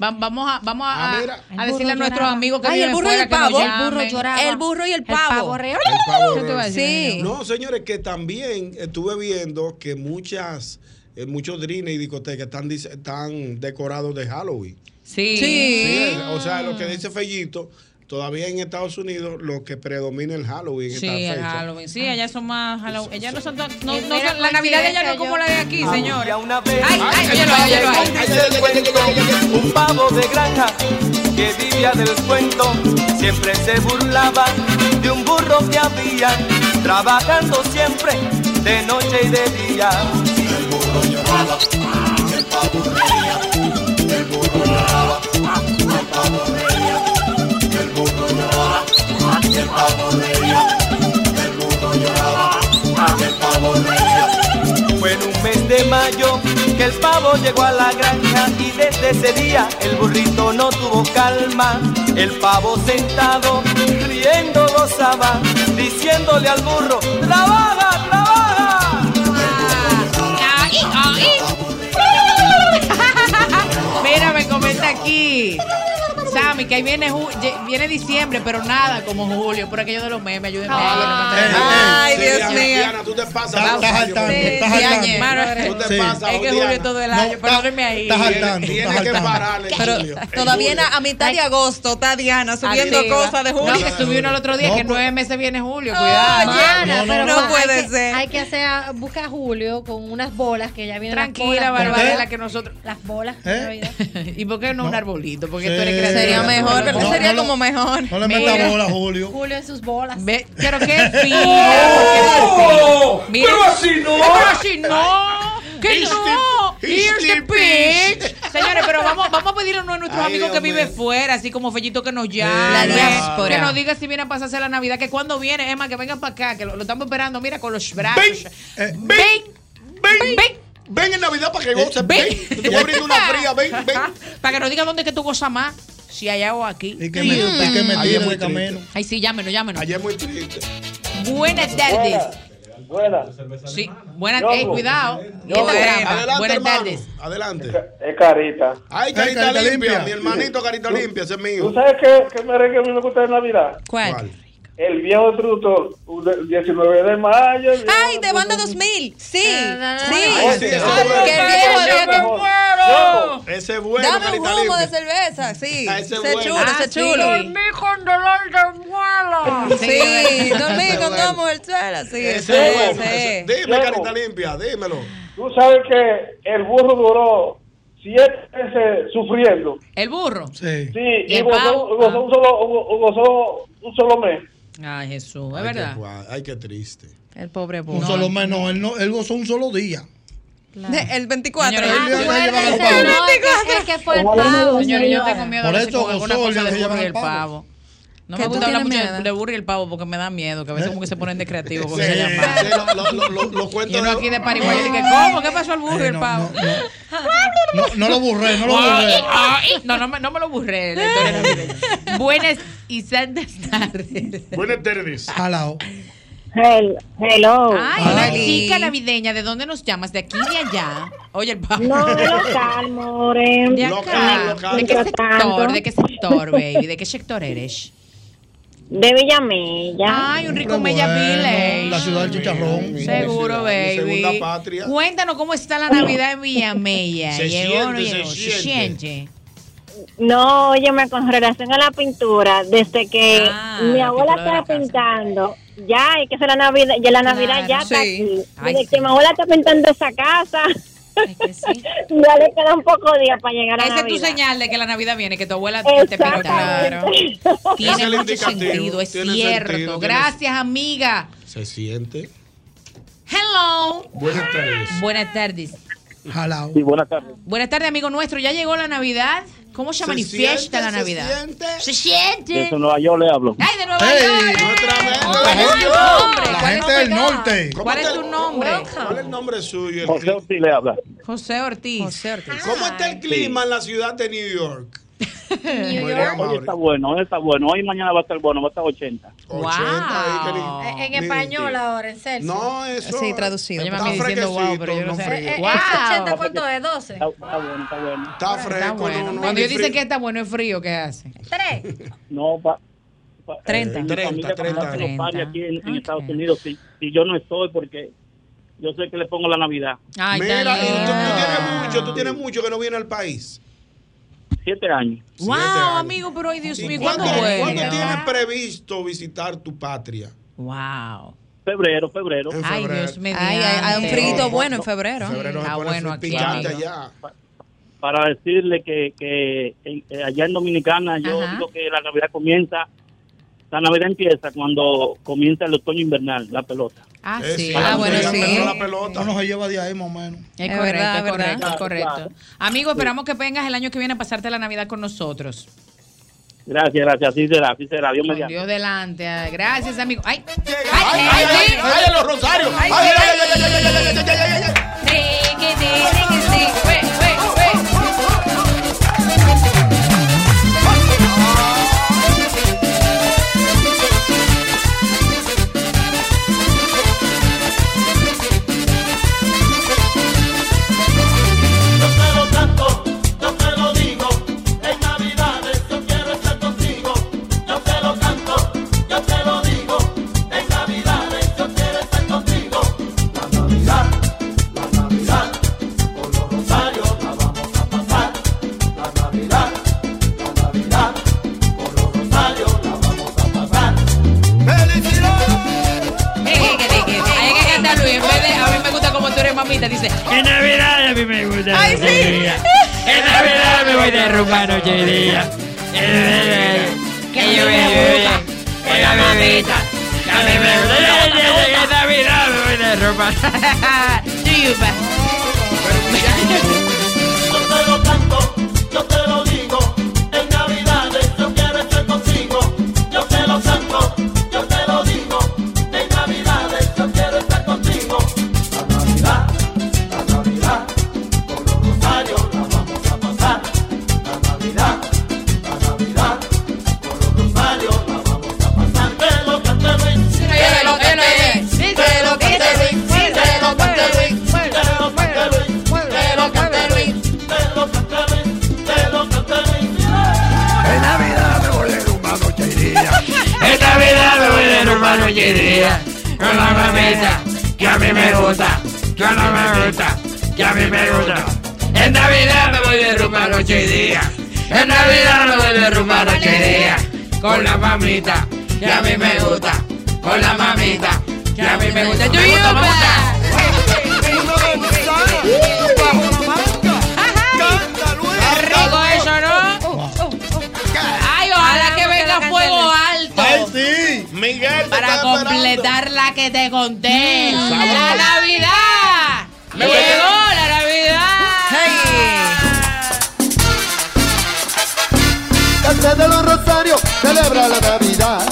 S2: vamos a, vamos a,
S3: Ah, mira.
S2: a decirle a nuestros amigos que
S17: Ay, el
S2: viven
S17: burro y
S2: fuera
S17: el
S2: que nos
S17: pavo. El
S2: llamen.
S17: burro lloraba. El burro y el pavo.
S3: El
S17: reo.
S3: pavo
S17: ¿Qué te va a
S3: real.
S17: decir?
S3: No, señores, que también estuve viendo que muchas, eh, muchos drines y discotecas están, dice- están decorados de Halloween.
S2: Sí.
S3: es- O sea, lo que dice Fellito, todavía en Estados Unidos lo que predomina el Halloween. en
S2: Sí,
S3: esta
S2: el
S3: fecha.
S2: Halloween. Sí, allá son más Halloween. Ellas no son tan. No,
S17: Y
S2: no
S17: mira
S2: son- la Navidad de allá no es como la de aquí,
S11: Ah,
S2: señor.
S11: ya una
S2: Ay,
S11: vez.
S2: ay, óyelo,
S11: Ay,
S2: óyelo.
S11: ay, ay, ay, ay, ay, ay, ay. Un pavo de granja que vivía del cuento, siempre se burlaba de un burro que había, trabajando siempre de noche y de día. El burro lloraba, el pavo reía, el burro lloraba, el pavo reía, el burro lloraba, el pavo reía, el burro lloraba, el pavo reía. Fue en un mes de mayo que el pavo llegó a la granja y desde ese día el burrito no tuvo calma. El pavo sentado, riendo gozaba, diciéndole al burro, trabaja, trabaja.
S2: Ay, ay. Mira, me comenta aquí. Sammy, que ahí viene, ju- ye- viene diciembre, pero nada como julio. Por aquello de los memes, ayúdenme.
S3: Sí, Diana, tú te pasas.
S2: Estás
S3: dos años.
S2: saltando, estás
S3: Sí,
S2: saltando.
S3: añe.
S2: Mano,
S3: Tú
S2: sí.
S3: te pasas.
S2: Es que
S3: Diana.
S2: julio todo el año, perdónenme ahí.
S3: estás saltando, Tienes estás que saltando. pararle,
S17: Pero
S3: Julio.
S17: todavía en- a mitad de agosto está Diana subiendo
S2: Activa.
S17: cosas de julio.
S2: No, que subí uno el otro día,
S17: No,
S2: que
S17: pues-
S2: nueve meses viene julio.
S17: Ah,
S2: Cuidado.
S17: Diana,
S4: Ana, pero
S17: no
S4: va,
S17: puede
S4: hay que-
S17: ser.
S4: hay que hacer, busca a Julio con unas bolas que ya vienen.
S2: Tranquila,
S4: las bolas, ¿Eh?
S2: Barbarela, que nosotros.
S4: Las bolas.
S3: ¿Eh?
S2: ¿Y por qué no, un arbolito? Porque
S13: ¿Eh? Sí.
S2: tú eres creativa.
S13: Sería mejor,
S2: Bueno,
S13: ¿verdad?
S2: bueno.
S13: Sería
S17: como mejor.
S13: No le meta
S2: Mira.
S13: bola, Julio.
S4: Julio en sus bolas.
S2: Ve- pero qué fino.
S11: ¡Oh!
S2: qué fino.
S11: Pero así no.
S2: Pero así no. Que
S11: It's
S2: no.
S11: the-
S2: Here's
S11: it's
S2: the
S11: the
S2: pitch. Señores, pero vamos, vamos a pedirle a uno de nuestros
S11: Ay,
S2: amigos que
S11: Dios
S2: vive
S11: mío.
S2: fuera, así como Fellito que nos
S17: La
S2: llame.
S17: diáspora.
S2: Que nos diga si viene a pasarse la Navidad, que cuando viene, Emma, que vengan para acá, que lo, lo estamos esperando, mira, con los brazos. Ven,
S3: ven, ven, en Navidad para que goces. Ven. Yo te voy a abrir una fría, ven, ven.
S2: Para que nos diga dónde es que tú gozas más, si allá o aquí.
S13: Y que me, y que me
S3: Ahí es
S13: tire
S3: muy
S13: de camino.
S2: Ay, sí, llámenos, llámenos.
S3: Ayer muy triste.
S2: Buenas tardes.
S10: Buenas.
S2: Sí, buenas
S10: Yo,
S17: eh,
S2: tardes, cuidado.
S10: yo,
S2: Esta
S10: eh,
S2: crema.
S3: Adelante,
S2: buenas
S3: hermano.
S2: tardes.
S3: Adelante.
S10: Es carita.
S3: Ay, carita, limpia. Mi hermanito, carita limpia, ese es mío.
S10: ¿Tú sabes qué, qué merengue a mí me gusta de Navidad?
S2: ¿Cuál?
S10: El viejo truto, el 19 de mayo. el viejo
S17: Ay, de banda 2000. Sí, sí.
S10: Ay, sí, eso es bueno.
S17: Qué viejo,
S10: Yo
S17: viejo.
S10: me muero.
S3: Ese es bueno,
S17: Dame un
S3: carita
S17: humo
S3: limpia.
S17: de cerveza, sí.
S3: Ah, ese
S17: Se
S3: es bueno.
S17: chulo,
S3: Ah,
S17: se chulo.
S3: sí.
S2: con dolor de muela.
S17: Sí,
S3: Ese
S17: dormí
S3: es
S17: con
S3: bueno. Eh,
S17: dos mujerzuelas, sí.
S3: Ese es
S17: sí,
S3: bueno.
S17: sí.
S3: Ese- Dime, carita limpia, dímelo.
S10: Tú sabes que el burro duró siete meses sufriendo.
S2: ¿El burro?
S13: Sí.
S10: Sí,
S2: ¿Y
S10: y
S2: el
S10: gozó,
S2: pavo? Ah.
S10: gozó un solo, gozó un solo mes.
S2: Ay, Jesús, es
S3: Ay, qué
S2: verdad.
S3: guay, Ay, qué triste.
S2: El pobre burro.
S13: Un solo mes, no, él, no, él gozó un solo día.
S17: El 24.
S13: Señores, Ah, yo- yo- puede yo- ser, yo-
S4: No, es que, es que fue el pavo.
S2: Señores, yo
S4: señora.
S2: tengo miedo
S13: Por
S2: a veces
S13: eso
S2: con alguna
S13: gozó,
S2: cosa
S13: le
S2: de burro y
S13: llaman
S2: el pavo. No
S17: ¿Que
S2: me
S17: tú
S2: gusta hablar
S17: tienes
S2: mucho
S17: miedo?
S2: de- de burro y el pavo porque me da miedo, que a veces como que se ponen de creativos con
S3: Sí,
S2: esa llamada.
S3: sí, lo- lo- lo- lo- Los
S2: Y
S3: cuentos
S2: uno
S3: de-
S2: aquí de Paraguay, yo dije, ¿cómo? ¿Qué pasó al burro y el pavo?
S13: No, no lo burré, no lo burré.
S2: Ay, ay, No, no, me- no me lo burré. la historia navideña. Buenas y santas tardes.
S1: Buenas tardes.
S13: Jalao.
S23: Hel- Hello.
S2: Ay, una
S23: Oli.
S2: chica navideña, ¿de dónde nos llamas? ¿De aquí de allá? Oye, el pavo.
S23: No, local, more.
S2: De acá. ¿De qué
S23: Mientras tanto,
S2: sector? ¿De qué sector, baby? ¿De qué sector eres?
S23: de Villamella.
S2: Ay, un rico Mella Village.
S13: La ciudad del chicharrón.
S2: Seguro,
S3: Mi segunda
S2: baby.
S3: patria.
S2: Cuéntanos cómo está la Navidad en Villamella.
S3: Se
S2: Llegó, no
S3: siente, se
S2: llegó. Se
S3: siente.
S2: siente.
S23: No, óyeme, con relación a la pintura, desde que
S2: Ah,
S23: mi
S2: la
S23: abuela
S2: pintura de la
S23: estaba pintando, ya es que esa es la Navidad, ya la Navidad
S2: Claro,
S23: ya está
S2: sí.
S23: aquí.
S2: Ay,
S23: Desde
S2: sí.
S23: que mi abuela está pintando esa casa, ya le quedan pocos días para llegar a
S2: Esa es tu
S23: Navidad.
S2: señal de que la Navidad viene, que tu abuela te pinta. Claro.
S3: Ese
S2: Tiene
S3: es el
S2: mucho
S3: indicativo,
S2: sentido, es
S3: tiene
S2: cierto.
S3: sentido, tiene-
S2: Gracias, amiga.
S3: Se siente.
S2: Hello.
S3: Buenas tardes.
S2: Buenas tardes.
S13: Jalao.
S12: Sí, buenas tardes.
S2: Buenas tardes, amigo nuestro. Ya llegó la Navidad. ¿Cómo se,
S3: Se
S2: manifiesta
S3: siente,
S2: la
S3: se
S2: Navidad? Se
S12: Desde
S2: siente.
S12: Nueva York le hablo.
S2: ¡Ay, de Nueva York!
S7: eh.
S3: La
S2: ¿Cuál es
S3: gente-
S2: tu nombre?
S3: la
S2: ¿Cuál es
S3: gente
S2: tu
S3: del
S2: pecado?
S3: norte.
S2: ¿Cuál es
S3: ¿Cómo
S2: tu
S3: te-
S2: nombre?
S3: ¿Cuál es el nombre suyo?
S12: José Ortiz le habla.
S2: José Ortiz. José Ortiz.
S3: ¿Cómo está el clima en la ciudad de New York?
S6: Hoy está bueno, hoy está bueno. Hoy y mañana va a estar bueno, va a estar 80.
S4: En, en español ahora, en Celsius.
S3: No, eso.
S17: Sí, traducido.
S4: Oye,
S3: mami, Está diciendo wow, pero yo no sé.
S4: Eh, eh,
S3: Wow.
S4: ¿ese 80 cuánto es? 12.
S6: Está bueno, está bueno.
S3: Está
S2: Está bueno. Cuando ellos dicen que está bueno es frío, ¿qué hace?
S4: Tres.
S6: No, pa, pa-
S2: 30.
S6: mi
S2: 30,
S6: familia cuando
S2: 30.
S6: hace los party aquí en, en Estados Unidos, si, si yo no estoy, porque yo sé que le pongo la Navidad.
S3: Mira, y tú, tú tienes mucho, tú
S2: Ah.
S3: tienes mucho que no viene al país.
S6: Siete años.
S2: Wow,
S3: años.
S2: amigo, pero ay Dios
S3: ¿Y
S2: mío,
S3: ¿Cuándo,
S2: ¿cuándo vuelve?
S3: cuándo tienes previsto visitar tu patria?
S2: Wow.
S6: Febrero, febrero.
S2: Ay, Dios mío.
S17: Ay, ay, hay un frito bueno en febrero.
S3: Febrero
S6: se
S17: Está
S6: pone
S17: bueno aquí.
S6: picante
S17: amigo.
S3: allá.
S6: Para decirle que, que en- eh, allá en Dominicana yo
S2: Ajá.
S6: digo que la Navidad comienza, la Navidad empieza cuando comienza el otoño invernal, la pelota.
S2: Ah,
S6: Eh, sí.
S2: sí.
S6: Ah, bueno,
S13: Ya
S6: sí.
S13: perdió la pelota. Uno se lleva de ahí más o menos.
S2: Es,
S13: Es
S2: correcto,
S13: verdad,
S2: es
S13: es verdad.
S2: correcto, es correcto. Amigo, esperamos que vengas el año que viene a pasarte la Navidad con nosotros.
S6: Gracias, gracias. Así será, así será. Dios
S2: Con
S6: mediante.
S2: Dios delante. Ay, Gracias, amigo. ¡Ay! ¡Ay,
S11: ay, ay, ay, ay, los rosarios! ¡Ay, ay, ay, ay, ay, ay, ay, ay, ay, ay, ay! Yo te lo canto, yo te lo digo, en Navidades yo quiero estar contigo. Yo te lo canto, yo te lo digo, en Navidades yo quiero estar contigo. La Navidad, la Navidad, con los rosarios la vamos a pasar. La Navidad, la Navidad, con los rosarios la vamos a pasar.
S2: Hay que cantar, Luis. En vez de, a mí me gusta como tú eres mamita, dice.
S1: En Navidad a mí me gusta. la
S2: Ay, sí.
S1: alegría. En Navidad me voy de rumba noche y día. En Navidad, Que yo me ayude. Que la mamita. Que a mí me gusta. En Navidad me voy de rumba.
S11: Yo te lo canto, yo te lo digo, en Navidades yo quiero estar contigo. Yo te lo canto, yo te lo digo, en Navidades yo quiero estar contigo. La Navidad, la Navidad, con los rosarios la vamos a pasar. La Navidad, la Navidad, con los rosarios la vamos a pasar. Te lo canté, Luis. Te lo canté, Luis. Te lo canté, Luis. Te lo canté, Luis. Te lo canté, Luis. Te lo canté, Luis.
S1: En Navidad me voy de rumba noche y día. En Navidad me voy de rumba noche y día. Con la mamita. Que a mí me gusta. Que no me gusta. Que a mí me gusta. En Navidad me voy de rumba noche y día. En Navidad me voy de rumba noche y día. Con la mamita. Que a mí me gusta. Con la mamita. Que a mí me gusta. Me gusta, me gusta.
S2: Rico eso, ¿no? Ay, ojalá que venga fuego alto.
S11: Ay, sí. Miguel,
S2: Para completar la que te conté. La Navidad.
S11: Me voy a-
S2: Llegó la Navidad.
S28: Casa de los Rosarios celebra la Navidad.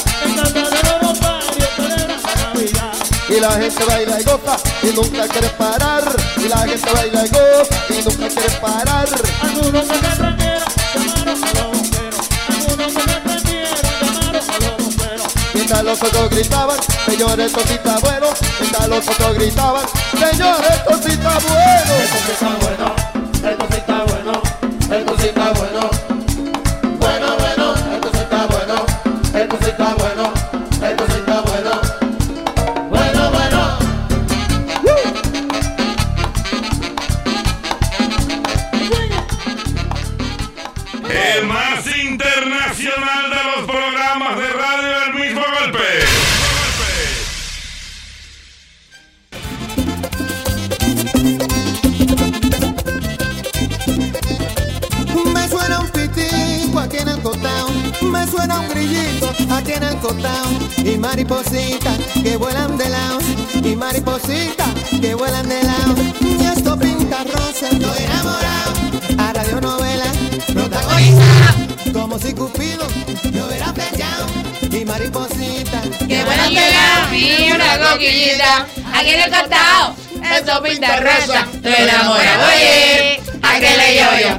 S28: Y la gente baila y goza y nunca quiere parar. Y la gente baila y goza y nunca quiere parar. Algunos se desprendieron, llamaron a los bomberos. Algunos se desprendieron, llamaron a los bomberos. Mientras los otros gritaban, señores, esto sí está bueno. Mientras los otros gritaban, señores, esto sí está bueno. Esto sí está bueno, esto sí está bueno, esto sí está bueno. Bueno, bueno, esto sí está bueno, esto sí está bueno, esto sí está bueno. Bueno, bueno.
S29: El más internacional de los programas de radio El mismo golpe.
S28: Me suena un pitico aquí en el cotón, me suena un grillito aquí en el cotón y maripositas que vuelan de lado y maripositas que vuelan de lado. Y esto pinta rosa, estoy enamorado a radionovela protagoniza como si Cupido lo hubiera flechado y maripositas que vuelan de lado
S2: Y una coquillita aquí en el costado. Eso pinta rosa. Estoy enamorado. Oye, a que le yo yo,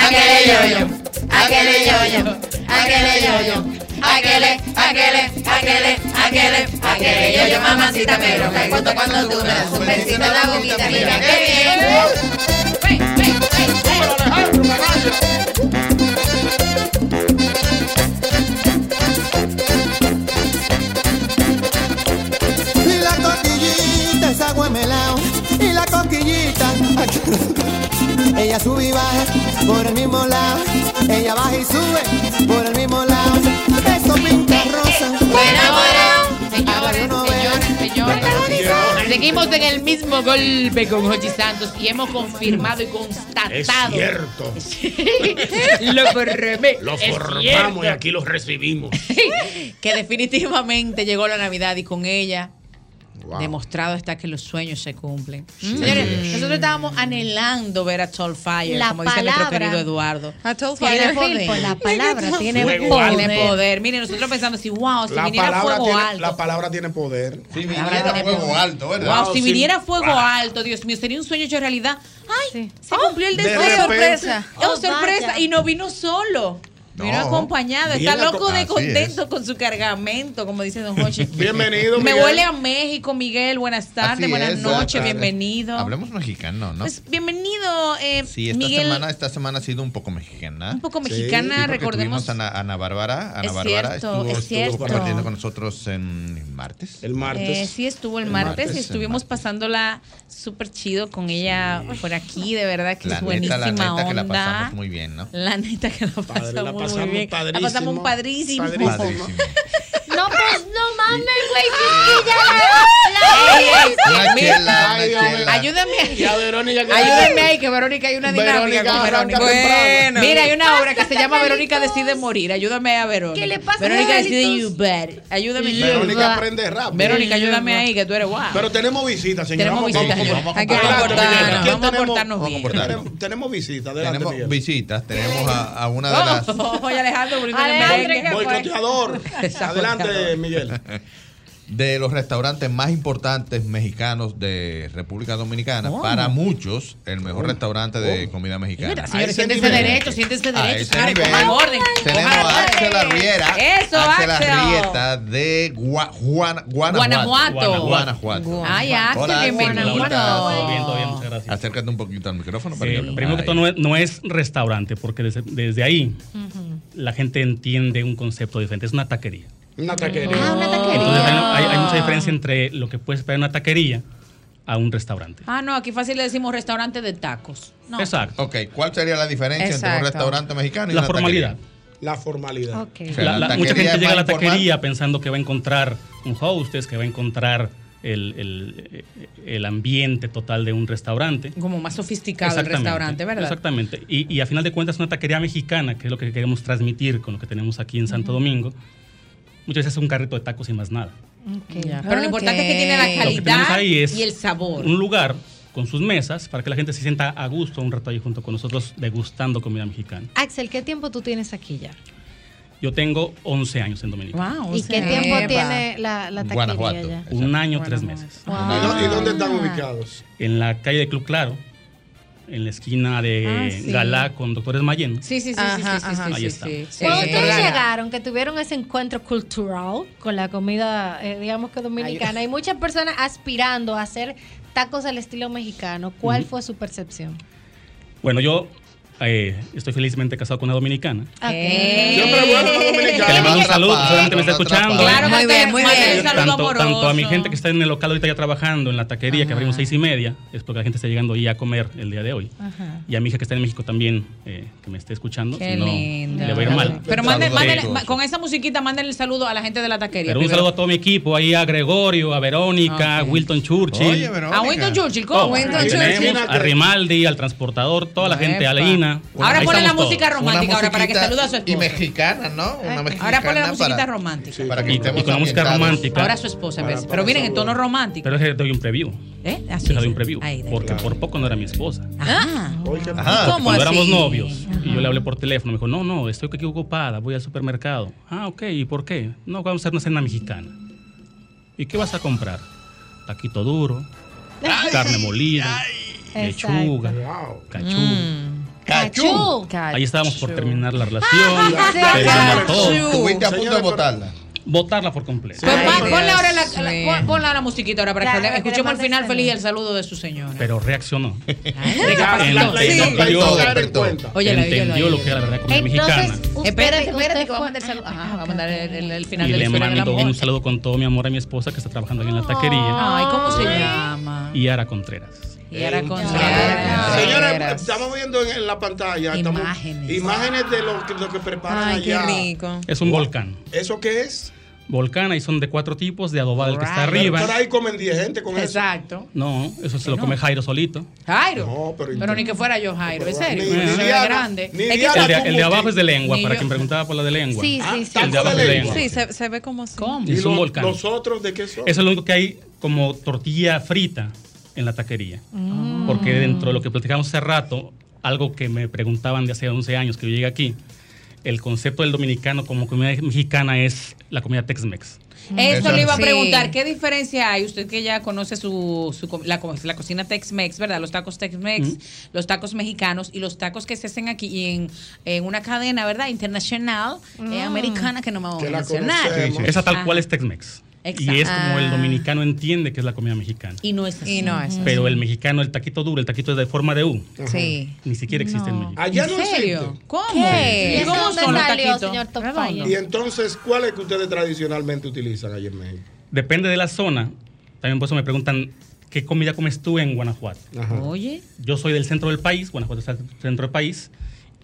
S2: a que le yo yo,
S11: aquele yoyo, aquele yoyo,
S20: Aquele, aquele, aquele, aquele, aquele, yo, yo, mamacita, me lo caigo cuando tú me das un besito en la boquita, mira qué bien.
S30: Y la coquillita es agua melao. Y la coquillita. Ella sube y baja por el mismo lado. Ella baja y sube por el mismo lado. Eso pinta rosa.
S2: Enamorado. Señores, señores, señores. Seguimos en el mismo golpe con Jochi Santos y hemos confirmado y
S1: Es
S2: constatado.
S1: cierto.
S2: Lo formé.
S1: Lo
S2: Es
S1: formamos
S2: cierto.
S1: y aquí lo recibimos.
S2: que definitivamente llegó la Navidad y con ella demostrado está que los sueños se cumplen. Señores, nosotros estábamos anhelando ver a Soulfire,
S4: La
S2: como dice nuestro
S4: palabra.
S2: querido Eduardo.
S4: A Soulfire.
S2: tiene
S4: Tiene
S2: poder.
S4: poder. La palabra tiene
S2: Tiene
S4: poder.
S2: Tiene poder. Miren, nosotros pensamos si wow, si
S3: La
S2: viniera
S3: palabra,
S2: fuego
S3: tiene,
S2: alto.
S3: la palabra tiene poder. Ah, Si
S2: Ahora tiene poder. Wow, si viniera fuego alto, Dios mío, sería un sueño hecho realidad. Ay, se cumplió el
S3: De
S2: deseo.
S3: repente.
S2: sorpresa.
S3: Oh,
S2: Oh, sorpresa.
S4: vaya.
S2: Y no vino solo. Vino
S3: No.
S2: acompañado. Está
S3: Viene aco-
S2: loco de
S3: así
S2: contento con su cargamento, como dice Don Jorge.
S3: Bienvenido,
S2: Me
S3: Miguel.
S2: huele a México, Miguel. Buenas tardes,
S31: Así
S2: buenas
S31: es,
S2: noches,
S31: buenas tardes.
S2: bienvenido.
S31: Hablemos mexicano, ¿no?
S2: Pues, bienvenido, eh,
S31: sí, esta
S2: Miguel.
S31: semana, esta semana ha sido un poco mexicana. Un
S2: poco mexicana, recordemos-
S31: Tuvimos a Ana, Ana Bárbara. Ana
S2: Es
S31: Bárbara
S2: cierto,
S31: estuvo,
S2: es
S31: estuvo
S2: cierto.
S31: compartiendo con nosotros en el martes. El
S2: Eh, sí, estuvo el, martes, y estuvimos pasándola súper chido con ella por aquí, de verdad que
S31: La
S2: es
S31: neta,
S2: buenísima
S31: la neta
S2: onda.
S31: que la pasamos muy bien, ¿no?
S2: La neta que la pasamos,
S31: la
S2: muy
S31: pasamos
S2: bien. La pasamos
S31: padrísimo,
S2: padrísimo.
S31: padrísimo.
S27: No, pues no mames, güey. sí, sí, ya
S2: Ey,
S27: la-
S2: ey,
S27: la-
S2: mira, Ayúdame ahí.
S27: Y a Verónica que-
S2: Ayúdame ahí, que Verónica hay una dinámica
S27: Verónica
S2: con
S27: arranca
S2: Verónica.
S27: temprano.
S2: Mira, hay una obra que se llama Verónica decide morir. Ayúdame a Verónica.
S27: ¿Qué le pasa,
S2: Verónica
S27: Carlitos?
S2: decide you bet. Ayúdame.
S3: Verónica
S2: You bet.
S3: aprende rápido.
S2: Verónica, ayúdame ahí, que tú eres guau.
S3: Pero tenemos visitas, señor.
S2: Tenemos visitas, señor. Hay que comportarnos, vamos a comportarnos bien.
S3: Tenemos, tenemos visitas, adelante,
S31: Tenemos
S3: Miguel.
S31: visitas, tenemos a, a una de
S2: Oh,
S31: las...
S2: oye, Alejandro, volviendo en el
S3: Alejandro,
S2: merengue.
S3: ¿qué fue? Boicoteador. Adelante, Miguel.
S31: De los restaurantes más importantes mexicanos de República Dominicana,
S2: Oh.
S31: para muchos, el mejor restaurante de comida mexicana.
S2: Mira, señores, siéntense derecho, siéntense
S31: A
S2: derecho.
S31: ese
S2: Señores,
S31: nivel.
S2: cojan orden.
S31: Tenemos
S2: cojan
S31: a
S2: orden.
S31: Axel Arriera.
S2: Eso,
S31: Axel
S2: Axel.
S31: Arrieta de Gua- Juana-
S2: Guanajuato.
S31: Guanajuato. Guanajuato.
S2: Ay, Axel,
S31: Hola, Axel,
S2: bienvenido.
S31: ¿cómo estás?
S2: Todo bien, todo bien,
S15: muchas gracias.
S31: Acércate un poquito al micrófono para
S15: Eh,
S31: que hablemos.
S15: primero que todo, no es, no es restaurante, porque desde, desde ahí
S2: Ujú.
S15: la gente entiende un concepto diferente. Es una taquería.
S2: Ah,
S3: Una taquería.
S15: Entonces hay, hay- hay mucha diferencia entre lo que puedes esperar en una taquería a un restaurante.
S2: Ah, no, aquí fácil le decimos restaurante de tacos. No.
S31: Exacto. Ok, ¿cuál sería la diferencia entre un
S2: Exacto.
S31: restaurante mexicano y
S15: La
S31: una
S15: formalidad.
S3: La formalidad.
S15: La- la-
S31: taquería
S15: mucha
S31: es
S15: gente llega
S31: más
S15: a la
S31: informal.
S15: taquería pensando que va a encontrar un hostess, que va a encontrar el, el- eh, el ambiente total de un restaurante.
S2: Como más sofisticado el
S15: Exactamente,
S2: restaurante, ¿verdad?
S15: Exactamente. Y, y a final de cuentas, una taquería mexicana, que es lo que queremos transmitir con lo que tenemos aquí en Santo Domingo, muchas veces es un carrito de tacos y más nada.
S2: Ya, Pero lo importante es que tiene
S15: Lo
S2: la
S15: que tenemos
S2: calidad
S15: ahí es
S2: y el sabor.
S15: Un lugar con sus mesas para que la gente se sienta a gusto un rato ahí junto con nosotros degustando comida mexicana.
S4: Axel, ¿qué tiempo tú tienes aquí ya?
S15: Yo tengo 11 años en Dominicana.
S4: ¿Y qué tiempo tiene la, la taquería ya?
S15: Un año, tres meses.
S4: Wow. ¿Y dó- y dónde están
S3: ubicados?
S15: En la calle de Club Claro, en la esquina de
S4: Ah, sí.
S15: Galá con Doctores Mayen.
S4: Sí, sí, sí, sí,
S15: Ajá,
S4: sí, sí,
S15: ajá,
S4: sí,
S15: Ahí
S4: sí,
S15: está.
S4: sí. Cuando ustedes llegaron, que tuvieron ese encuentro cultural con la comida, eh, digamos que dominicana, hay muchas personas aspirando a hacer tacos al estilo mexicano. ¿Cuál
S15: Ujú.
S4: fue su percepción?
S15: Bueno, yo eh, estoy felizmente casado con una dominicana.
S4: Siempre
S15: bueno
S4: los
S15: Que le mando un saludo, seguramente me está escuchando.
S2: Claro,
S15: Tanto-
S2: muy bien, muy bien. Un saludo
S15: Tanto, tanto
S2: amoroso.
S15: a mi gente que está en el local ahorita ya trabajando, en la taquería que abrimos seis y media, es porque la gente está llegando ya a comer el día de hoy.
S2: Ajá.
S15: Y a mi hija que está en México también, eh, que me esté escuchando,
S2: Qué
S15: si no,
S2: lindo.
S15: le va a ir mal.
S2: Pero manden-
S15: Saludos a
S2: manden-
S15: todos.
S2: ma- con esa musiquita, mándenle el saludo a la gente de la taquería.
S15: Pero un
S2: primero.
S15: saludo a todo mi equipo, ahí a Gregorio, a Verónica, a Wilton Churchill.
S2: Oye, Verónica. A Wilton Churchill, ¿cómo?
S15: Todos.
S2: Wilton
S15: Ahí
S2: Churchill.
S15: tenemos A Rimaldi, al transportador, toda la gente, a
S2: Epa.
S15: Leina.
S2: Ahora
S15: Ahí
S2: ponle la
S15: estamos todos.
S2: música romántica ahora para que salude a su esposa.
S31: Y mexicana, ¿no? Una
S2: Ay,
S31: mexicana
S2: Ahora ponle la musiquita
S31: para-
S2: romántica.
S31: para que
S15: Y- y
S31: estemos
S15: con la música
S31: ambientados.
S15: romántica.
S2: Ahora a su esposa, en vez. Pero miren, en tono romántico.
S15: Pero es que doy un preview.
S2: ¿Eh?
S15: Así doy un preview. porque por poco no era mi esposa.
S2: Ah,
S15: Porque
S2: ¿cómo
S15: cuando
S2: así?
S15: éramos novios y yo le hablé por teléfono, me dijo, no, no, estoy aquí ocupada, voy al supermercado. Ah, ok, ¿y por qué? No, vamos a hacer una cena mexicana. ¿Y qué vas a comprar? Taquito
S2: Mm.
S15: duro, carne molida, lechuga, cachú.
S2: Cachú.
S15: Ahí estábamos por terminar la relación.
S2: Ah, sí,
S15: terminar
S2: Cachú.
S15: todo.
S2: Estuviste a punto de
S15: Señores,
S31: votarla.
S15: Votarla por completo.
S2: Pues va, ponle ahora la, la- pon- ponle ahora la musiquita ahora para que le- escuchemos al final feliz el saludo de su señora.
S15: Pero reaccionó.
S2: Ah, la- la- la-
S15: Entendió-
S2: la- la- la- la- Oye, la-
S15: Entendió lo que era la verdad comida mexicana.
S2: espérate, espérate, que vamos a mandar el saludo. Ajá, vamos a mandar el, el- el final
S15: Y
S2: de la
S15: le
S2: historia del
S15: mando
S2: amor.
S15: un saludo con todo mi amor a mi esposa que está trabajando aquí en la taquería.
S2: Ay, ¿cómo se llama?
S15: Y Ara Contreras.
S2: Y ahora con
S3: Señores, estamos viendo en, en la pantalla estamos- imágenes, de lo, que- lo que preparan
S17: Ay, qué
S3: allá.
S17: rico.
S15: Es un volcán.
S3: ¿Eso qué es?
S15: Volcán, ahí son de cuatro tipos, de adobada el que está
S3: Pero-
S15: arriba.
S3: Pero ahí comen 10 gente con eso.
S2: Exacto.
S15: No, eso se lo
S2: no.
S15: come Jairo solito.
S2: Jairo.
S3: pero,
S2: ni que fuera yo, Jairo, en serio.
S15: ni
S2: Ni,
S15: Diana,
S2: grande.
S15: El de, el de abajo es de lengua, para quien preguntaba por la de lengua.
S2: Sí, sí,
S15: Ah,
S2: sí.
S15: El de abajo es de lengua.
S17: Sí, se, se ve como así.
S15: Y es un volcán.
S3: ¿Los otros de qué son?
S15: Eso es lo único que hay como tortilla frita en la taquería.
S2: Mm.
S15: Porque dentro de lo que platicamos hace rato, algo que me preguntaban de hace 11 años que yo llegué aquí, el concepto del dominicano como comida mexicana es la comida Tex-Mex.
S2: Eso le iba a
S17: Sí.
S2: preguntar, ¿qué diferencia hay? Usted que ya conoce su, su co- la, co- la cocina Tex-Mex, ¿verdad? Los tacos Tex-Mex,
S15: Mm.
S2: los tacos mexicanos y los tacos que se hacen aquí y en, en una cadena, ¿verdad? Internacional,
S17: Mm.
S2: eh, americana, que no me voy a mencionar. Ah,
S15: Esa tal
S2: Ajá.
S15: cual es Tex-Mex.
S2: Exacto.
S15: Y es como
S2: Ah.
S15: el dominicano entiende que es la comida mexicana.
S2: Y no es así.
S17: Y no es así.
S15: Pero el mexicano, el taquito duro, el taquito es de forma de U.
S17: Sí.
S15: Ni siquiera existe en México.
S3: Allá
S2: ¿En
S3: no
S2: serio?
S3: existe.
S2: ¿Cómo?
S3: ¿Qué?
S2: ¿Y
S3: ¿Y
S2: cómo
S3: dónde
S2: son los
S3: salió,
S2: taquitos?
S3: señor
S2: Redondo.
S3: Y entonces, ¿cuál es que ustedes tradicionalmente utilizan allá en México?
S15: Depende de la zona. También por eso me preguntan, ¿qué comida comes tú en Guanajuato?
S2: Oye.
S15: Yo soy del centro del país, Guanajuato está en el centro del país,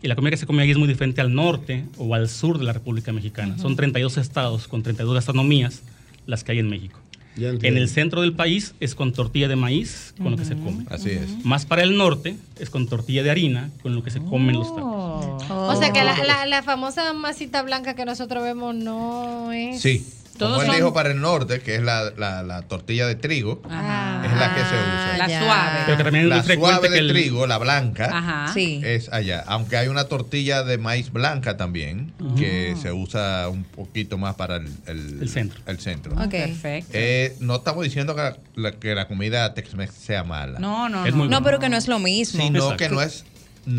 S15: y la comida que se come ahí es muy diferente al norte o al sur de la República Mexicana.
S3: Ujú.
S15: Son 32 estados con 32 gastronomías las que hay en México.
S3: Ya
S15: En
S3: entiendo.
S15: el centro del país es con tortilla de maíz, con lo que se come.
S31: Así es.
S15: Más para el norte es con tortilla de harina, con lo que se comen los tacos.
S4: O sea que la, la- la famosa masita blanca que nosotros vemos no es.
S31: Sí.
S4: Todos
S31: Como él
S4: son-
S31: dijo para el norte, que es la, la- la tortilla de trigo, es la que se usa.
S2: La suave.
S15: Pero que también es
S31: la
S15: muy frecuente
S31: suave de
S15: que el-
S31: trigo, la blanca,
S2: Ajá.
S17: Sí.
S31: es allá. Aunque hay una tortilla de maíz blanca también, que se usa un poquito más para el, el-
S15: centro.
S31: El centro.
S2: Ok. Perfecto.
S31: Eh, no estamos diciendo que la, la- que la comida Tex-Mex sea mala.
S2: No, no,
S31: Es
S17: no.
S31: muy
S17: No,
S31: buena.
S17: pero que no es lo mismo.
S31: Sino que no es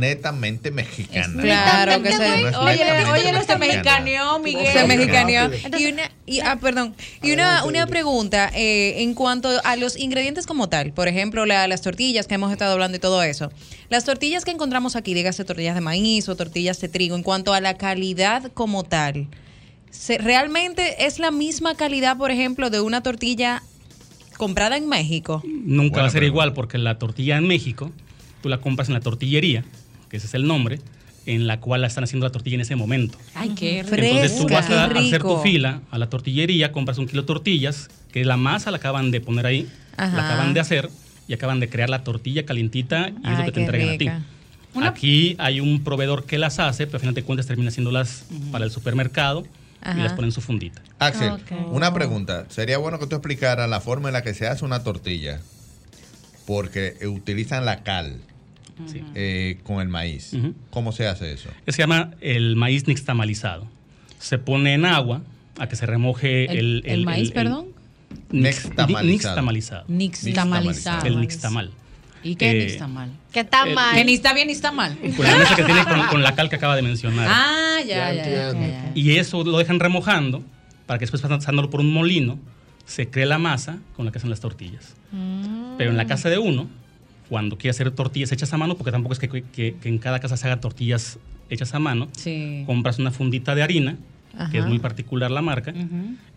S31: netamente mexicana.
S17: Claro que sí.
S31: No es netamente
S2: se
S31: mexicana.
S2: mexicaneó, Miguel.
S17: Se mexicaneó.
S31: Rápido.
S17: Y una, y, ah, perdón. Y una, una pregunta eh, en cuanto a los ingredientes como tal. Por ejemplo, la- las tortillas que hemos estado hablando y todo eso. Las tortillas que encontramos aquí, dígase tortillas de maíz o tortillas de trigo, en cuanto a la calidad como tal. se- ¿Realmente es la misma calidad, por ejemplo, de una tortilla comprada en México?
S15: Nunca va a ser igual porque la tortilla en México, tú la compras en la tortillería, que ese es el nombre, en la cual la están haciendo la tortilla en ese momento.
S2: Ay, qué rico.
S15: Entonces tú vas a
S2: Qué
S15: hacer tu
S2: rico.
S15: fila a la tortillería, compras un kilo de tortillas, que la masa la acaban de poner ahí,
S2: Ajá.
S15: la acaban de hacer y acaban de crear la tortilla calientita y es
S2: Ay,
S15: lo que te
S2: qué
S15: entregan a
S2: rica.
S15: ti. Aquí hay un proveedor que las hace, pero al final de cuentas termina haciéndolas para el supermercado
S31: Ajá.
S15: y las ponen en su fundita.
S31: Axel, una pregunta. Sería bueno que tú explicaras la forma en la que se hace una tortilla, porque eh, utilizan la cal
S15: Sí.
S31: eh, con el maíz. ¿Cómo se hace eso?
S15: Se llama el maíz nixtamalizado. Se pone en agua a que se remoje el...
S2: ¿El, el maíz, perdón?
S15: nix-
S31: Nixtamalizado.
S15: Nixtamalizado.
S2: Nixtamalizado.
S15: El nixtamal.
S2: ¿Y qué
S15: Eh,
S2: ni está mal?
S4: Que está
S31: eh,
S15: el-
S4: mal.
S2: Que ni está bien ni está mal.
S31: Pues
S15: Con la mezcla que tiene con, con la cal que acaba de mencionar.
S2: Ah, ya, ya. ya, ya.
S15: Y eso lo dejan remojando para que después pasándolo por un molino se cree la masa con la que hacen las tortillas.
S2: Mm,
S15: Pero en
S17: Mm.
S15: la casa de uno, cuando quiere hacer tortillas hechas a mano, porque tampoco es que, que- que en cada casa se hagan tortillas hechas a mano, compras una fundita de harina, que es
S17: Ajá.
S15: muy particular la marca,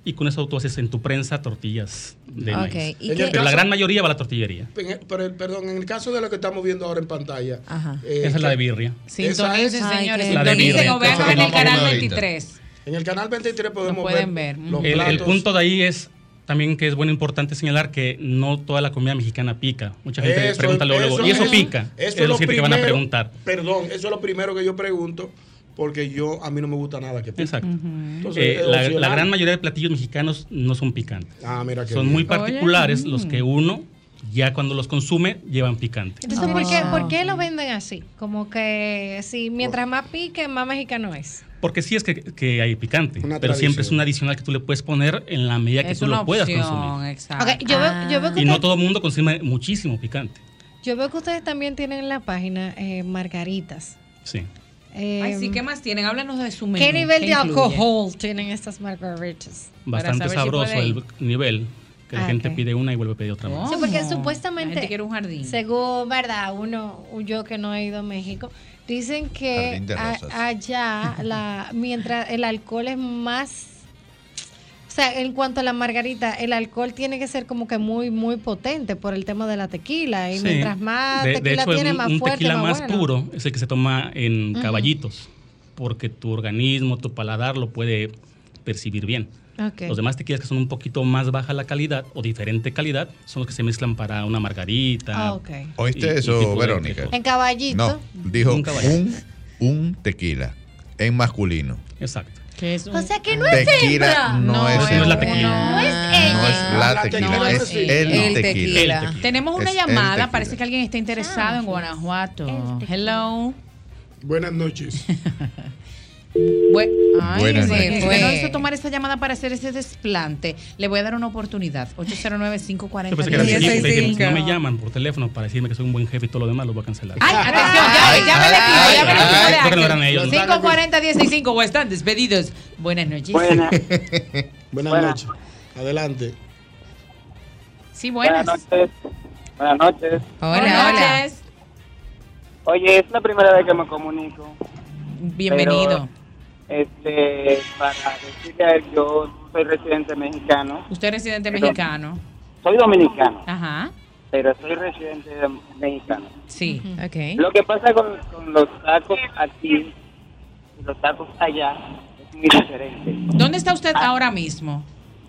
S15: y con eso tú haces en tu prensa tortillas de
S17: Ok,
S15: maíz.
S17: ¿y
S15: Pero
S17: qué-
S15: la gran mayoría va a la tortillería.
S3: En el- pero el- perdón, en el caso de lo que estamos viendo ahora en pantalla. eh,
S15: Esa es la
S3: que-
S15: de birria.
S2: Sintonicen,
S3: Esa es-
S2: señores,
S15: La de
S2: sintonicen
S15: birria.
S2: o vean
S15: Entonces,
S2: en el
S15: vamos a
S2: canal
S15: una ahorita.
S2: 23.
S3: En el canal 23 podemos
S2: pueden ver.
S3: ver.
S2: Ujú.
S3: los
S15: El, el
S3: platos.
S15: punto de ahí es también que es bueno importante señalar que no toda la comida mexicana pica. Mucha gente
S3: Eso-
S15: pregunta luego, luego, y eso
S3: es-
S15: pica.
S3: eso
S15: es decir, que van a
S3: primero-
S15: preguntar.
S3: Perdón, eso es lo primero que yo pregunto, porque yo a mí no me gusta nada que pique.
S15: Exacto.
S3: Entonces,
S15: Eh,
S3: es
S15: la,
S3: opcional.
S15: la gran mayoría de platillos mexicanos no son picantes.
S3: Ah, mira qué
S15: son
S3: bien.
S15: muy
S3: Oye,
S15: particulares
S4: mm.
S15: los que uno ya cuando los consume llevan picante.
S4: Entonces, ¿por, qué, ¿por qué lo venden así? Como que si
S15: Oh.
S4: mientras más pique, más mexicano es.
S15: Porque sí es que, que hay picante,
S3: Una
S15: pero siempre
S3: tradición.
S15: es un adicional que tú le puedes poner en la medida que
S2: Es
S15: tú
S2: una
S15: lo puedas
S2: opción,
S15: consumir.
S2: exacto.
S4: Ok, yo veo- yo veo que
S15: Y no
S4: te-
S15: todo el mundo consume muchísimo picante.
S4: Yo veo que ustedes también tienen en la página eh, margaritas.
S15: Sí.
S4: Eh,
S2: Ay, sí, ¿qué más tienen? Háblanos de su menú.
S4: ¿Qué nivel de
S2: incluye?
S4: alcohol tienen estas margaritas?
S15: Bastante sabroso el nivel que la
S4: Ah, Oh.
S15: gente pide una y vuelve a pedir otra más.
S4: Sí, porque supuestamente.
S2: La gente quiere un jardín.
S4: Según, ¿verdad? Uno, yo que no he ido a México, dicen que
S15: Jardín de
S4: a-
S15: rosas.
S4: allá, la, mientras el alcohol es más. O sea, en cuanto a la margarita, el alcohol tiene que ser como que muy, muy potente por el tema de la tequila. Y
S15: Sí.
S4: mientras más
S15: De- de,
S4: tequila
S15: hecho,
S4: tiene,
S15: un,
S4: más
S15: un
S4: fuerte,
S15: tequila
S4: más,
S15: más
S4: bueno.
S15: puro es el que se toma en
S4: Ujú.
S15: caballitos, porque tu organismo, tu paladar lo puede percibir bien.
S4: Ok.
S15: Los demás tequilas que son un poquito más baja la calidad o diferente calidad son los que se mezclan para una margarita.
S4: Ah, ok.
S31: ¿Oíste eso, Verónica?
S4: En caballito.
S31: No, dijo
S15: Un
S31: un,
S15: caballito.
S31: un tequila en masculino.
S15: Exacto.
S4: O sea que no es
S31: Tequila
S4: hembra.
S31: no, es, la tequila.
S2: No es ella.
S31: No es la tequila, es el, tequila.
S2: Tenemos una
S31: Es el
S2: llamada,
S31: tequila.
S2: parece que alguien está interesado en Guanajuato. Hello.
S11: Buenas noches.
S2: Bue- Ay,
S11: Buenas
S2: se
S11: noches.
S2: fue.
S11: Fue.
S2: No hizo tomar esta llamada para hacer ese desplante. Le voy a dar una oportunidad. 809
S15: Yo pensé que era
S2: 540
S15: difícil, dije, si no me llaman por teléfono para decirme que soy un buen jefe y todo lo demás, los voy a cancelar.
S2: Ay, atención, ya, ya me le quito, ya me le quito de
S15: Creo que lo
S2: aquí.
S15: harán ellos.
S2: 540 165 o están despedidos. Buenas noches.
S3: Buenas
S2: Buenas.
S3: noches. Adelante.
S2: Sí, buenas.
S6: noches. Buenas noches.
S2: Buenas noches.
S6: Oye, es la primera vez que me comunico.
S2: Bienvenido.
S6: Pero, este, para decirle a él, yo soy residente mexicano.
S2: Usted es residente
S6: Perdón.
S2: mexicano.
S6: Soy dominicano,
S2: Ajá.
S6: pero soy residente de- mexicano.
S2: Sí.
S6: Ok. Lo que pasa con, con los tacos aquí y los tacos allá es muy diferente.
S2: ¿Dónde está usted ahora mismo?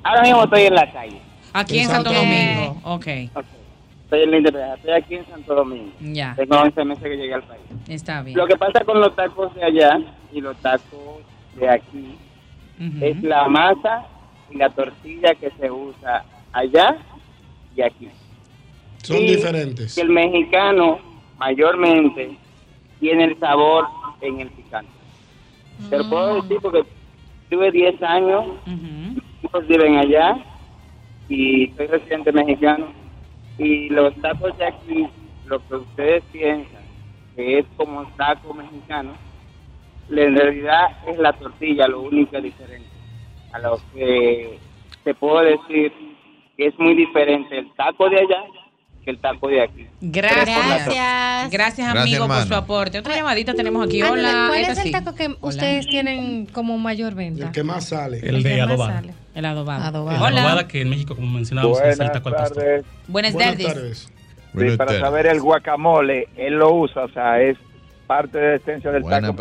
S6: Ahora mismo estoy en la calle.
S2: Aquí en
S6: En
S2: Santo
S6: Santo
S2: Domingo. Ok.
S6: Estoy en la independencia. Estoy aquí en Santo Domingo.
S2: Ya,
S6: Tengo 11 meses que llegué al país.
S2: está bien.
S6: Lo que pasa con los tacos de allá y los tacos de aquí es la masa y la tortilla que se usa allá y aquí.
S7: Son
S6: Y
S7: diferentes.
S6: que el mexicano mayormente tiene el sabor en el picante. Te lo puedo decir porque tuve 10 años, muchos viven allá y soy residente mexicano. Y los tacos de aquí, lo que ustedes piensan que es como un taco mexicano, en realidad es la tortilla lo único diferente. A lo que te puedo decir que es muy diferente el taco de allá que el taco de aquí.
S2: Gracias. Gracias,
S6: Gracias,
S2: amigo, por
S6: hermano.
S2: su aporte. Otra llamadita tenemos aquí.
S4: Ah, no,
S2: Hola.
S4: ¿Cuál
S2: esta
S4: es el
S2: sí.
S4: taco que ustedes tienen como mayor venta?
S7: ¿Qué más sale?
S15: El de adobada.
S2: El adobado.
S15: La adobada que en México, como mencionábamos, es el
S32: Buenas
S15: taco al pastor.
S32: tardes.
S2: Buenas
S15: Buenas
S2: tardes.
S32: Sí, para saber el guacamole, él lo usa, o sea, es parte de la esencia del taco.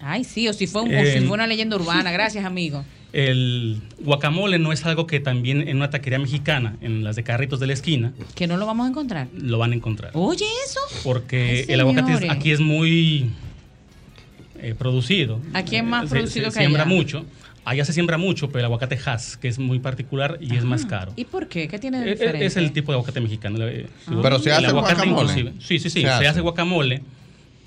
S2: Ay, sí, o si fue, un, o
S15: Eh,
S2: si fue una leyenda urbana. Gracias, amigo.
S15: El guacamole no es algo que también en una taquería mexicana, en las de carritos de la esquina,
S2: Que no lo vamos a encontrar.
S15: lo van a encontrar.
S2: Oye, eso.
S15: Porque
S2: Ay,
S15: el aguacate es-
S2: señores.
S15: aquí es muy eh, producido.
S2: Aquí es más
S15: Se-
S2: producido
S15: se,
S2: que
S15: Eh, siembra
S2: allá.
S15: mucho. Allá se siembra mucho, pero el aguacate Hass, que es muy particular y es más caro.
S2: Ah, ¿Y por qué? ¿Qué tiene de
S15: E- e-
S2: diferente?
S15: Es el tipo de aguacate mexicano. la- eh,
S2: Ah. Pero se
S15: el
S2: hace guacamole.
S15: Sí, sí, sí.
S2: Se
S15: Se,
S2: hace.
S15: hace guacamole.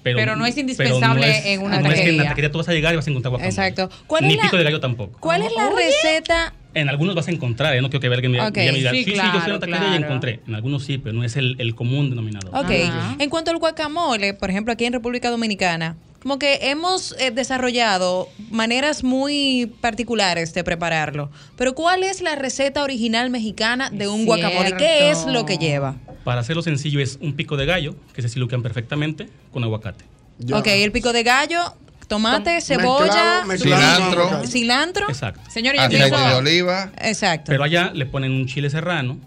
S15: Pero,
S2: Pero no es
S15: pero
S2: indispensable
S15: no es-
S2: en una
S15: No es que en la
S2: taquería.
S15: taquería tú vas a llegar y vas a encontrar guacamole.
S17: Exacto. ¿Cuál
S15: Ni
S17: es la-
S15: pico de gallo tampoco.
S17: ¿Cuál es la receta?
S15: En algunos vas a encontrar, eh, no quiero que alguien me,
S17: Ok.
S15: me diga,
S17: Sí,
S15: sí, sí, yo soy
S17: claro,
S15: una taquería y
S17: claro.
S15: encontré. En algunos sí, pero no es el, el común denominador.
S17: Ok. En cuanto al guacamole, por ejemplo, aquí en República Dominicana, como que hemos eh, desarrollado maneras muy particulares de prepararlo. Pero ¿cuál es la receta original mexicana de un guacamole? ¿Qué es lo que lleva?
S15: Para hacerlo sencillo es un pico de gallo, que se silucan perfectamente, con aguacate.
S17: Ok, el pico de gallo, tomate, cebolla,
S15: Cilantro. Ah,
S17: cilantro.
S15: Exacto.
S17: Señores,
S15: yo pienso-
S31: oliva.
S17: Exacto.
S15: Pero allá le ponen un chile serrano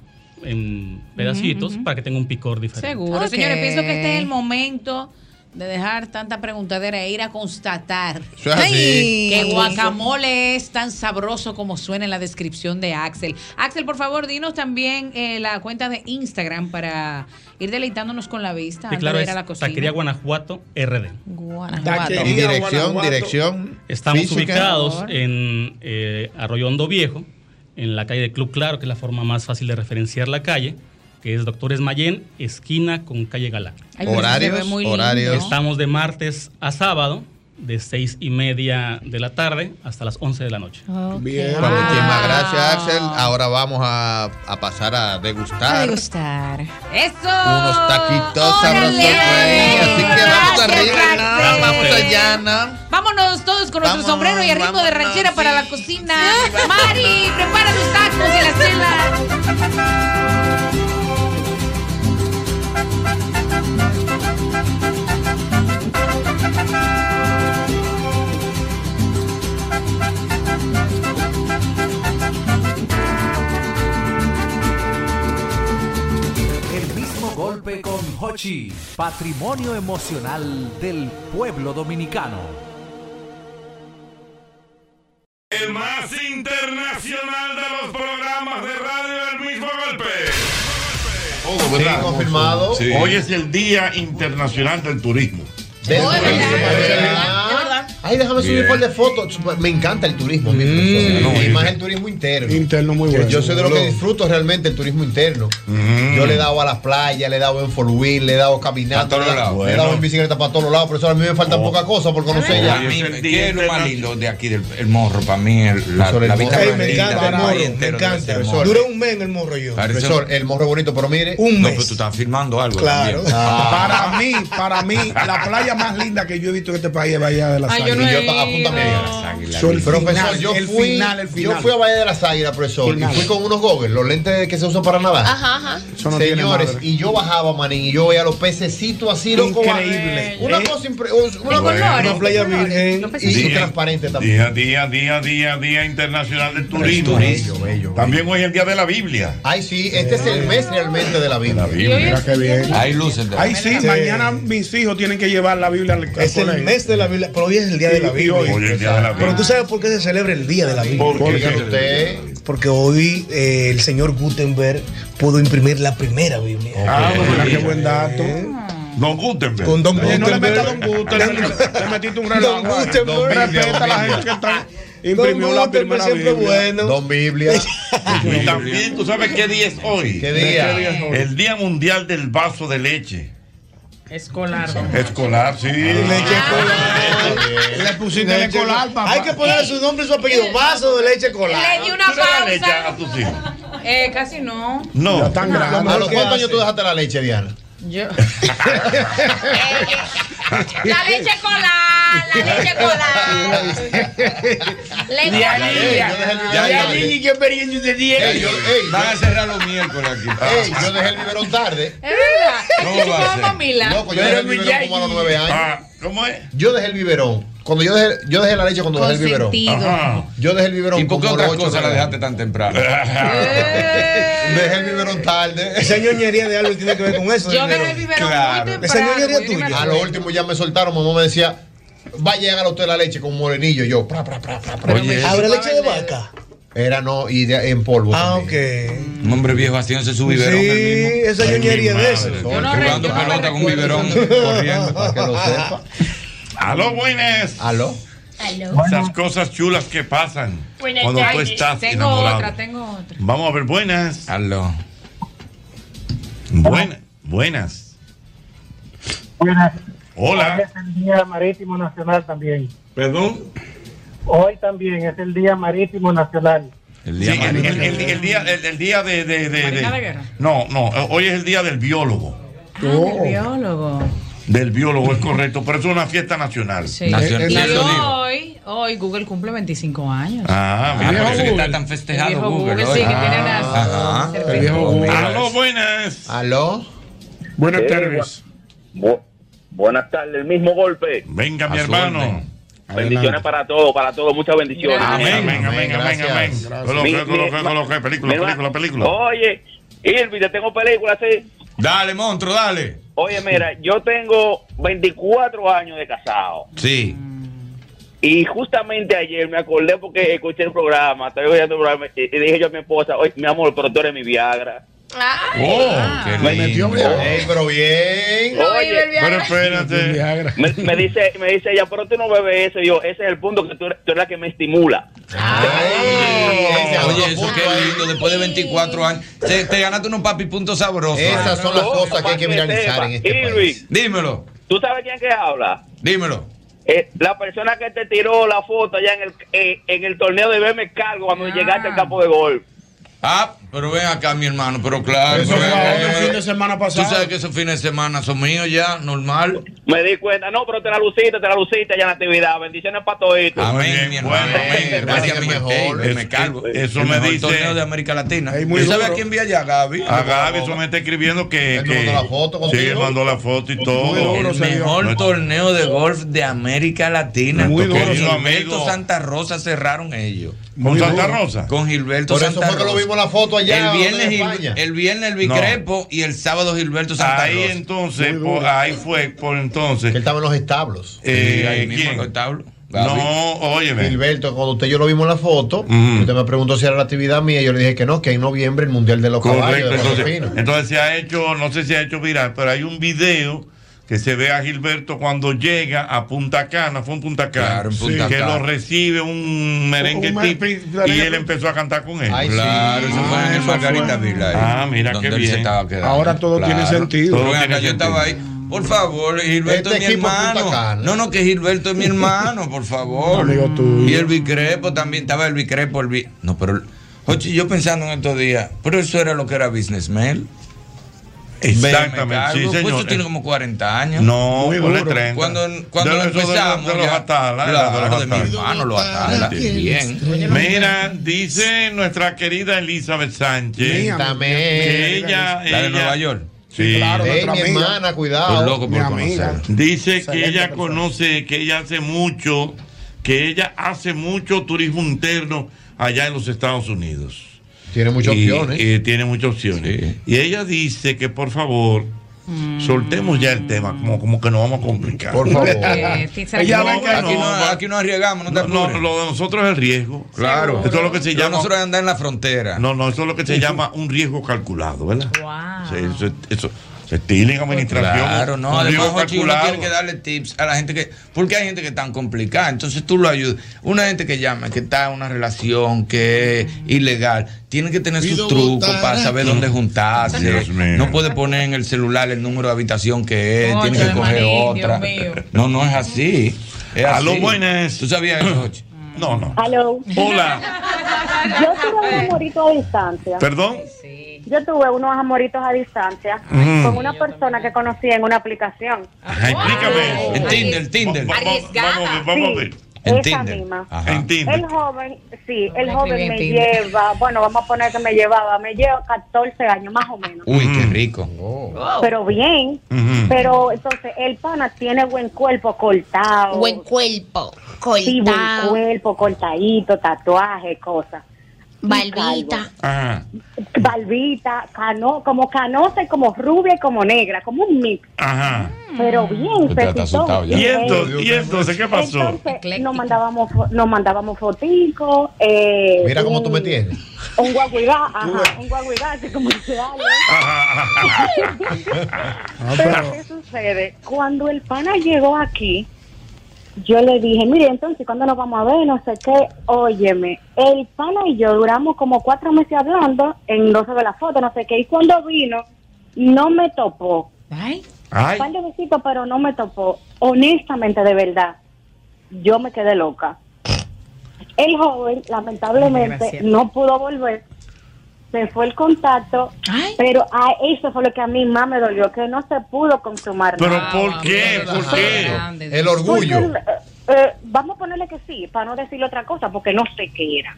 S15: en pedacitos para que tenga un picor diferente.
S2: Seguro. Señores, pienso que este es el momento de dejar tanta preguntadera e ir a constatar
S15: Eso es así. Ay.
S2: que guacamole es tan sabroso como suena en la descripción de Axel. Axel, por favor, dinos también eh, la cuenta de Instagram para ir deleitándonos con la vista
S15: Y
S2: antes
S15: claro,
S2: de
S15: es
S2: ir a la cocina.
S15: Taquería Guanajuato RD.
S2: Guanajuato.
S31: Y dirección, dirección.
S15: Estamos
S31: física.
S15: ubicados en eh, Arroyo Hondo Viejo, en la calle de Club Claro, que es la forma más fácil de referenciar la calle, que es Doctores Mayén, esquina con calle Galá.
S31: Ay, pero eso se ve Horarios, muy lindo. horarios.
S15: Estamos de martes a sábado, de seis y media de la tarde hasta las 11 de la noche.
S31: Bien. Pues muchísimas gracias, Axel. Ahora vamos a, a pasar a
S33: A
S31: degustar
S33: degustar.
S2: ¡Eso!
S31: unos taquitos sabrosos.
S2: ¡Órale!
S31: güey. Así que vamos
S2: Gracias,
S31: arriba, ¿no?
S2: Axel.
S31: Vamos allá, ¿no?
S2: Vámonos todos con nuestro sombrero y el ritmo de ranchera para la cocina. Mari, prepara los tacos y la cena.
S26: El mismo golpe con Hochi, patrimonio emocional del pueblo dominicano.
S29: El más internacional de los programas de radio El mismo golpe.
S31: ¿verdad? confirmado. Sí.
S16: Hoy es el Día Internacional del Turismo.
S8: Ay, déjame subir
S16: Bien.
S8: un par de fotos. Me encanta el turismo. mi profesor. y más el turismo interno.
S3: Interno muy bueno.
S8: Yo soy de los que disfruto realmente el turismo interno. Yo le he dado a las playas, le he dado en four wheel, le he dado
S16: Pa'
S8: caminando,
S16: todos
S8: le, he dado-
S16: lados.
S8: le he dado
S16: Bueno.
S8: en bicicleta para todos lados. Por eso a mí me faltan pocas cosas por conocer ya.
S34: Oye, ese ¿Qué es lo más lindo de aquí del el morro? Para mí, el- la,
S8: Profesor, el
S34: la
S8: morro.
S34: vista
S8: Ey,
S34: más
S8: me
S34: linda del
S8: encanta el
S34: país
S8: morro, me
S34: entero debe
S8: encanta.
S34: ser el
S8: Profesor,
S34: morro.
S8: dura un mes en el morro yo.
S34: Parece-
S8: Profesor, el morro es bonito, pero mire. Ah.
S34: No, pero tú estás firmando algo.
S3: Claro.
S34: también.
S3: Para mí, para mí, la playa más linda que yo he visto en este país es Bahía de las
S8: Ay, yo
S3: Águilas.
S8: no he Y yo estaba- ido. apúntame ahí.
S3: So, el
S8: Profesor,
S3: final,
S8: yo,
S3: el
S8: fui,
S3: final, el final.
S8: yo fui a Valle de las Águilas, profesor, y
S3: Final.
S8: fui con unos goggles, los lentes que se usan para nadar.
S11: Ajá, ajá.
S3: Eso no tiene
S8: Señores,
S3: madre.
S8: y yo bajaba, manín, y yo veía los pececitos así, loco.
S3: Increíble.
S8: Una
S3: Eh.
S8: cosa impresionante. Una,
S16: Bueno.
S8: cosa-
S16: Una playa
S8: virgen y,
S16: Día-
S8: transparente también.
S16: Día, día, día, día, día internacional del turismo. También hoy es el día de la Biblia.
S8: Ay, sí, este es el mes realmente de la Biblia.
S16: Biblia. Mira qué bien. Hay luces de la
S3: Ay, sí,
S16: Sí.
S3: mañana mis hijos tienen que llevar la Biblia al al
S16: Es el
S3: colegio.
S16: mes
S3: de la Biblia, pero hoy es el
S16: día de la Biblia. Hoy es el día de la Biblia.
S20: Pero tú sabes por qué se celebra el Día de la Biblia.
S16: ¿Por qué?
S20: Porque,
S16: Usted-
S20: porque hoy eh, el señor Gutenberg pudo imprimir la primera Biblia.
S3: Ah, pues mira, qué buen dato.
S16: Eh, Don Gutenberg.
S20: Con Don
S3: Oye, no le metas a
S20: Gutenberg.
S3: Don Gutenberg. Te metiste un relajo.
S20: Don Gutenberg.
S3: Respeta a la gente que
S20: Ah,
S3: está. Imprimió la primera Biblia.
S8: Don Biblia.
S16: Ah, y también, ¿tú sabes qué día es hoy?
S8: ¿Qué día?
S16: El Día Mundial del Vaso de Leche.
S11: Escolar.
S16: Escolar, sí. Ah,
S20: Leche
S16: Le
S20: pusiste Leche colar, colar. papá. Hay que ponerle su nombre y su apellido. Vaso de leche colar.
S2: Le di una
S8: ah.
S2: pausa.
S16: a tus hijos?
S2: Eh, casi no.
S16: No.
S2: No.
S8: ¿A los cuántos años tú dejaste la leche, Diana?
S2: Yo. La leche colar, la leche colar. Le
S20: Niñi, qué experiencia usted tiene.
S34: Van a cerrar los miércoles aquí.
S8: Ah. yo dejé el biberón tarde.
S2: Es verdad.
S8: ¿Cómo va a ser? Loco, yo dejé el biberón como a los nueve años.
S20: Ah.
S16: ¿Cómo es?
S8: Yo dejé el biberón. Cuando yo dejé, yo dejé la leche cuando dejé el biberón.
S34: Consentido. Ajá.
S8: Yo dejé el biberón
S34: ¿Y por qué
S8: como
S34: otra
S8: los ocho
S34: cosa la
S8: años.
S34: dejaste tan temprano?
S8: Dejé el biberón tarde.
S20: Esa ñoñería de algo tiene que ver con eso.
S8: Yo
S20: dinero.
S8: dejé el biberón muy Claro. temprano,
S20: Esa ñoñería
S8: Tuyo.
S20: tuya.
S8: A lo último ya me soltaron, mamá me decía, vaya a ganar usted la leche con morenillo. Yo, pra, pra, pra, pra, pra.
S34: Oye,
S8: Ahora
S20: ¿Habrá leche de vaca?
S8: Era no, y de- en polvo.
S20: Ah,
S34: Un hombre viejo haciéndose su biberón.
S20: Sí,
S34: él mismo.
S20: esa
S34: Ay, mi
S20: ñoñería de
S34: madre.
S20: eso.
S34: Jugando pelota con un biberón corriendo.
S8: Para que lo sepa.
S16: Aló, buenas.
S8: Aló.
S16: Esas cosas chulas que pasan
S2: Buenas
S16: cuando tú
S2: tardes.
S16: estás
S2: Pues, Tengo
S16: enamorado.
S2: otra, tengo otra.
S16: Vamos a ver, buenas. Aló. Buenas. Buenas.
S11: Buenas.
S16: Hola.
S11: Hoy es el Día Marítimo Nacional también.
S16: Perdón.
S11: Hoy también es el Día Marítimo Nacional.
S16: El día, el, el- el- el día, el- el día de, de- de-
S11: Marina
S16: de-
S11: de guerra.
S16: No, no. eh, Hoy es el día del biólogo.
S31: Oh.
S34: Oh.
S2: biólogo.
S16: Del biólogo, es correcto. Pero eso es una fiesta nacional.
S2: Sí. Y hoy, hoy Google cumple 25 años.
S16: Ah,
S34: Ah,
S16: mira.
S34: por eso que está tan festejado
S2: El viejo
S34: Google. Ah,
S2: Google, sí, que tiene las-
S34: Ajá.
S2: el viejo
S34: Google.
S16: Aló, buenas.
S8: Aló.
S22: Buenas
S16: Eh,
S22: tardes.
S6: Buenas tardes, el mismo golpe.
S16: Venga, mi
S6: A su
S16: hermano.
S6: Bendiciones para todos, para todos, muchas bendiciones.
S16: Amén, amén, amén, amén, amén.
S6: Mi-
S16: Coloque,
S6: mi-
S16: coloque, coloque. Película,
S6: mi
S16: película,
S6: hermano,
S16: película.
S6: Oye, Irvi, te tengo películas, sí.
S34: Dale, monstruo, dale.
S6: Oye, mira, yo tengo 24 años de casado.
S34: Sí.
S6: Y justamente ayer me acordé porque escuché el programa, estaba oyendo el programa y y dije yo a mi esposa, oye, mi amor, pero tú eres mi Viagra.
S16: Oh,
S6: qué
S16: Me metió
S8: Ey, pero bien.
S6: Oye,
S16: pero espérate.
S6: Me, me dice, me dice ella, pero tú no bebes eso. Y yo, ese es el punto que tú, eres- tú eres la que me estimula.
S34: Oye, eso qué lindo, después de 24 años. Te, te ganaste unos papi puntos sabrosos.
S6: Esas son las cosas que hay que viralizar en este
S34: Dímelo.
S6: ¿Tú sabes quién que habla?
S34: Dímelo.
S22: eh, la persona que te tiró la foto allá en el, eh, en el torneo de BM Cargo cuando
S17: Ah.
S22: llegaste al campo de golf.
S34: Ah, pero ven acá, mi hermano, pero claro.
S1: Eso
S34: pero,
S1: fue ahora,
S34: eh,
S1: el fin de semana pasado.
S34: Tú sabes que esos fines de semana son míos ya, normal.
S22: Me di cuenta, no, pero te la luciste, te la luciste allá en la actividad. Bendiciones para toditos.
S34: Amén, mi hermano. amén. Gracias, mi mejor. me cargo. el mejor torneo de América Latina. ¿Y sabes a quién vi allá, Gaby?
S16: A Gaby, eso me está escribiendo que. que
S34: mandó la foto
S16: Sí,
S34: contigo.
S16: mandó la foto y todo.
S34: el mejor torneo de golf de América Latina.
S16: Muy
S34: Con
S16: duro,
S34: Gilberto
S16: amigo.
S34: Santa Rosa cerraron ellos.
S16: ¿Con Santa Rosa?
S34: Con Gilberto
S8: Por eso
S34: Santa
S8: fue que lo
S34: Rosa.
S8: vimos la foto allá,
S34: El viernes,
S8: donde en
S34: Gil-
S8: España.
S34: el, viernes el
S16: No. Ah,
S34: Vicrepo y el sábado Gilberto Santa
S16: Ahí
S34: Rosa.
S16: entonces, por- ahí fue, por entonces. Él
S8: estaba en los establos.
S16: Eh,
S34: Sí, ahí mismo
S16: ¿quién?
S34: en el tablo.
S16: No, óyeme.
S8: Gilberto, cuando usted y yo lo vimos en la foto, usted me preguntó si era la actividad mía. Yo le dije que no, que en noviembre el Mundial de los Caballos.
S16: Correcto,
S8: de los
S16: entonces,
S8: Alpinos.
S16: entonces se ha hecho, no sé si ha hecho viral, pero hay un video que se ve a Gilberto cuando llega a Punta Cana, fue en Punta Cana,
S34: en Punta
S16: que
S34: Cana.
S16: lo recibe un merengue
S34: Un
S16: tipo
S34: merengue-
S16: y él empezó a cantar con él.
S34: claro, Ah, eso fue en el Margarita Vila. ahí,
S16: Ah, mira
S34: donde
S16: qué
S34: él se
S16: bien.
S34: estaba quedando.
S16: Ahora todo tiene sentido.
S34: Pero
S16: Todo
S34: acá,
S16: tiene
S34: yo estaba ahí. Por favor, Gilberto
S16: Este
S34: es mi
S16: equipo es Punta
S34: hermano.
S16: Cana.
S34: No, no, que Gilberto es mi hermano, por favor. Y el Vicrepo también, estaba el Vicrepo. El Vi- No, pero. Jochi, yo pensando en estos días, pero eso era lo que era Business Mail.
S16: Exactamente, sí,
S34: Pues
S16: señor.
S34: eso tiene como 40 años.
S16: No,
S34: Muy
S16: ponle
S34: duro.
S16: 30.
S34: Cuando, cuando
S16: De
S34: lo
S16: eso de los-
S34: empezamos.
S16: de los
S34: ya-
S16: Atala, de
S34: claro,
S16: los
S34: de mi
S16: Atala.
S34: hermano, los Atala. Bien.
S16: Mira, dice nuestra querida Elizabeth Sánchez
S8: Mía, mi-
S16: que ella,
S34: La de
S16: ella-
S34: Nueva York.
S16: Sí,
S8: Claro, nuestra mi hermana, cuidado.
S34: Estoy loco por conocerla.
S16: Dice que
S8: Excelente
S16: ella
S8: persona.
S16: conoce, que ella hace mucho, que ella hace mucho turismo interno allá en los Estados Unidos.
S8: Tiene muchas
S16: Y,
S8: opciones.
S16: eh, tiene muchas opciones. Y ella dice que por favor, soltemos ya el tema, como, como que nos vamos a complicar.
S34: Por favor.
S16: Ella
S34: Eh,
S16: ve
S34: será que no,
S16: que
S34: aquí no-
S16: va-
S34: aquí no arriesgamos, no te
S16: no,
S34: apures.
S16: lo de nosotros es el riesgo.
S34: Claro.
S16: Esto es lo que se
S34: Lo
S16: llama.
S34: nosotros es andar en la frontera.
S16: No, no, eso es lo que se llama un riesgo calculado, ¿verdad? Sí, Eso, eso, se estila en administración.
S34: Claro, no.
S16: un
S34: Además,
S16: riesgo
S34: Jochi, uno
S16: calculado.
S34: tiene que darle tips a la gente que. Porque hay gente que es tan complicada. Entonces tú lo ayudas. Una gente que llama, que está en una relación que es ilegal, tiene que tener sus Pido trucos votar para saber dónde juntarse.
S16: Dios mío.
S34: No puede poner en el celular el número de habitación que es.
S16: Oye,
S34: tiene que coger
S16: Marín, Dios
S34: otra. No, no es así. Es
S16: Aló,
S34: así.
S16: buenas.
S34: ¿Tú sabías eso, Jochi?
S16: No, no.
S12: Aló.
S16: Hola.
S12: Yo tuve unos amoritos a distancia.
S16: ¿Perdón?
S12: Yo tuve unos amoritos a distancia
S16: Mm.
S12: con una persona que conocí en una aplicación.
S16: Explícame
S34: En Ah, Tinder, Tinder.
S12: Arriesgada.
S16: Vamos, vamos Ah, a ver.
S34: En
S12: Esa
S34: Tinder.
S12: misma.
S34: Ajá.
S12: El joven, sí, el me
S22: escribí
S12: joven
S22: en
S12: me
S22: Tinder.
S12: lleva, bueno, vamos a poner que me llevaba, me lleva 14 años más o menos.
S34: Uy, qué
S16: Mm.
S34: rico.
S3: Oh.
S11: Oh.
S12: Pero bien,
S34: Ujú.
S12: pero entonces el pana tiene buen cuerpo cortado.
S11: Buen cuerpo, cortado.
S12: Sí, buen cuerpo cortadito, tatuaje, cosas. Y
S11: Barbita.
S12: calvo. Barbita, cano, como canosa y como rubia y como negra, como un mix.
S16: Ajá.
S12: Pero bien,
S16: Usted está
S12: pepitón.
S16: asustado ya. ¿Y entonces-
S12: Eh,
S16: y entonces qué pasó?
S12: entonces, nos mandábamos, fo- nos mandábamos foticos. Eh,
S8: Mira cómo tú
S12: un-
S8: me tienes.
S12: Un guaguigá, ajá, un guaguigá, así como se habla. Pero, ¿qué sucede? Cuando el pana llegó aquí, yo le dije, mire, entonces, ¿cuándo nos vamos a ver? No sé qué. Óyeme, el pana y yo duramos como cuatro meses hablando, en no se ve la foto, no sé qué. Y cuando vino, no me topó. Ay.
S16: Ay.
S12: Un par de besitos, pero no me topó. Honestamente, de verdad, yo me quedé loca. El joven, lamentablemente,
S13: Desgraciado.
S12: no pudo volver. Se fue el contacto, pero a eso fue lo que a mí más me dolió, que no se pudo consumar.
S16: Pero
S12: nada.
S34: Ah,
S16: ¿por qué? ¿Por qué?
S8: El orgullo.
S12: Porque, eh, eh, vamos a ponerle que sí, para no decir otra cosa, porque no sé qué era.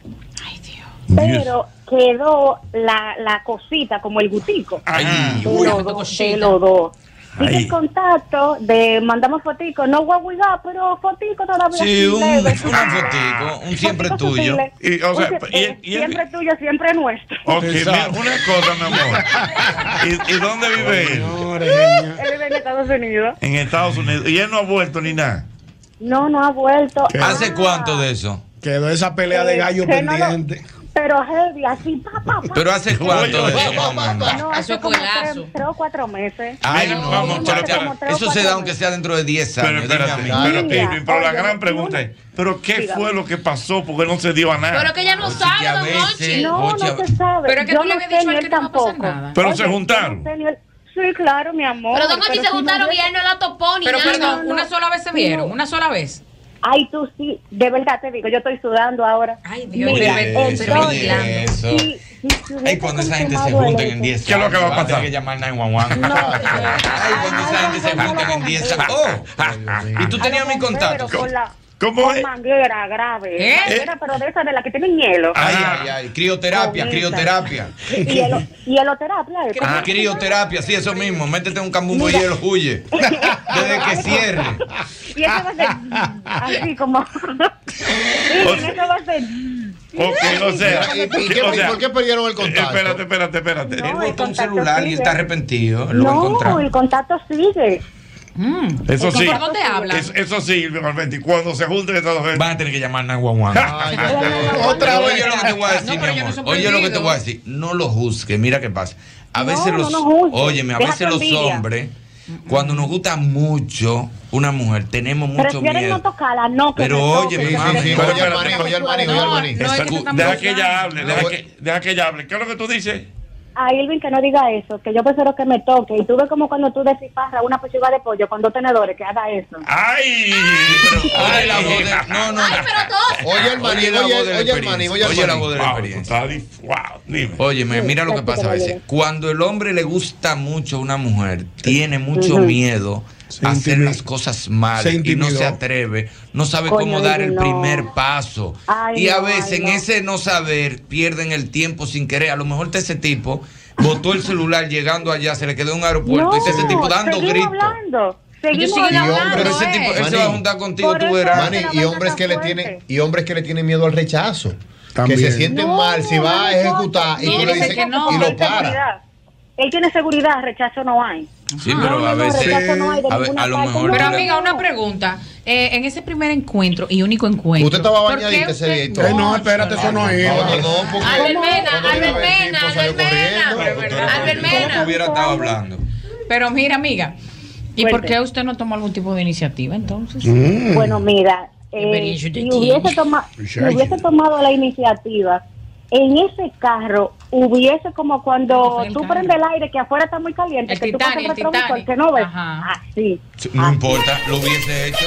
S12: Pero quedó la, la cosita, como el gutico. de, los dos, de los dos. Sigue el contacto, de mandamos fotico, no guaguigá, pero fotico todavía.
S34: Sí,
S12: así
S34: un, una
S12: leve.
S34: fotico, un siempre tuyo.
S12: Posible. Oye, eh, siempre tuyo, siempre nuestro.
S16: Ok, mira, una cosa, mi amor. ¿Y, y dónde vive él?
S12: Él vive en Estados Unidos.
S16: En Estados Unidos. Y él no ha vuelto ni nada.
S12: No, no ha vuelto.
S34: ¿Hace cuánto de eso?
S16: Quedó esa
S12: pelea de gallo Que no lo- pero heavy, así, pa, pa, pa.
S34: Pero hace cuánto de eso, más o menos?
S12: No, hace como tres, tres o cuatro meses.
S34: Ay,
S16: Ay,
S34: no,
S16: vamos,
S34: muchacha,
S16: pero, pero, pero,
S34: eso se da aunque sea dentro de 10
S16: Pero
S34: años.
S16: espérate,
S34: dime a mí.
S16: pero, eh, pero la gran pregunta es, ¿pero qué fue lo que pasó? Porque no se dio a nada.
S12: que ya no
S34: que a don veces- Hochi.
S12: No,
S34: Ochi,
S12: no
S34: a-
S12: se sabe.
S2: Pero es que
S12: Yo
S2: tú le
S12: no
S2: habías
S12: sé
S2: dicho
S12: ni
S2: a él
S12: él
S2: que no va a pasar
S12: tampoco.
S2: nada.
S16: Pero
S12: Oye,
S16: se
S12: yo no
S16: juntaron.
S12: sé ni él- Sí, claro, mi amor.
S2: Pero, don Ochi, se
S12: si
S2: juntaron
S12: yo-
S2: y él no la topó ni
S12: Pero,
S2: nada.
S12: perdón,
S2: No, no.
S12: una sola vez se vieron,
S2: No.
S12: una sola vez. Ay, tú sí, de verdad te digo, yo estoy sudando ahora. Ay,
S2: Dios, de verdad,
S34: Eso, oye, eso. Ay, cuando esa gente se junta en 10 años. ¿Qué es lo que va a pasar? que llamar 911. Ay, cuando esa gente se junta en 10 años. Oh, y tú tenías mi contacto.
S12: Pero con la
S34: ¿Cómo
S12: con
S34: es?
S12: manguera grave.
S34: ¿Eh?
S12: Manguera, pero de esas de las que tienen hielo.
S34: Ay, ay, ay. Crioterapia, crioterapia.
S12: Y hielo, hieloterapia. ¿eh?
S34: Ah, crioterapia, sí, eso mismo. Métete un cambumbo y hielo, huye. Desde que cierre.
S12: Y eso va a ser así como. y en eso va a ser.
S16: Ok, o sea.
S34: ¿Y- y qué-
S16: o sea,
S34: por qué perdieron el contacto?
S16: Espérate, espérate, espérate.
S34: Él botó un celular y está arrepentido. Lo va a
S12: No,
S34: encontrar.
S12: el contacto sigue. Mm.
S16: Eso sí.
S12: ¿Por dónde hablan?
S16: Es- Eso sí, realmente. Y cuando se junten estas dos
S34: Van a tener que llamar 911.
S16: Otra vez.
S34: Oye lo que te voy a decir, mi amor. Oye lo que te voy a decir. No lo juzgues, mira qué pasa. A No, veces no los. lo juzgues. óyeme, a Deja veces tu los envidia. hombres, cuando nos gusta mucho una mujer, tenemos mucho
S12: Prefieren
S34: miedo.
S12: no tocarla, no. que
S34: Pero
S12: me toque,
S34: óyeme,
S12: que
S34: mami,
S12: me
S34: sí,
S12: toque.
S34: oye al manejo, oye al manejo, oye al manejo.
S12: No, no, es que
S34: Escu-
S12: se están
S16: Deja que ella
S12: bloqueando.
S16: hable, deja que, deja que ella hable. ¿Qué es lo que tú dices?
S12: A Irving que no diga eso, que yo prefiero que me toque. Y tú ves como cuando tú desciparras una pechuga de pollo con dos tenedores, que haga eso.
S34: Ah,
S16: ¡Ay!
S34: Oye la voz de- No, no.
S8: Oye el
S34: Oye la
S8: manejo, oye,
S34: voz de la
S8: oye el
S34: experiencia.
S8: manejo, oye el
S34: Oye la
S8: manejo.
S34: voz de la experiencia. Óyeme,
S8: Sí,
S34: mira lo que
S8: práctica
S34: pasa a veces.
S8: mayor.
S34: Cuando el hombre le gusta mucho a una mujer, tiene mucho
S8: Ujú.
S34: miedo a hacer las cosas mal
S3: Se
S34: y no
S3: intimidó.
S34: se atreve, no sabe
S3: Coño,
S34: cómo dar el
S3: no.
S34: primer paso.
S3: Ay,
S34: y a
S3: no,
S34: veces
S3: ay,
S34: en
S3: no.
S34: ese no saber pierden el tiempo sin querer. A lo mejor está ese tipo botó el celular llegando allá, se le quedó en un aeropuerto y está ese tipo dando
S12: seguimos
S34: gritos.
S12: hablando. Seguimos
S34: Yo sigo
S12: hablando.
S34: hablando, Pero ese tipo- eh. él se va a juntar contigo, Por tú eso verás. es que la
S8: Manny, y
S34: vaina
S8: hombres
S34: está
S8: que le
S34: fuerte.
S8: tienen y hombres que le tienen miedo al rechazo.
S3: También.
S8: Que se sienten
S12: No,
S8: mal si va a
S12: no,
S8: ejecutar y
S12: no,
S8: tú
S12: no,
S8: le dices
S12: que no.
S8: y
S12: Él
S8: lo
S12: tiene
S8: para.
S12: seguridad. Él tiene seguridad, rechazo no hay.
S34: Sí, pero a
S2: no,
S34: veces
S2: rechazo no hay de
S34: a ve- a lo mejor
S2: Pero
S34: tú le-
S2: amiga, una pregunta. Eh, en ese primer encuentro y único encuentro.
S34: Usted estaba
S2: ¿por
S34: bañadita
S2: qué
S34: ese día y
S2: usted-
S34: todo. Ay, no,
S3: espérate, eso no es.
S34: No, no, porque-
S2: Albert Mena,
S34: Cuando llegaba
S2: Albert
S34: el
S2: Mena,
S34: tipo, salió
S2: Albert Mena.
S34: corriendo.
S2: Pero verdad, Albert Mena.
S34: ¿Cómo hubiera estado hablando?
S2: Pero mira, amiga, ¿y
S12: Fuerte.
S2: por qué usted no tomó algún tipo de iniciativa entonces?
S34: Mm.
S12: Bueno, mira, eh,
S2: Experiencia de
S12: si,
S2: ti.
S12: hubiese toma- si hubiese tomado la iniciativa, en ese carro hubiese como cuando tú prendes el aire que afuera está muy caliente, que tú pasas
S2: Titanic, el
S12: retrovisor,
S2: Titanic.
S12: que no ves. Ah, Así.
S34: No importa, lo hubiese hecho.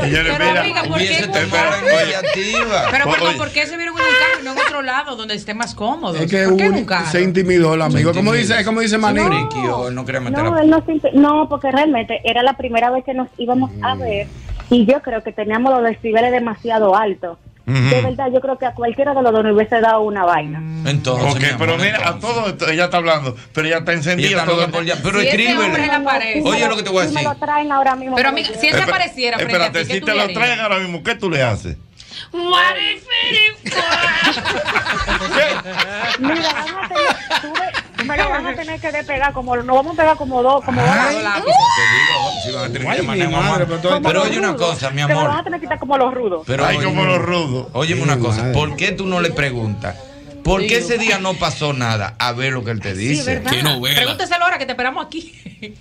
S16: Señores,
S2: Pero,
S16: mira.
S2: amiga, ¿por qué
S34: Hubiese
S2: culpar?
S34: tomado la iniciativa.
S2: Pero perdón,
S3: Oye.
S2: ¿por qué se vieron en el carro y no en otro lado donde esté más cómodo?
S3: Es que
S2: ¿Por qué en
S3: un-
S2: un carro?
S3: se intimidó el amigo. ¿Cómo dice, cómo dice Maní?
S34: No, no quería meter
S12: No,
S34: la...
S12: él no, se inte- no, porque realmente era la primera vez que nos íbamos
S34: Mm.
S12: a ver y yo creo que teníamos los decibeles demasiado altos. De verdad, yo creo que a cualquiera de los dos nos hubiese dado una vaina.
S34: Entonces,
S16: ok, pero mira, a todo esto, ella está hablando, pero ella está encendida.
S34: Ella está
S16: todo-
S34: loca por ya- pero Si ese escríbele. hombre la
S2: aparece.
S34: Oye, lo que te voy a
S12: Sí me
S34: decir.
S12: lo traen ahora mismo.
S2: Pero,
S12: me lo
S2: amiga,
S12: llevo.
S2: si él se
S16: Espe-
S2: apareciera frente a ti,
S16: Espérate,
S2: ¿qué
S16: si
S2: tú
S16: te
S2: le
S16: lo
S2: harías?
S16: traen ahora mismo, ¿qué tú le haces?
S2: What if it
S12: Mira, van a tener, tú ve- pero van a tener que despegar, como nos vamos a pegar como dos, como dos lápices.
S34: Te digo, si vas a tener que llamar 911. Pero oye una cosa, mi
S12: Te lo vas
S34: amor.
S12: a tener que quitar como los rudos.
S34: Pero
S16: Ay, como los
S34: rudos. Óyeme una cosa, ¿por qué tú no le preguntas? ¿Por qué ese día no pasó nada? A ver lo que él te dice.
S2: ¿verdad? Pregúntaselo ahora que te esperamos aquí.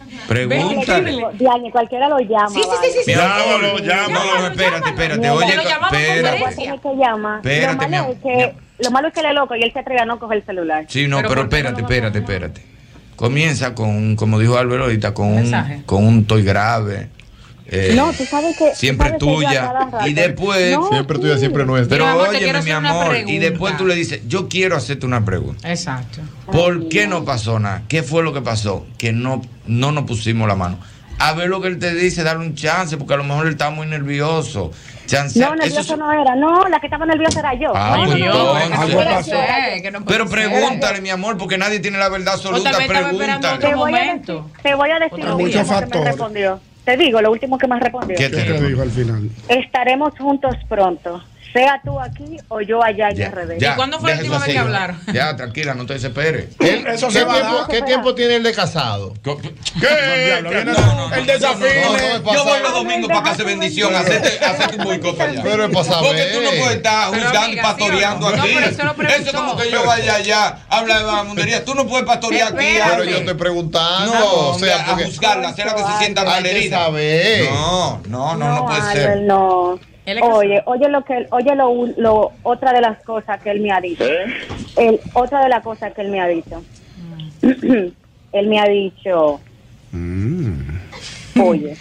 S34: Pregúntale.
S12: Diane, cualquiera lo llama.
S2: Sí, sí, sí, sí, sí.
S34: Mi amor,
S2: Llámalo,
S34: No, no, espérate, espérate.
S2: llámalo.
S34: Oye,
S2: Lo llamamos
S12: Lo voy a
S34: espérate.
S12: tener que llamar.
S34: Espérate,
S12: lo,
S34: mi
S12: malo
S34: am-
S12: es que, lo malo es que él es loco y él se atreve a no coger el celular.
S34: Sí, no, pero, espérate, espérate, espérate. Comienza con, como dijo Álvaro ahorita, con
S12: Mensaje.
S34: un, con un toy grave. eh,
S12: no, tú sabes que. tú
S34: siempre
S12: sabes que yo a cada
S34: tuya.
S12: rato-
S34: Y después.
S12: No,
S34: tuya, siempre nuestra.
S2: Mi
S34: Pero
S2: amor, te quiero
S34: óyeme, mi
S2: hacer una
S34: amor. Y
S2: pregunta.
S34: después tú le dices, yo quiero hacerte una pregunta.
S2: Exacto.
S34: ¿Por qué no pasó nada? ¿Qué fue lo que pasó? Que no, no nos pusimos la mano. A ver lo que él te dice, darle un chance, porque a lo mejor él está muy nervioso. Chance,
S12: No,
S34: eso
S12: nervioso no era. No, la que estaba nerviosa era yo.
S34: Ah,
S12: No, no,
S34: pues
S12: no,
S34: entonces.
S12: no, no, era yo, era yo.
S34: Pero pregúntale, mi amor, porque nadie tiene la verdad absoluta.
S12: también estaba esperando
S34: Pregúntale.
S12: otro momento. Te voy a decir lo último que me respondió. Te digo lo último que me respondió.
S34: ¿Qué te digo al final?
S12: Estaremos juntos pronto. Sea tú aquí o yo allá en RD.
S34: ya, déjenlo así, ya.
S12: hablar?
S34: Ya, tranquila, no te desesperes.
S12: Eso se va a dar.
S8: ¿Qué tiempo tiene el de casado?
S34: ¿Qué?
S8: El desafío.
S34: Yo voy los domingos para que hace bendición, hacerte, hacerte un boicot allá.
S8: Pero es para saber.
S34: Porque tú no puedes estar
S8: Pero,
S34: juzgando y
S8: amiga, sí,
S34: pastoreando
S8: no, no,
S34: aquí.
S8: pero eso lo
S34: eso es
S8: preguntó.
S34: como que yo vaya allá, habla de vagabundería. Tú no puedes pastorear aquí.
S8: Pero
S34: hombre.
S8: yo estoy preguntando.
S34: No,
S8: o
S34: hombre,
S8: sea, porque-
S34: a juzgarla, hacerla que se sienta
S8: Hay que
S34: malherida.
S8: saber.
S34: No, no, no, no puede
S12: Albert,
S34: ser.
S12: no. Oye, oye lo que él- oye lo, un- lo- otra de las cosas que él me ha dicho.
S7: ¿Eh?
S12: El, otra de las cosas que él me ha dicho. él me ha dicho, oye,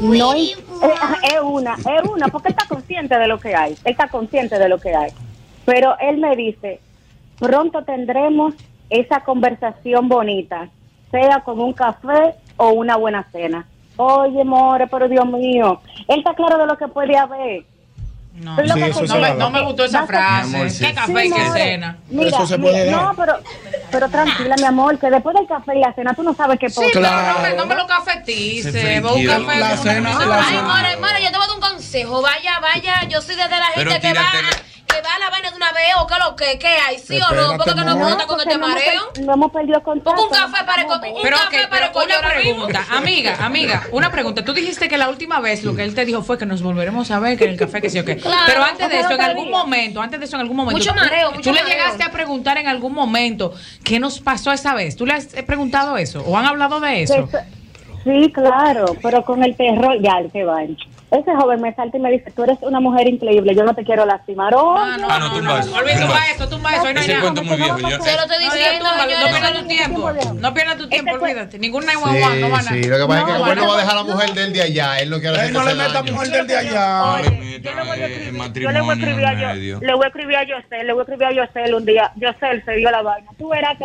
S12: no im- es una, es una, porque él está consciente de lo que hay, él está consciente de lo que hay. Pero él me dice, pronto tendremos esa conversación bonita, sea con un café o una buena cena. Oye, more, pero Dios mío, él está claro de lo que puede haber. No,
S2: Sí, eso se va a dar. No me gustó esa frase. Mi amor, sí. ¿Qué café y qué
S12: more.
S2: cena?
S12: Mira,
S2: Eso se puede
S12: mira,
S2: dar.
S12: No, pero, pero tranquila, mi amor, que después del café y la cena tú no sabes qué
S2: Sí,
S12: pasa.
S2: pero no me, no me lo cafetice. Va un café.
S34: La cena,
S2: no,
S34: la
S2: ay,
S11: Ay,
S2: amor,
S11: hermano, hermano, yo te voy a dar un consejo. Vaya, vaya, yo soy desde la
S34: Pero
S11: gente que va,
S34: tíratela.
S11: a- que va a la vaina de una vez o que lo que, que hay, sí o no,
S12: Espérate,
S11: porque que no me
S12: amor.
S11: gusta
S12: Porque
S11: cuando te
S12: no hemos
S11: mareo.
S12: per- No hemos perdido contacto.
S11: Pongo un café para el co- un
S2: Pero ok,
S11: café para
S2: pero
S11: el coño
S2: una
S11: ahora mismo.
S2: pregunta, amiga, amiga, una pregunta. Tú dijiste que la última vez lo que él te dijo fue que nos volveremos a ver, que en el café, que sí o qué.
S11: Claro,
S2: pero antes de
S11: pero
S2: eso, en
S11: todavía.
S2: algún momento, antes de eso, en algún momento.
S11: Mucho
S2: tú-
S11: mareo,
S2: tú,
S11: mucho
S2: le
S11: mareo.
S2: llegaste a preguntar en algún momento qué nos pasó esa vez. ¿Tú le has preguntado eso? ¿O han hablado de eso?
S12: Sí, claro, pero con el terror, ya, él se va. Ese joven me salta y me dice, tú eres una mujer increíble, yo no te quiero lastimar. Oh,
S34: Ah, no, tumba eso. tumba
S2: Olvídate, tumba
S34: eso.
S2: eso, tumba eso. Ahí no hay
S34: Ese
S2: nada.
S34: cuento es muy viejo. yo-
S11: Se lo estoy
S2: No, ya
S11: diciendo,
S2: tumba,
S11: señores.
S2: no pierdas tu tiempo. No pierdas tu
S11: Este
S2: tiempo, olvídate. Ningún 911, no van a.
S8: Sí, lo que pasa es que
S2: No,
S8: Gabriel no va a dejar a la
S2: no.
S8: mujer de él de allá. Él no quiere
S1: Él no le meta
S8: a
S1: mujer del de allá.
S12: Yo le voy a escribir a yo, le voy a escribir a Yosel, le voy a escribir a Yosel un día. Yosel se dio la vaina. Tú verás que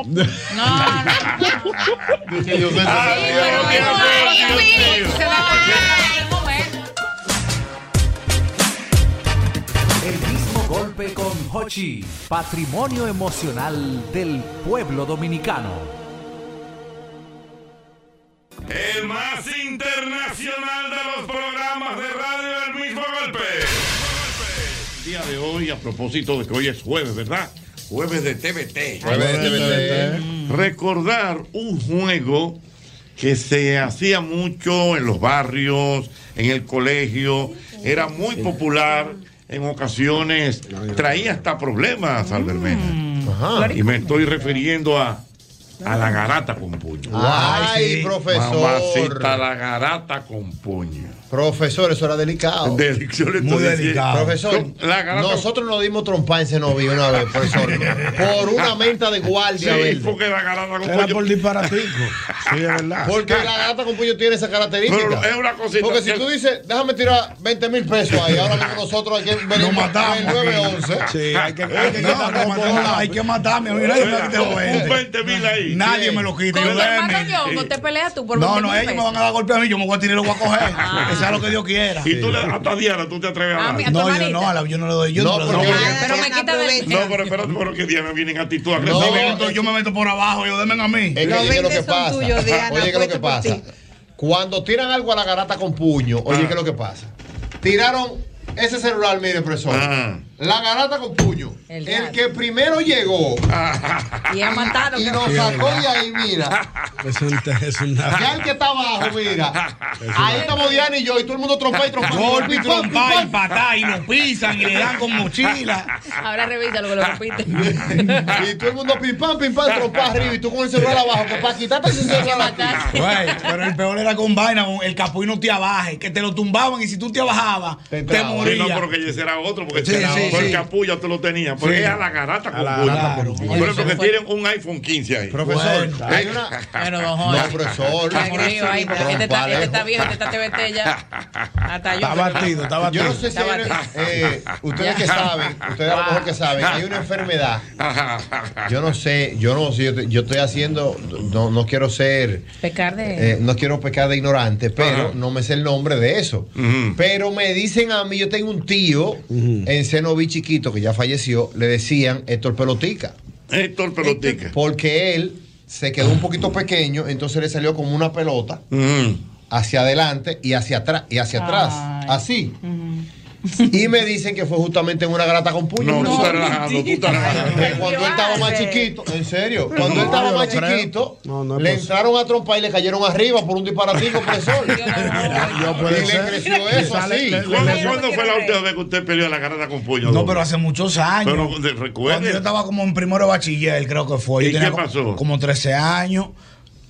S26: El mismo golpe con Hochi, patrimonio emocional del pueblo dominicano.
S14: El más internacional de los programas de radio, el mismo golpe.
S16: El día de hoy, a propósito de que hoy es jueves, ¿verdad? Jueves de TVT.
S8: Jueves de TVT.
S16: Mm. Recordar un juego que se hacía mucho en los barrios, en el colegio, era muy popular en ocasiones, traía hasta problemas, Albert
S8: Mm.
S16: Mena. Y me estoy refiriendo a, a la garata con puño.
S8: Ay, sí. Ah, profesor.
S16: Mamacita, la garata con puño.
S8: Profesor, eso era delicado.
S16: Delic- yo le estoy
S8: Oh. Muy
S16: diciendo.
S8: delicado. Profesor,
S16: Con la garata-
S8: nosotros nos dimos trompa en Senoví una vez, profesor. por una menta de guardia
S16: Sí,
S8: verde.
S16: porque la garata con
S1: Era
S16: puño.
S1: por disparatico. Sí, es verdad.
S8: Porque la gata con puño tiene esa característica.
S16: Pero es una cosita
S8: Porque si
S16: que-
S8: tú dices, déjame tirar 20 mil pesos ahí, ahora mismo nosotros aquí venimos
S1: matamos.
S8: en 911.
S1: Sí, hay que, hay que
S8: No,
S1: quitarme,
S8: no,
S1: porque
S8: no.
S1: hay que matarme. Mira, yo me quité los 20. Nadie me lo quita.
S17: Con
S1: yo
S17: tu hermano
S1: duerme.
S17: Yongo te peleas tú por
S1: No,
S17: 20
S1: no,
S17: mil
S1: ellos me
S17: pesos.
S1: van a dar golpe a mí, yo me voy a tirar y lo voy a coger.
S2: Ah.
S1: Que sea lo que Dios quiera.
S16: Y tú le, hasta Diana, tú te atreves a
S1: Ah,
S16: hablar.
S1: mira, No, tu yo hermanita. no, a la- yo no le doy- yo no le doy. Ah,
S16: pero
S17: me quita de-
S16: No, pero espérate, pero que Diana viene en actitud
S1: No,
S16: agresiva.
S1: entonces yo me meto por abajo, yo denme a mí.
S8: Es que, oye, que lo que pasa. oye, que lo que pasa. Cuando tiran algo a la garata con puño,
S16: Ah.
S8: oye, que lo que pasa. Tiraron ese celular, mire, profesor.
S16: Ah.
S8: La garata con puño. El, que primero llegó.
S17: Y ha matado,
S8: Y
S17: que-
S8: nos
S17: Sí,
S8: sacó
S17: ¿verdad?
S8: de ahí, mira.
S1: Es un- es una-
S8: Ya el que está abajo, mira. Ahí estamos Diana y yo, y todo el mundo trompa y trompa.
S1: Golpe y
S8: Pipón,
S1: trompa y
S8: pipón.
S1: patá, y lo pisan y le dan con mochila.
S17: Ahora revisa lo que lo repite.
S8: Y todo el mundo pim pam, pim pam, trompa arriba. Y tú con el celular abajo, que para quitarte ese celular. aquí.
S1: Güey, pero el peor era con vaina, con el capuí no te abaje, que te lo tumbaban y si tú te abajabas, te,
S16: Sí, no,
S1: morías.
S16: pero que ese era otro, porque
S1: Sí,
S16: ese era
S1: sí,
S16: otro. el
S1: sí.
S16: capullo te lo tenía. Pero
S1: Sí.
S16: es a la garata con
S1: la
S16: puño.
S1: garata con
S16: Por
S1: puño.
S16: ejemplo, que
S1: Eso fue-
S16: tienen un iPhone 15 ahí.
S8: Profesor,
S16: Bueno,
S8: hay
S16: eh.
S8: una-
S2: Bueno, don Jorge.
S8: No, profesor.
S2: Tranquilo ahí, porque este está, este está viejo, este está TVT ya. Hasta yo. creo que-
S8: Yo no sé si hay una- eh, ustedes que saben, ustedes a lo mejor que saben, hay una enfermedad. Yo no sé, yo no sé, yo, te- yo estoy haciendo, no, no quiero ser,
S2: Pecar de.
S8: eh, no quiero pecar de ignorante, pero
S16: Ajá.
S8: no me sé el nombre de eso. Pero me dicen a mí, yo tengo un tío en Cenoví chiquito que ya falleció, le decían Héctor Pelotica.
S16: Héctor Pelotica.
S8: Porque él se quedó un poquito pequeño, entonces le salió como una pelota hacia adelante y hacia atrás y hacia atrás. Así. Y me dicen que fue justamente en una grata con puño.
S16: No, tú estás relajando, tú estás relajando.
S8: Que Cuando él estaba más chiquito, en serio, cuando él estaba más chiquito, le entraron a trompa y le cayeron arriba por un disparatico presor.
S16: puede
S8: Y le
S16: ser.
S8: creció eso
S16: Quizá le-
S8: así.
S16: le- le- ¿Cuándo- le- cuándo fue la última vez que usted peleó la garata con puño?
S1: No,
S16: doble?
S1: pero hace muchos años.
S16: Pero de-
S1: Cuando yo
S16: recuerde.
S1: estaba como en primero de bachiller, creo que fue. Yo
S16: ¿Y
S1: tenía
S16: qué
S1: co-
S16: pasó?
S1: Como 13 años.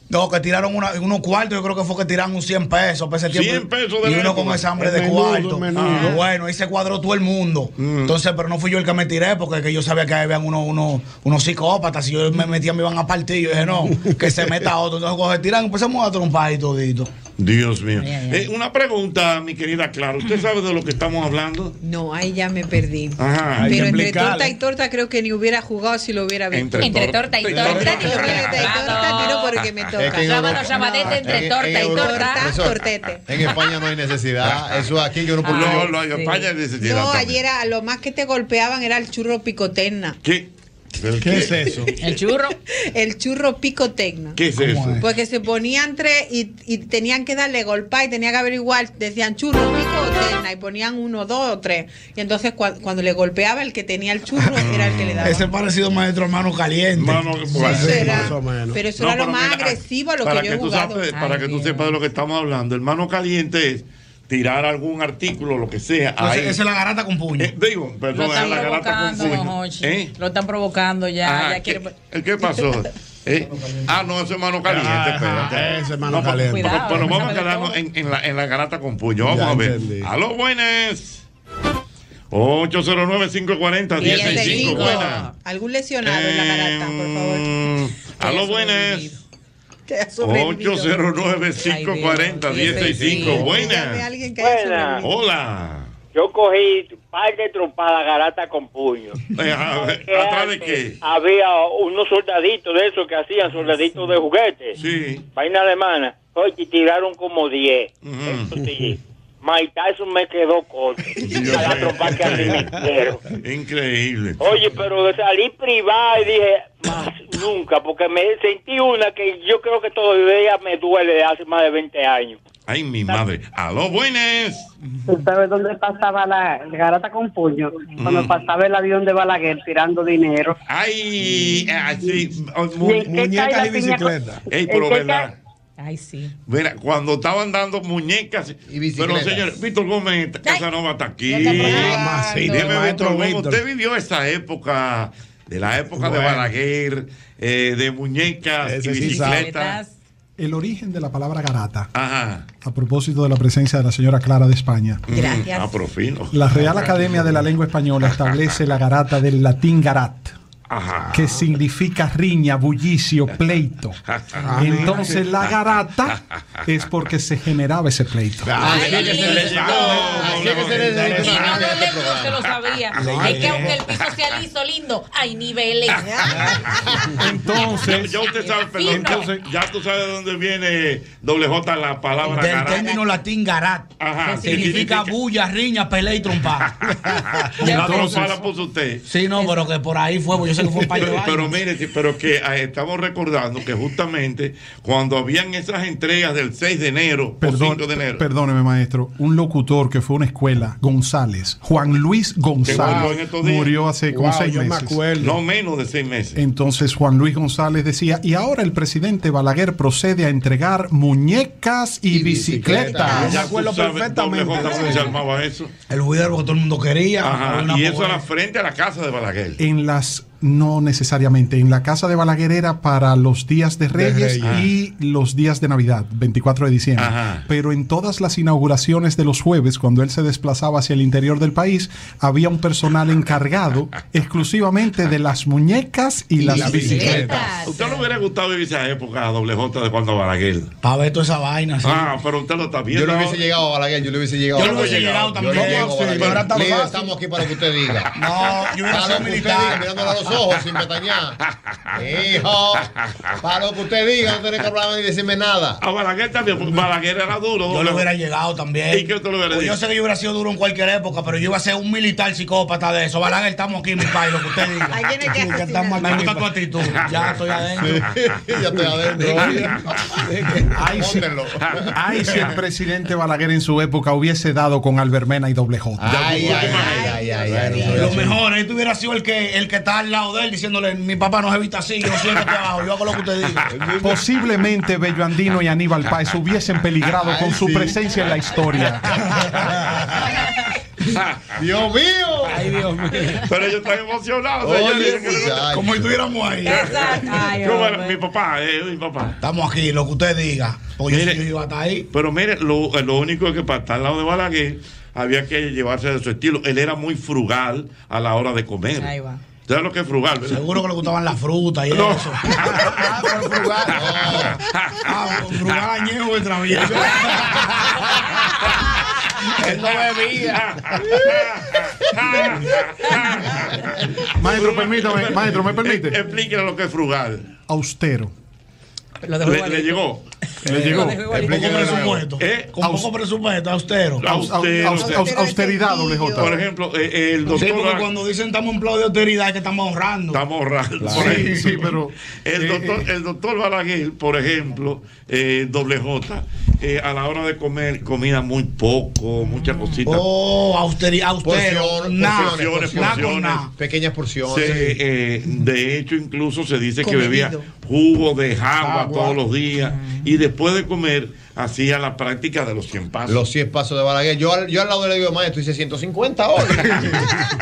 S1: No, que tiraron una- unos cuartos, yo creo que fue que tiraron un 100 pesos. para ese
S16: 100
S1: tiempo,
S16: pesos de
S1: Y uno
S16: época.
S1: con esa hambre de
S16: Menudo,
S1: cuarto.
S16: menudo. Mm.
S1: Ah, Bueno, ahí se cuadró todo el mundo. Entonces, pero no fui yo el que me tiré, porque que yo sabía que habían unos, unos, unos psicópatas. Si yo me metía, me iban a partir. Yo dije, no, que se meta otro. Entonces, cuando se tiran, empezamos a trompar y todito.
S16: Dios mío. Eh, una pregunta, mi querida Clara. ¿Usted sabe de lo que estamos hablando?
S17: No, ahí ya me perdí.
S16: Ajá.
S17: Pero entre torta y torta creo que ni hubiera jugado si lo hubiera visto.
S16: Entre Entre tor- torta y torta.
S17: Torta, ni lo hubiera- torta y torta, tiro porque me toca.
S8: Es que en Europa- en- en Europa-
S17: torta,
S8: profesor,
S17: tortete.
S8: En España no hay necesidad. Eso aquí yo no puedo.
S17: Ah,
S16: No, no, en España hay necesidad
S17: No, ayer a lo más que te golpeaban era el churro picotena.
S16: ¿Qué? ¿Qué, es eso?
S17: ¿El churro? el churro picotecna.
S16: ¿Qué es eso?
S17: Porque se ponían tres y, y tenían que darle golpa y tenía que averiguar, decían churro, picotecna, y ponían uno, dos o tres. Y entonces cua- cuando le golpeaba el que tenía el churro era el que le daba.
S1: Ese parecido maestro hermano caliente.
S16: bueno. será.
S1: más o menos.
S17: Pero eso era lo más agresivo a lo
S16: para que,
S17: que yo he
S16: tú
S17: jugado.
S16: sabes- para que tú sepas de lo que estamos hablando. El mano caliente es tirar algún artículo, lo que sea.
S1: Entonces,
S16: ahí.
S1: esa es la garata con puño.
S16: Eh, digo,
S2: Lo
S16: perdón, es
S2: están
S16: la garata con
S2: provocando, don
S16: puño.
S2: Hochi.
S16: ¿Eh?
S2: Lo están provocando ya.
S16: Ajá,
S2: ya quiere-
S16: ¿Qué, qué pasó? ¿Eh? Ah, no, eso es mano caliente. espérate. No, pero-
S22: caliente.
S16: Pero,
S22: Cuidado,
S16: pero
S22: no
S16: vamos a
S22: sabe
S16: quedarnos en, en la, en la garata con puño. Vamos
S22: Ya
S16: a ver.
S22: entendí.
S16: A los buenas. 809-540-165.
S17: 15-5.
S16: Buenas.
S17: Algún lesionado en la
S16: Eh,
S17: garata, por
S16: favor. A los buenas.
S17: Que ha sobrevivido. Ay, Dios.
S16: 809-540-165.
S17: Dígame a
S16: Buenas.
S17: alguien que haya
S6: Buena.
S17: sobrevivido.
S16: Hola.
S6: Yo cogí un par de trompadas garata con puño.
S16: Eh, a ver,
S6: Porque
S16: ¿Atrás de
S6: antes
S16: qué?
S6: Había unos soldaditos de esos que hacían soldaditos de juguete.
S16: Sí.
S6: Vaina alemana. Oye, y tiraron como 10.
S16: Ujú.
S6: Mike Tyson me quedó corto. A la trompa que a mí me quiero.
S16: Increíble.
S6: Oye, pero salí privada y dije, más nunca, porque me sentí una que yo creo que todavía me duele de hace más de 20 años.
S16: Ay, mi madre. A los buenas.
S11: ¿Tú sabes dónde pasaba la garata con puño? Cuando
S16: Mm.
S11: pasaba el avión de Balaguer tirando dinero.
S16: Ay, así.
S11: ¿Y en qué Muñecas cae la y piña con- bicicleta.
S16: Ey, pero
S11: ¿En qué
S16: verdad.
S2: Ay, sí.
S16: Mira, cuando estaban dando muñecas y
S11: bicicletas.
S16: Pero señores, Víctor Gómez Casanova está aquí.
S11: Ya está por ahí.
S16: Dime,
S11: Mamacita,
S16: Víctor
S11: maestro
S16: Gómez,
S11: Víctor.
S16: usted vivió esa época, de la época de
S11: Bueno.
S16: Balaguer, eh, de muñecas y bicicletas.
S30: El origen de la palabra garata,
S16: Ajá.
S30: a propósito de la presencia de la señora Clara de España.
S16: Mm, a profino.
S30: La Real Academia de la Lengua Española establece la garata del latín garat,
S16: Ajá.
S30: que significa riña, bullicio, pleito.
S16: Ah,
S30: Entonces la garata es porque se generaba ese pleito.
S16: Ah,
S2: Ay,
S8: Así es que se le
S2: lindo.
S8: llegó. Así es que se
S2: Y
S8: le
S2: no,
S8: llegó.
S2: no, lejos se lo sabía.
S30: No,
S2: es
S30: no.
S2: que aunque el piso sea liso, lindo, hay niveles.
S30: Entonces.
S16: Ya, ya usted sabe, perdón,
S30: Entonces-
S16: ya tú sabes de dónde viene doble J la palabra
S11: Del
S16: garata.
S11: término latín garat,
S16: Ajá,
S11: que
S16: sí,
S11: significa
S16: significa-
S11: bulla, riña, pelea y trompa.
S16: La
S11: Entonces-
S16: trompa la puso usted.
S11: sí, no, pero que por ahí fue, porque yo sé que fue un par de
S16: Pero,
S11: años.
S16: pero mire, sí, pero que ah, estamos recordando que justamente cuando habían esas entregas del 6 de enero o 5 de enero,
S30: Perdóneme, maestro. Un locutor que fue a una escuela, González, Juan Luis
S16: murió en
S30: González,
S16: estos días.
S30: murió hace como seis meses.
S16: No menos de seis meses.
S30: Entonces Juan Luis González decía, y ahora el presidente Balaguer procede a entregar muñecas y, bicicletas.
S16: Ya acuerdo perfectamente. cómo se armaba eso.
S11: El juidero que todo el mundo quería.
S16: Ajá,
S11: una
S16: y eso a
S11: pobreza.
S16: la frente a la casa de Balaguer.
S30: En las, no necesariamente, en la casa de Balaguer era para los días de Reyes, Ah.
S16: Reyes.
S30: y los días de Navidad, 24 de diciembre. Pero en todas las inauguraciones de los jueves, cuando él se desplazaba hacia el interior del país, había un personal encargado exclusivamente de las muñecas y, las bicicletas.
S16: ¿Usted no hubiera gustado vivir esa época doble J de cuando Balaguer?
S11: Para ver toda esa vaina. sí.
S16: Ah, pero usted lo está viendo.
S8: Yo no hubiese llegado a Balaguer, yo le hubiese llegado.
S11: Yo le hubiese llegado también.
S8: Yo no llego a
S11: Sí,
S8: Balaguer.
S11: pero era tan
S8: Líder,
S11: fácil.
S8: estamos aquí para lo que usted diga.
S11: No, yo hubiera sido
S8: Para lo que usted
S11: militar.
S8: diga, mirándolo a los los ojos sin pestañear. Hijo, para lo que usted diga, no tiene que hablar ni decirme nada.
S16: A Balaguer también, porque Balaguer era duro.
S1: Yo le hubiera llegado también.
S16: ¿Y qué usted lo hubiera
S1: Pues yo
S16: dicho?
S1: sé que yo hubiera sido duro en cualquier época, pero yo iba a ser un militar psicópata de eso. Balaguer, estamos aquí, mi padre, lo que usted diga.
S13: Ahí viene que
S1: Sí, ya
S13: asesinar.
S1: estamos aquí,
S13: Me
S1: mi
S13: gusta
S1: pa- Ya estoy adentro.
S8: Sí, ya estoy adentro.
S30: Ay, sí.
S8: Pónganlo.
S30: Ay, si el presidente Balaguer en su época hubiese dado con Albermena y doble J.
S8: Ay, ay, ay, ay, ay, ay.
S1: Lo mejor, él hubiera sido el que, el que está al lado de él diciéndole, mi papá no se evita así, yo siéntate abajo, yo hago lo que usted diga.
S30: Posiblemente Bello Andino y Aníbal Páez hubiesen peligrado con su presencia en la historia.
S8: Dios mío.
S16: Ay, Dios mío. Pero yo estoy emocionado.
S1: Oye,
S16: señores.
S1: muchacho. Como estuviéramos ahí. Exacto. Ay,
S16: Yo,
S1: hombre.
S16: bueno, mi papá, eh, mi papá.
S1: Estamos aquí, lo que usted diga. Porque yo, yo iba a estar ahí.
S16: Pero mire, lo, eh, lo único es que para estar al lado de Balaguer había que llevarse de su estilo. Él era muy frugal a la hora de comer.
S1: Ahí va.
S16: ¿Sabes lo que es frugal? verdad?
S1: Seguro que le gustaban las frutas y eso. Ah, con frugal. Ah, con frugal añejo de travieso.
S8: Él no bebía.
S30: Maestro, permítame, maestro, ¿me permite?
S16: Explíquele lo que es frugal.
S30: Austero.
S16: Le, le llegó.
S30: Le llegó.
S16: Explíquele de nuevo. ¿Eh?
S1: Con poco presupuesto, austero.
S16: Aus- aus- aus- austeridad, doble J. Por ejemplo, eh, el
S1: Sí,
S16: doctor-
S1: porque cuando dicen estamos en plan de austeridad es que estamos ahorrando.
S16: Estamos ahorrando. Por
S1: Sí,
S16: ejemplo, El doctor, el doctor Balaguer, por ejemplo, eh, doble J, eh, a la hora de comer, comida muy poco, muchas cositas.
S1: Oh, austeridad, austero.
S8: Porciones,
S1: nada,
S16: porciones,
S1: nada con
S16: porciones.
S1: nada.
S8: Pequeñas porciones.
S16: Se, eh, de hecho, incluso se dice que
S8: Comedido.
S16: bebía jugo de jagua
S8: Agua.
S16: todos los días y después de comer hacía la práctica de los 100 pasos.
S8: Los 100 pasos de Balaguer. Yo, al- yo al lado de él le digo, maestro, hice 150 hoy.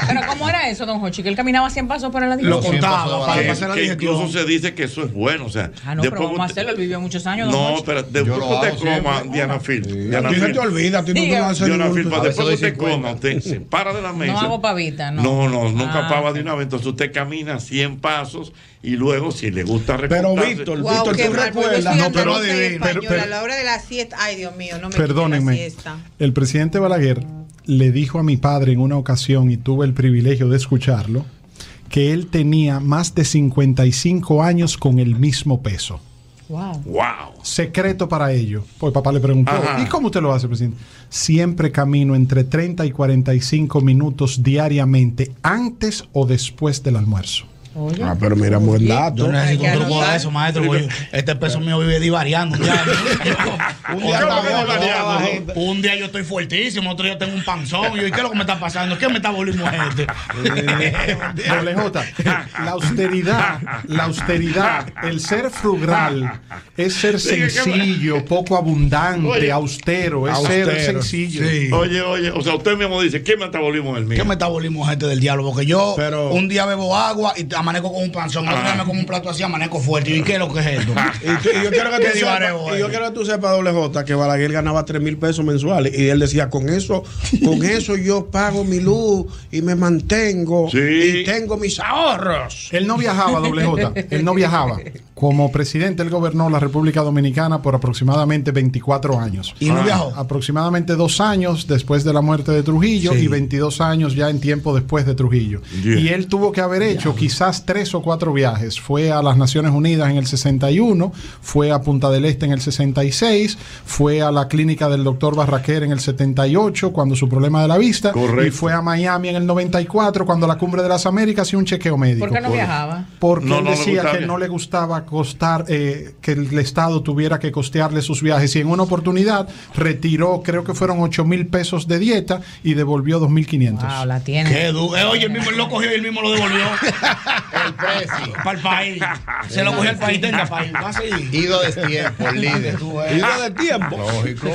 S17: Pero ¿cómo era eso, don Jochi? Que él caminaba 100 pasos para la
S8: Lo contaba,
S16: Que-
S8: para pasar la
S16: que
S8: digestión.
S16: incluso se dice que eso es bueno. O sea,
S17: Ah, no, pero vamos a hacerlo. Él vivió muchos años, don
S16: No,
S17: Jochi.
S16: pero después
S8: lo
S16: que usted
S8: hago
S16: coma,
S8: siempre.
S16: Diana Phil.
S3: A ti se te olvida, a ti no te lo hace
S16: Diana
S3: ningún-
S16: Phil,
S3: A veces
S16: después que
S3: doy
S16: usted coma, usted se para de la mesa.
S17: No hago pavita, no.
S16: No, no, nunca
S17: Ah.
S16: pava de una vez. Entonces usted camina 100 pasos y luego, si le gusta recortarse...
S3: Víctor,
S13: Wow, qué mal, porque yo estoy
S30: No,
S13: andando
S30: pero
S13: en
S30: adivina,
S13: español,
S30: pero- pero-
S13: a la hora de la siesta. Ay, Dios mío, no me quiten la
S30: Perdónenme.
S13: siesta.
S30: El presidente Balaguer le dijo a mi padre en una ocasión, y tuve el privilegio de escucharlo, que él tenía más de 55 años con el mismo peso.
S17: Wow.
S16: Wow.
S30: Secreto para ello. Pues papá le preguntó,
S16: Ajá.
S30: ¿y cómo usted lo hace, presidente? Siempre camino entre 30 y 45 minutos diariamente, antes o después del almuerzo.
S3: Ah, pero mira, buen dato.
S1: Yo necesito un truco de eso, maestro. porque Este peso mío vive divariando. Un día, un, día
S3: ¿Cómo
S1: está
S3: que
S1: bien,
S3: divariando?
S1: otro día bajo. Un día yo estoy fuertísimo, otro día tengo un panzón. Y yo, ¿y ¿qué es lo que me está pasando? ¿Qué metabolismo es este?
S30: Doble J. La austeridad, la austeridad, el ser frugal es ser
S16: Dije que-
S30: sencillo, poco abundante,
S16: Oye.
S30: austero, es ser
S1: Austero,
S30: sencillo.
S1: sí.
S16: Oye, oye, o sea, usted mismo dice, ¿qué metabolismo es el mío?
S1: ¿Qué metabolismo es este del diablo? Porque yo
S3: Pero-
S1: un día bebo agua y amanezco con un panzón. Otro día me como un plato así, amanezco fuerte. ¿Y qué es lo que es esto?
S3: Y, tú- y yo quiero que
S1: ¿Qué
S3: tú sepas,
S1: divareo
S3: y yo
S1: es?
S3: quiero que tú sepas, doble J, que Balaguer ganaba 3 mil pesos mensuales. Y él decía, con eso, con eso yo pago mi luz y me mantengo y tengo mis ahorros.
S30: Él no viajaba, doble J. Él no viajaba. Como presidente, él gobernó la República Dominicana por aproximadamente 24 años. Ah.
S1: ¿Y no viajó?
S30: Aproximadamente dos años después de la muerte de Trujillo
S1: Sí.
S30: y 22 años ya en tiempo después de Trujillo.
S1: Yeah.
S30: Y él tuvo que haber hecho quizás tres o cuatro viajes. Fue a las Naciones Unidas en el 61, fue a Punta del Este en el 66, fue a la clínica del doctor Barraquer en el 78, cuando su problema de la vista, y fue a Miami en el 94, cuando la Cumbre de las Américas y un chequeo médico.
S17: ¿Por qué no viajaba?
S30: Porque
S16: No,
S30: él
S16: no le
S30: decía
S16: gustaba
S30: que
S16: viajar.
S30: no le gustaba costar, eh, que el Estado tuviera que costearle sus viajes. Y en una oportunidad retiró, creo que fueron 8 mil pesos de dieta y devolvió 2.500.
S17: Wow, la tiene.
S1: Qué du- eh, oye, el mismo él lo cogió y el mismo lo devolvió. Para el país. Se lo cogió al país, tenga país. Va a seguir.
S8: Ido de tiempo, líder.
S3: Ido de tiempo.
S8: Lógico.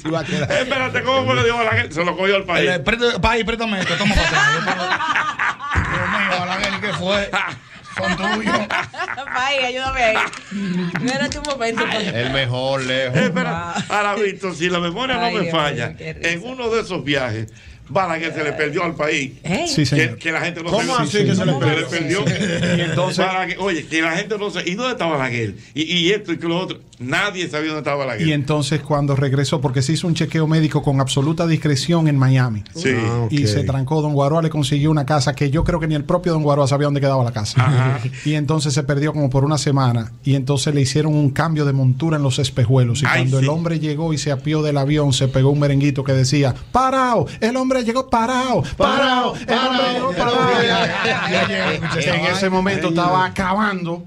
S3: Se iba a quedar.
S16: Espérate, ¿cómo fue que le dijo Balaguer? Se lo cogió al país.
S1: Eh, presta- país, préstame esto, toma para atrás. Yo pago. Dios mío, Balaguer, ¿qué fue? Son tuyos.
S17: Ay, ayúdame ahí. Espérate un momento.
S8: El mejor lejos.
S16: Espera, Eh, ahora Víctor, si la memoria
S17: Ay,
S16: no me
S17: Dios
S16: falla,
S17: mío, qué risa.
S16: en uno de esos viajes, Balaguer se le perdió al país.
S3: Sí,
S16: que,
S3: señor.
S16: que la gente no
S3: ¿Cómo
S16: se-
S3: así que se le perdió?
S16: perdió?
S3: Y entonces-
S16: Balaguer- oye, que la gente no se. ¿Y dónde estaba Balaguer? Y, y esto y que lo otro. Nadie sabía dónde estaba Balaguer.
S30: Y entonces cuando regresó, porque se hizo un chequeo médico con absoluta discreción en Miami.
S16: Sí. Ah, ok.
S30: Y se trancó, don Guaroa le consiguió una casa que yo creo que ni el propio don Guaroa sabía dónde quedaba la casa.
S16: Ajá.
S30: Y entonces se perdió como por una semana. Y entonces le hicieron un cambio de montura en los espejuelos. Y
S16: Ay,
S30: cuando
S16: sí.
S30: el hombre llegó y se apió del avión, se pegó un merenguito que decía, parao, el hombre llegó parao, parao, el hombre llegó parao.
S16: Eh,
S30: En ese momento estaba acabando.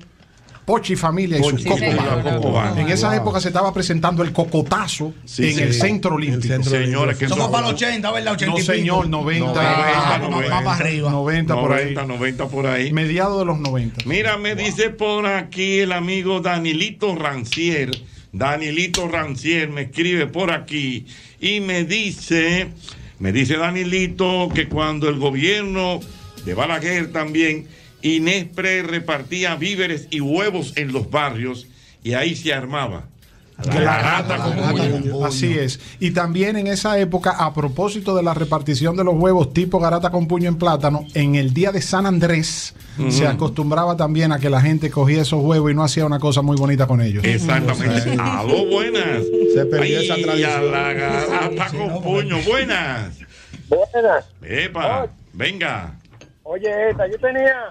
S30: Pochi Familia y
S16: Pochi
S30: su Coco
S16: Familia,
S30: Band.
S16: Coco Band.
S30: En esa
S16: Wow.
S30: época se estaba presentando el cocotazo
S16: Sí,
S30: en
S16: sí.
S30: el Centro Olímpico.
S16: El Centro Señores, Olímpico. que
S30: Somos
S16: eso-
S30: para los 80, ¿verdad? 80
S16: No,
S30: y pico.
S16: señor,
S30: 90.
S16: 90,
S30: Ah, vamos más para arriba. 90 por ahí.
S16: 90, 90 por ahí.
S30: Mediados de los 90.
S16: Mira, me dice por aquí el amigo Danilito Rancier. Danilito Rancier me escribe por aquí y me dice, me dice Danilito que cuando el gobierno de Balaguer también, Inés Pre repartía víveres y huevos en los barrios y ahí se armaba. La rata con puño.
S30: Así es. Y también en esa época, a propósito de la repartición de los huevos tipo garata con puño en plátano, en el día de San Andrés
S16: Ujú.
S30: se acostumbraba también a que la gente cogía esos huevos y no hacía una cosa muy bonita con ellos.
S16: Exactamente. Ah, oh, Aló, buenas. Se
S30: perdió esa
S16: a
S30: tradición.
S16: la garata con puño. Buenas.
S10: Buenas.
S16: Epa, venga.
S10: Oye, esta, yo tenía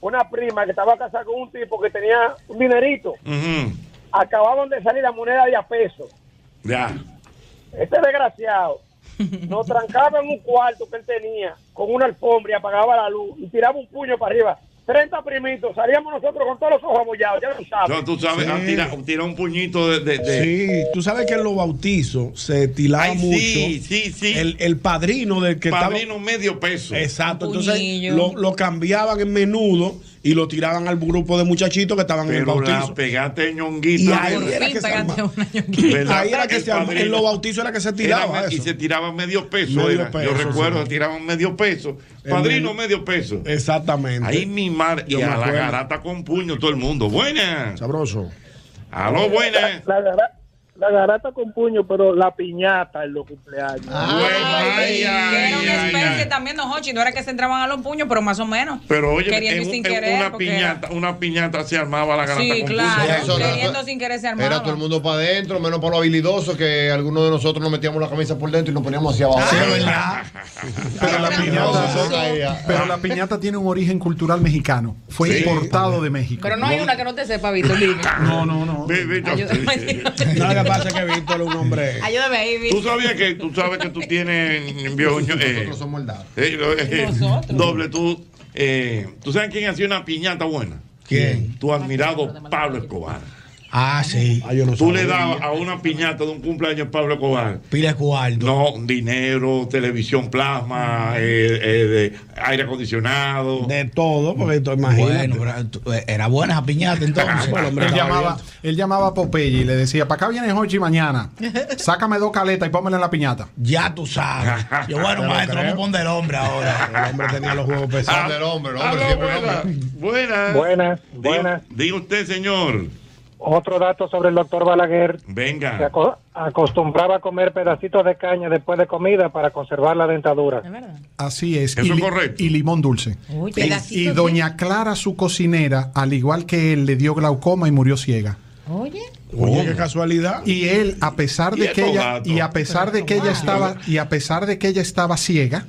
S10: una prima que estaba casada con un tipo que tenía un dinerito.
S16: Ujú,
S10: Acababan de salir la moneda de a peso.
S16: Ya.
S10: Este desgraciado nos trancaba en un cuarto que él tenía con una alfombra y apagaba la luz y tiraba un puño para arriba. 30 primitos, salíamos nosotros con todos los ojos abollados, ya lo sabes.
S16: No, tú sabes,
S3: Sí.
S16: ah, tira, tira un puñito de. de- de-
S3: Sí, tú sabes que en los bautizos se tilaba
S16: Ay,
S3: mucho.
S16: sí, sí, sí.
S3: El, el padrino del que
S16: Padrino medio peso.
S3: Exacto.
S16: Un
S3: Entonces
S16: puñillo.
S3: lo, lo cambiaban en menudo y lo tiraban al grupo de muchachitos que estaban en el
S16: Pero la
S3: bautizo.
S16: pegaste ñonguito.
S3: Y ahí era que se armaba. Ahí era que se armaba. En los bautizos era que se tiraba
S16: Y
S3: eso.
S16: se tiraba medio peso.
S3: Medio
S16: era. Yo
S3: peso,
S16: recuerdo,
S3: sí.
S16: tiraban medio peso.
S3: El
S16: Padrino
S3: medio-
S16: medio peso.
S3: Exactamente.
S16: Ahí mi mar y
S3: Yo me
S16: a la
S3: acuerdo.
S16: garata con puño todo el mundo. Buenas.
S3: Sabroso.
S16: Aló, buenas.
S10: La, gara- la garata con puño, pero la piñata en los cumpleaños.
S16: Ay, ay,
S7: era una
S16: ay,
S7: especie
S16: ay.
S7: también, no, Hochi, no era que se entraban a los puños, pero más o menos.
S16: Pero oye,
S7: queriendo
S16: en
S7: y
S16: un-
S7: sin
S16: en
S7: querer.
S16: una
S7: porque
S16: piñata, una piñata se armaba la
S7: era-
S16: garata
S7: Sí,
S16: con
S7: claro,
S8: Eso era-
S7: queriendo sin querer se
S8: Era
S7: armaba.
S8: todo el mundo para adentro, menos para los habilidosos que algunos de nosotros nos metíamos la camisa por dentro y nos poníamos hacia abajo.
S30: Pero la piñata, pero la piñata tiene un origen cultural mexicano. Fue
S8: Sí.
S30: importado de México.
S2: Pero no hay una que no te sepa, Víctor. dime.
S30: No, no, no.
S3: No, lo que pasa es que Víctor es un hombre.
S2: Ayúdame ahí,
S16: Tú
S2: Víctor.
S16: sabías que tú sabes que tú tienes viejo, eh,
S8: Nosotros somos el dado.
S16: eh, lo- eh, doble tú eh, tú sabes quién hacía una piñata buena
S25: ¿Quién?
S16: tu admirado Pablo Escobar
S25: Ah, sí.
S16: tú le dabas a una piñata de un cumpleaños de Pablo Escobar
S25: Pila Cuardo.
S16: no dinero televisión plasma eh, eh, de aire acondicionado
S3: De todo, porque tú imaginas.
S25: Bueno, pero tú- eh, era buena esa piñata entonces.
S16: Bueno, hombre,
S30: él,
S16: estaba
S30: llamaba, él llamaba a Popeye y le decía, para acá viene Hochi mañana. Sácame dos caletas y pónmela en la piñata. Ah,
S25: Ya tú sabes. Yo, bueno,
S30: Te lo
S25: maestro, vamos
S30: creo.
S25: a poner hombre ahora. El hombre tenía los juegos
S16: pesados.
S25: El hombre,
S16: Aló, buenas
S10: Buenas,
S16: Diga-
S10: buenas.
S16: diga usted señor
S10: Otro dato sobre el doctor Balaguer. Se
S16: venga
S10: aco- acostumbraba a comer pedacitos de caña después de comida para conservar la dentadura.
S30: Así es.
S16: Eso
S30: y,
S16: es
S30: li-
S16: correcto.
S30: y limón dulce.
S10: Uy,
S30: y,
S10: pedacito
S30: y
S10: de-
S30: doña Clara, su cocinera, al igual que él, le dio glaucoma y murió ciega.
S2: Oye.
S3: Oye, qué casualidad.
S30: Y él, a pesar
S3: Y
S30: de
S3: estos
S30: que ella,
S3: gatos.
S30: y a pesar de que ella estaba, y a pesar de que ella estaba ciega,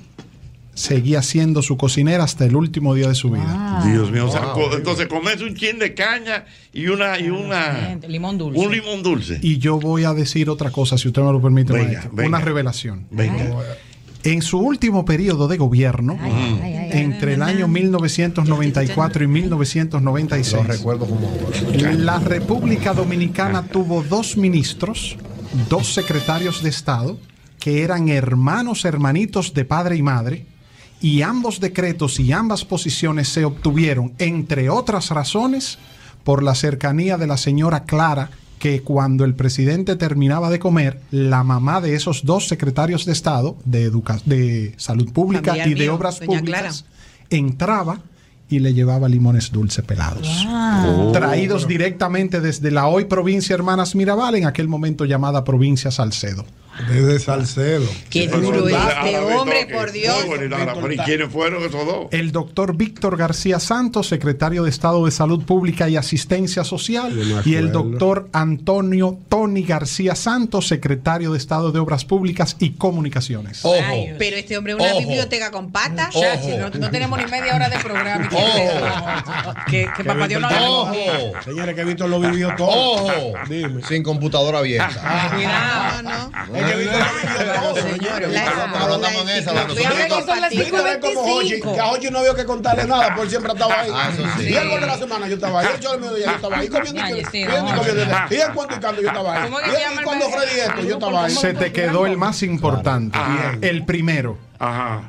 S30: seguía siendo su cocinera hasta el último día de su vida.
S10: Ah.
S16: Dios mío, o sea,
S30: Wow.
S16: co- entonces comes un chin de caña y una y una
S7: limón dulce.
S16: Un limón dulce.
S30: Y yo voy a decir otra cosa, si usted me lo permite,
S16: Venga,
S30: maestro.
S16: venga.
S30: Una revelación.
S16: Venga.
S30: En su último perioodo de gobierno, entre el año 1994 y 1996, la República Dominicana tuvo dos ministros, dos secretarios de Estado, que eran hermanos, hermanitos de padre y madre, y ambos decretos y ambas posiciones se obtuvieron, entre otras razones, por la cercanía de la señora Clara, que cuando el presidente terminaba de comer, la mamá de esos dos secretarios de Estado, de, educa- de Salud Pública
S25: Familiar
S30: y de
S25: mío,
S30: Obras
S25: doña
S30: Públicas, entraba y le llevaba limones dulce pelados.
S2: Wow. Oh.
S30: Traídos directamente desde la hoy provincia Hermanas Mirabal, en aquel momento llamada provincia Salcedo.
S3: Desde Salcedo.
S17: Qué
S16: duro ¿eh?
S17: este hombre, por Dios.
S16: ¿Y quiénes fueron esos dos?
S30: El doctor Víctor García Santos, secretario de Estado de Salud Pública y Asistencia Social,
S3: me
S30: y el
S3: acuerdo.
S30: doctor Antonio Tony García Santos, secretario de Estado de Obras Públicas y Comunicaciones.
S17: Ay, pero este hombre es una
S30: Ojo.
S17: biblioteca con patas.
S30: Muchacho,
S17: no,
S30: no- no
S17: tenemos ni media hora de programa.
S2: Que,
S17: que papá Dios no
S8: Víctor-
S17: haga-
S8: ¡Ojo!
S3: Señores, que Víctor lo vivió todo.
S8: ¡Ojo! Sin computadora abierta.
S3: Es que Víctor lo vivió todo, señores.
S8: No, no estamos en esa, la
S3: Víctor
S8: nosotros-
S3: es como Hochi, que a Hochi no veo que contarle nada, por siempre estaba ahí.
S8: Ah, eso sí.
S3: Y el gol de la semana yo estaba ahí, el show del mediodía yo estaba ahí, comiendo y
S8: Ay,
S3: comiendo,
S8: sí,
S3: y comiendo,
S8: no.
S3: y el cuento y canto yo estaba ahí.
S8: ¿Cómo que
S3: Y
S8: se
S3: el-
S8: llama
S3: Y
S8: el
S3: cuando
S8: medio?
S3: Freddy esto, yo estaba ahí. Ah.
S30: Se te quedó el más importante,
S16: Ajá.
S30: el primero,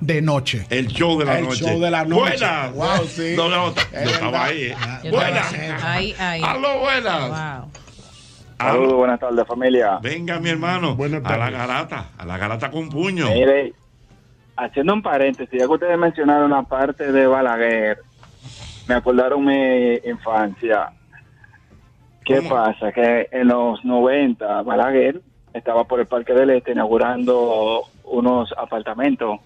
S30: de noche.
S16: El show de la
S30: El
S16: noche.
S30: show de la noche.
S16: Buenas.
S30: Wow, sí.
S16: No, no, yo estaba ahí. eh. Buenas.
S2: Ay, ay.
S16: Aló, buenas.
S32: Saludos, buenas tardes, familia.
S16: Ah, Venga, mi hermano. A la garata. A la garata con puño.
S32: Mire, eh, haciendo un paréntesis, ya que ustedes mencionaron la parte de Balaguer, me acordaron mi infancia. ¿Qué pasa? Que en los 90, Balaguer estaba por el Parque del Este inaugurando unos apartamentos.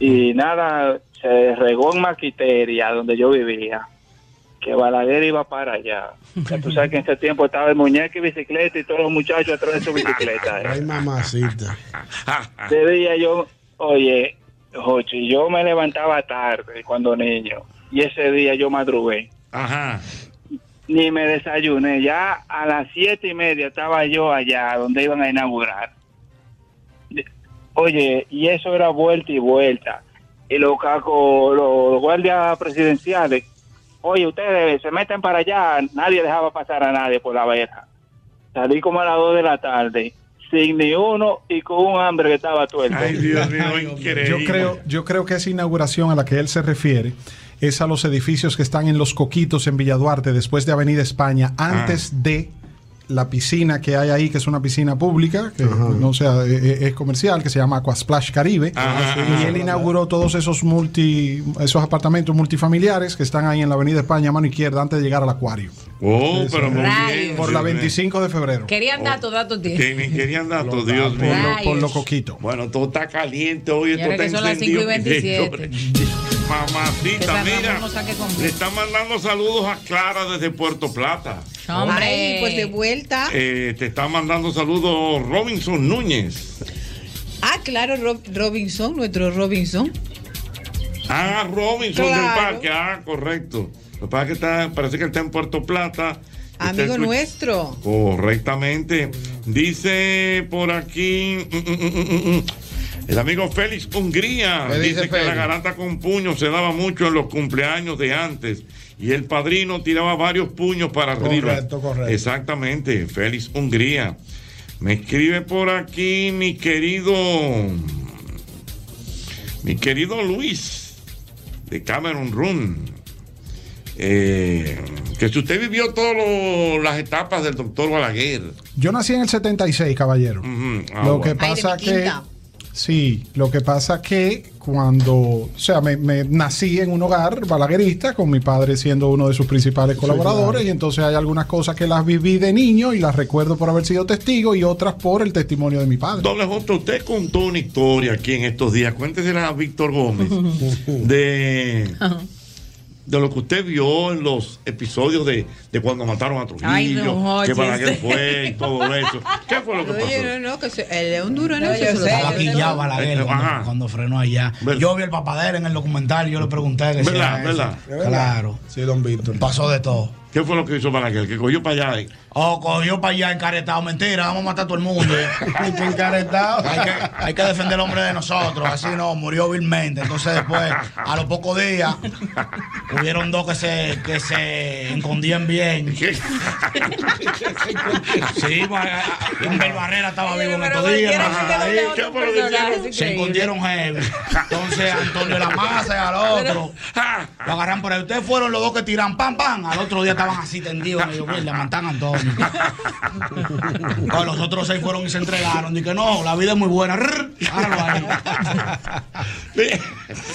S32: Y nada, se regó en Maquiteria, donde yo vivía, que Balaguer iba para allá. Ya tú sabes que en ese tiempo estaba el muñeco y bicicleta y todos los muchachos atrás de su bicicleta. ¿eh?
S3: Ay, mamacita.
S32: Ese día yo, oye, Jochi, yo me levantaba tarde cuando niño y ese día yo madrugué.
S16: Ajá.
S32: Ni me desayuné, ya a las siete y media estaba yo allá donde iban a inaugurar. De- Oye, y eso era vuelta y vuelta. Y los cacos, los, los guardias presidenciales, oye, ustedes se meten para allá, nadie dejaba pasar a nadie por la verja. Salí como a las dos de la tarde, sin ni uno y con un hambre que estaba tuerto.
S16: Ay, Dios mío, increíble.
S30: Yo creo, yo creo que esa inauguración a la que él se refiere es a los edificios que están en Los Coquitos, en Villaduarte, después de Avenida España,
S16: Ah.
S30: antes de la piscina que hay ahí, que es una piscina pública, que no sea, e- e- es comercial, que se llama Aquasplash Caribe.
S16: Ajá,
S30: y
S16: ajá.
S30: él inauguró todos esos multi, esos apartamentos multifamiliares que están ahí en la Avenida España, mano izquierda, antes de llegar al acuario.
S16: Oh, pero muy bien.
S30: Por la 25 de febrero.
S2: Querían datos, datos de.
S16: Que ni querían datos, Dios mío.
S2: Rayos. Por lo
S30: coquito.
S16: Bueno, todo está caliente hoy.
S2: Y
S16: esto
S2: ahora
S16: está
S2: que son las
S16: encendido.
S2: 5 y 27.
S16: Mamacita,
S2: Esa
S16: mira.
S2: Ramón no saque con-
S16: Le están mandando saludos a Clara desde Puerto Plata.
S17: Ay, pues de vuelta.
S16: Eh, te está mandando saludos Robinson Núñez.
S17: Ah, claro, Rob- Robinson, nuestro Robinson.
S16: Ah, Robinson
S17: Claro.
S16: del parque. Ah, correcto. Lo que pasa es que está, parece que él está en Puerto Plata. Está
S17: Amigo
S16: escuch-
S17: nuestro.
S16: Correctamente. Dice por aquí mm, mm, mm, mm, mm, el amigo Félix Hungría.
S8: ¿Qué
S16: Dice,
S8: dice
S16: que la
S8: Félix?
S16: garata con puño se daba mucho en los cumpleaños de antes. Y el padrino tiraba varios puños para arriba.
S3: Correcto, correcto.
S16: Exactamente, Félix Hungría. Me escribe por aquí mi querido, mi querido Luis de Cameron Run. Eh, que si usted vivió todas las etapas del doctor Balaguer.
S30: Yo nací en el 76, caballero.
S16: Ujú, ah,
S30: lo
S16: bueno.
S30: que pasa que sí, lo que pasa que cuando, o sea, me, me nací en un hogar balaguerista con mi padre siendo uno de sus principales colaboradores
S3: claro.
S30: y entonces hay algunas cosas que las viví de niño y las recuerdo por haber sido testigo y otras por el testimonio de mi padre.
S16: Doble J, usted contó una historia aquí en estos días. Cuéntesela a Víctor Gómez de, de lo que usted vio en los episodios de, de cuando mataron a Trujillo,
S17: Ay, don Jorge, este.
S16: que Balaguer
S17: sí.
S16: fue y todo eso. ¿Qué fue lo que pasó?
S17: Oye, no, no, que se, él es un duro en eso. se lo
S1: Estaba
S17: sabe.
S1: quillado Balaguer
S16: Eh, Ajá.
S1: cuando, cuando frenó allá. Yo vi el papadera en el documental y yo le pregunté que si
S16: ¿Verdad?
S1: era eso.
S16: ¿Verdad?
S1: Claro.
S3: Sí, don Víctor.
S1: Pasó de todo.
S16: ¿Qué fue lo que hizo Balaguer? Que cogió para allá. eh.
S1: Oh, cogió para allá encaretado. Mentira, vamos a matar a todo el mundo. ¿eh? hay que encaretado. Hay que, defender al hombre de nosotros. Así no, murió vilmente. Entonces después, a los pocos días, hubieron dos que se, que se escondían bien. Sí, ma- Humber Barrera estaba vivo en estos
S3: cualquiera
S1: días.
S3: se
S1: ma-
S3: esconde a otro
S1: ¿Qué fue lo que
S3: personaje,
S1: hicieron?
S3: es
S1: Se
S3: increíble.
S1: escondieron heavy. Entonces Antonio la masa y al otro. Ah, Lo agarran por ahí. Ustedes fueron los dos que tiran pam, pam. Al otro día estaban así tendidos. Le matan a Antonio. No, los otros seis fueron y se entregaron. Dije, no, la vida es muy buena. Rrr, ahora lo haré.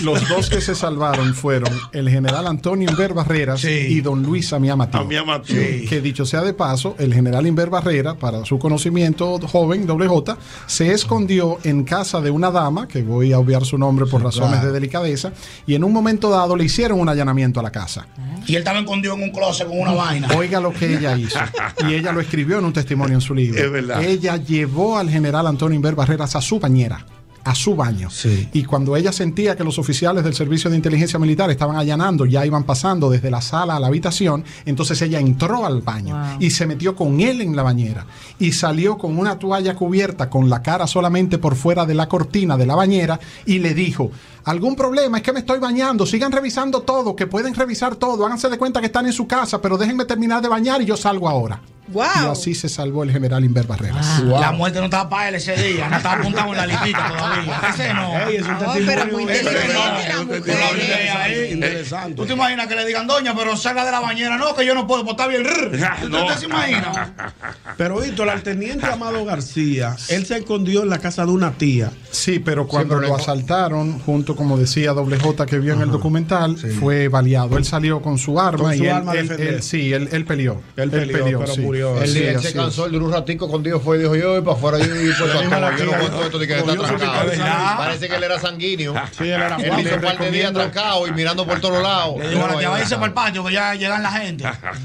S30: Los dos que se salvaron fueron el general Antonio Inver Barreras y don Luis Amia Mateo.
S16: Amía Mateo.
S30: Sí. Que dicho sea de paso, el general Inver Barrera, para su conocimiento joven, WJ, se escondió en casa de una dama, que voy a obviar su nombre por razones
S1: claro.
S30: de delicadeza, y en un momento dado le hicieron un allanamiento a la casa.
S1: Y él estaba escondido en un closet con una vaina.
S30: Oiga lo que ella hizo. Y ella lo escribió en un testimonio en su libro.
S1: Es verdad.
S30: Ella llevó al general Antonio Inver Barreras a su bañera a su baño. Y cuando ella sentía que los oficiales del Servicio de Inteligencia Militar estaban allanando, ya iban pasando desde la sala a la habitación, entonces ella entró al baño y se metió con él en la bañera y salió con una toalla cubierta con la cara solamente por fuera de la cortina de la bañera y le dijo, algún problema, es que me estoy bañando, sigan revisando todo, que pueden revisar todo, háganse de cuenta que están en su casa, pero déjenme terminar de bañar y yo salgo ahora. Y así se salvó el general Inver Barreras.
S1: La muerte no estaba para él ese día, no estaba apuntado en la listita todavía. Ese no.
S3: Ey, es un No, testimonio. pero muy
S1: Ese no.
S3: inteligente la
S1: Una
S3: mujer.
S1: idea ahí.
S3: Interesante.
S1: ¿Tú te imaginas que le digan, doña, pero salga de la bañera? No, que yo no puedo, pues está bien. ¿Tú
S3: Ah, No.
S1: te se imagina?
S3: Pero Víctor, al teniente Amado García, él se escondió en la casa de una tía.
S30: Sí, pero cuando lo asaltaron, junto como decía WJ que vio en el documental, fue baleado. Él salió con su arma
S3: Con su
S30: y él,
S3: arma a
S30: él-
S3: defender.
S30: él- sí, él, él peleó.
S3: Él peleó, pero murió.
S30: Él,
S8: Él,
S30: sí,
S8: él
S30: así
S8: se
S30: es.
S8: cansó, él duró un ratico contigo, fue y dijo, yo voy para afuera, yo voy
S30: La misma
S8: para
S30: la
S8: yo no
S30: tía,
S8: aguanto esto de que está
S30: cogió su
S8: trancado.
S30: picadera.
S8: Nah. Parece que él era sanguíneo.
S3: Sí, él era
S8: Él
S3: guapo,
S8: hizo un par de días
S3: recomiendo.
S8: trancado y mirando por todos lados.
S1: Le digo, bueno, ya váyase para el patio, que ya llegan la gente.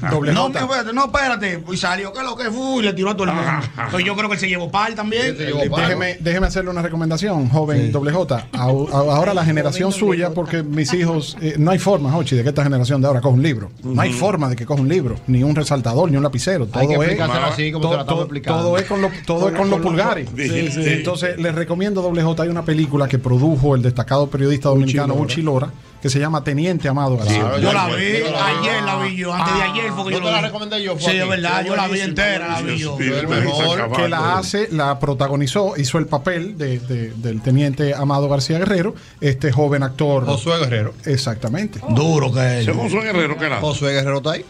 S8: Doble
S1: no,
S8: J.
S1: mijo, espérate, no, espérate. Y salió, ¿qué es lo que fue? Y le tiró a todo el mundo. Entonces yo creo que él se llevó par también.
S30: Déjeme, déjeme hacerle una recomendación, joven WJ. Au- au- Ahora la generación suya, porque mis hijos, eh, no hay forma, Hochi, de que esta generación de ahora coja un libro. No hay
S8: Ujú.
S30: forma de que coja un libro, ni un resaltador, ni un lapicero. Todo
S8: Hay que
S30: es,
S8: explicárselo así como te la estamos
S30: todo,
S8: explicando.
S30: todo es con, lo- todo es con los pulgares.
S8: Sí, sí.
S30: Entonces, les recomiendo WJ. Hay una película que produjo el destacado periodista dominicano Uchi Lora, que se llama Teniente Amado García.
S1: yo la vi, ayer la vi yo, antes de ayer fue que
S8: Yo
S1: yo
S8: Ah. te la
S1: vi.
S8: recomendé yo,
S1: Sí, es
S8: Joaquín.
S1: verdad, yo la vi
S8: Buenísimo,
S1: entera, la vi yo.
S8: buenísimo. Fue el mejor.
S30: que la hace, la protagonizó, hizo el papel de- de- del teniente Amado García Guerrero, este joven actor.
S8: Josué Guerrero.
S30: Exactamente.
S8: Oh.
S1: Duro que
S16: es. Josué Guerrero, ¿qué era?
S8: Josué Guerrero está ahí.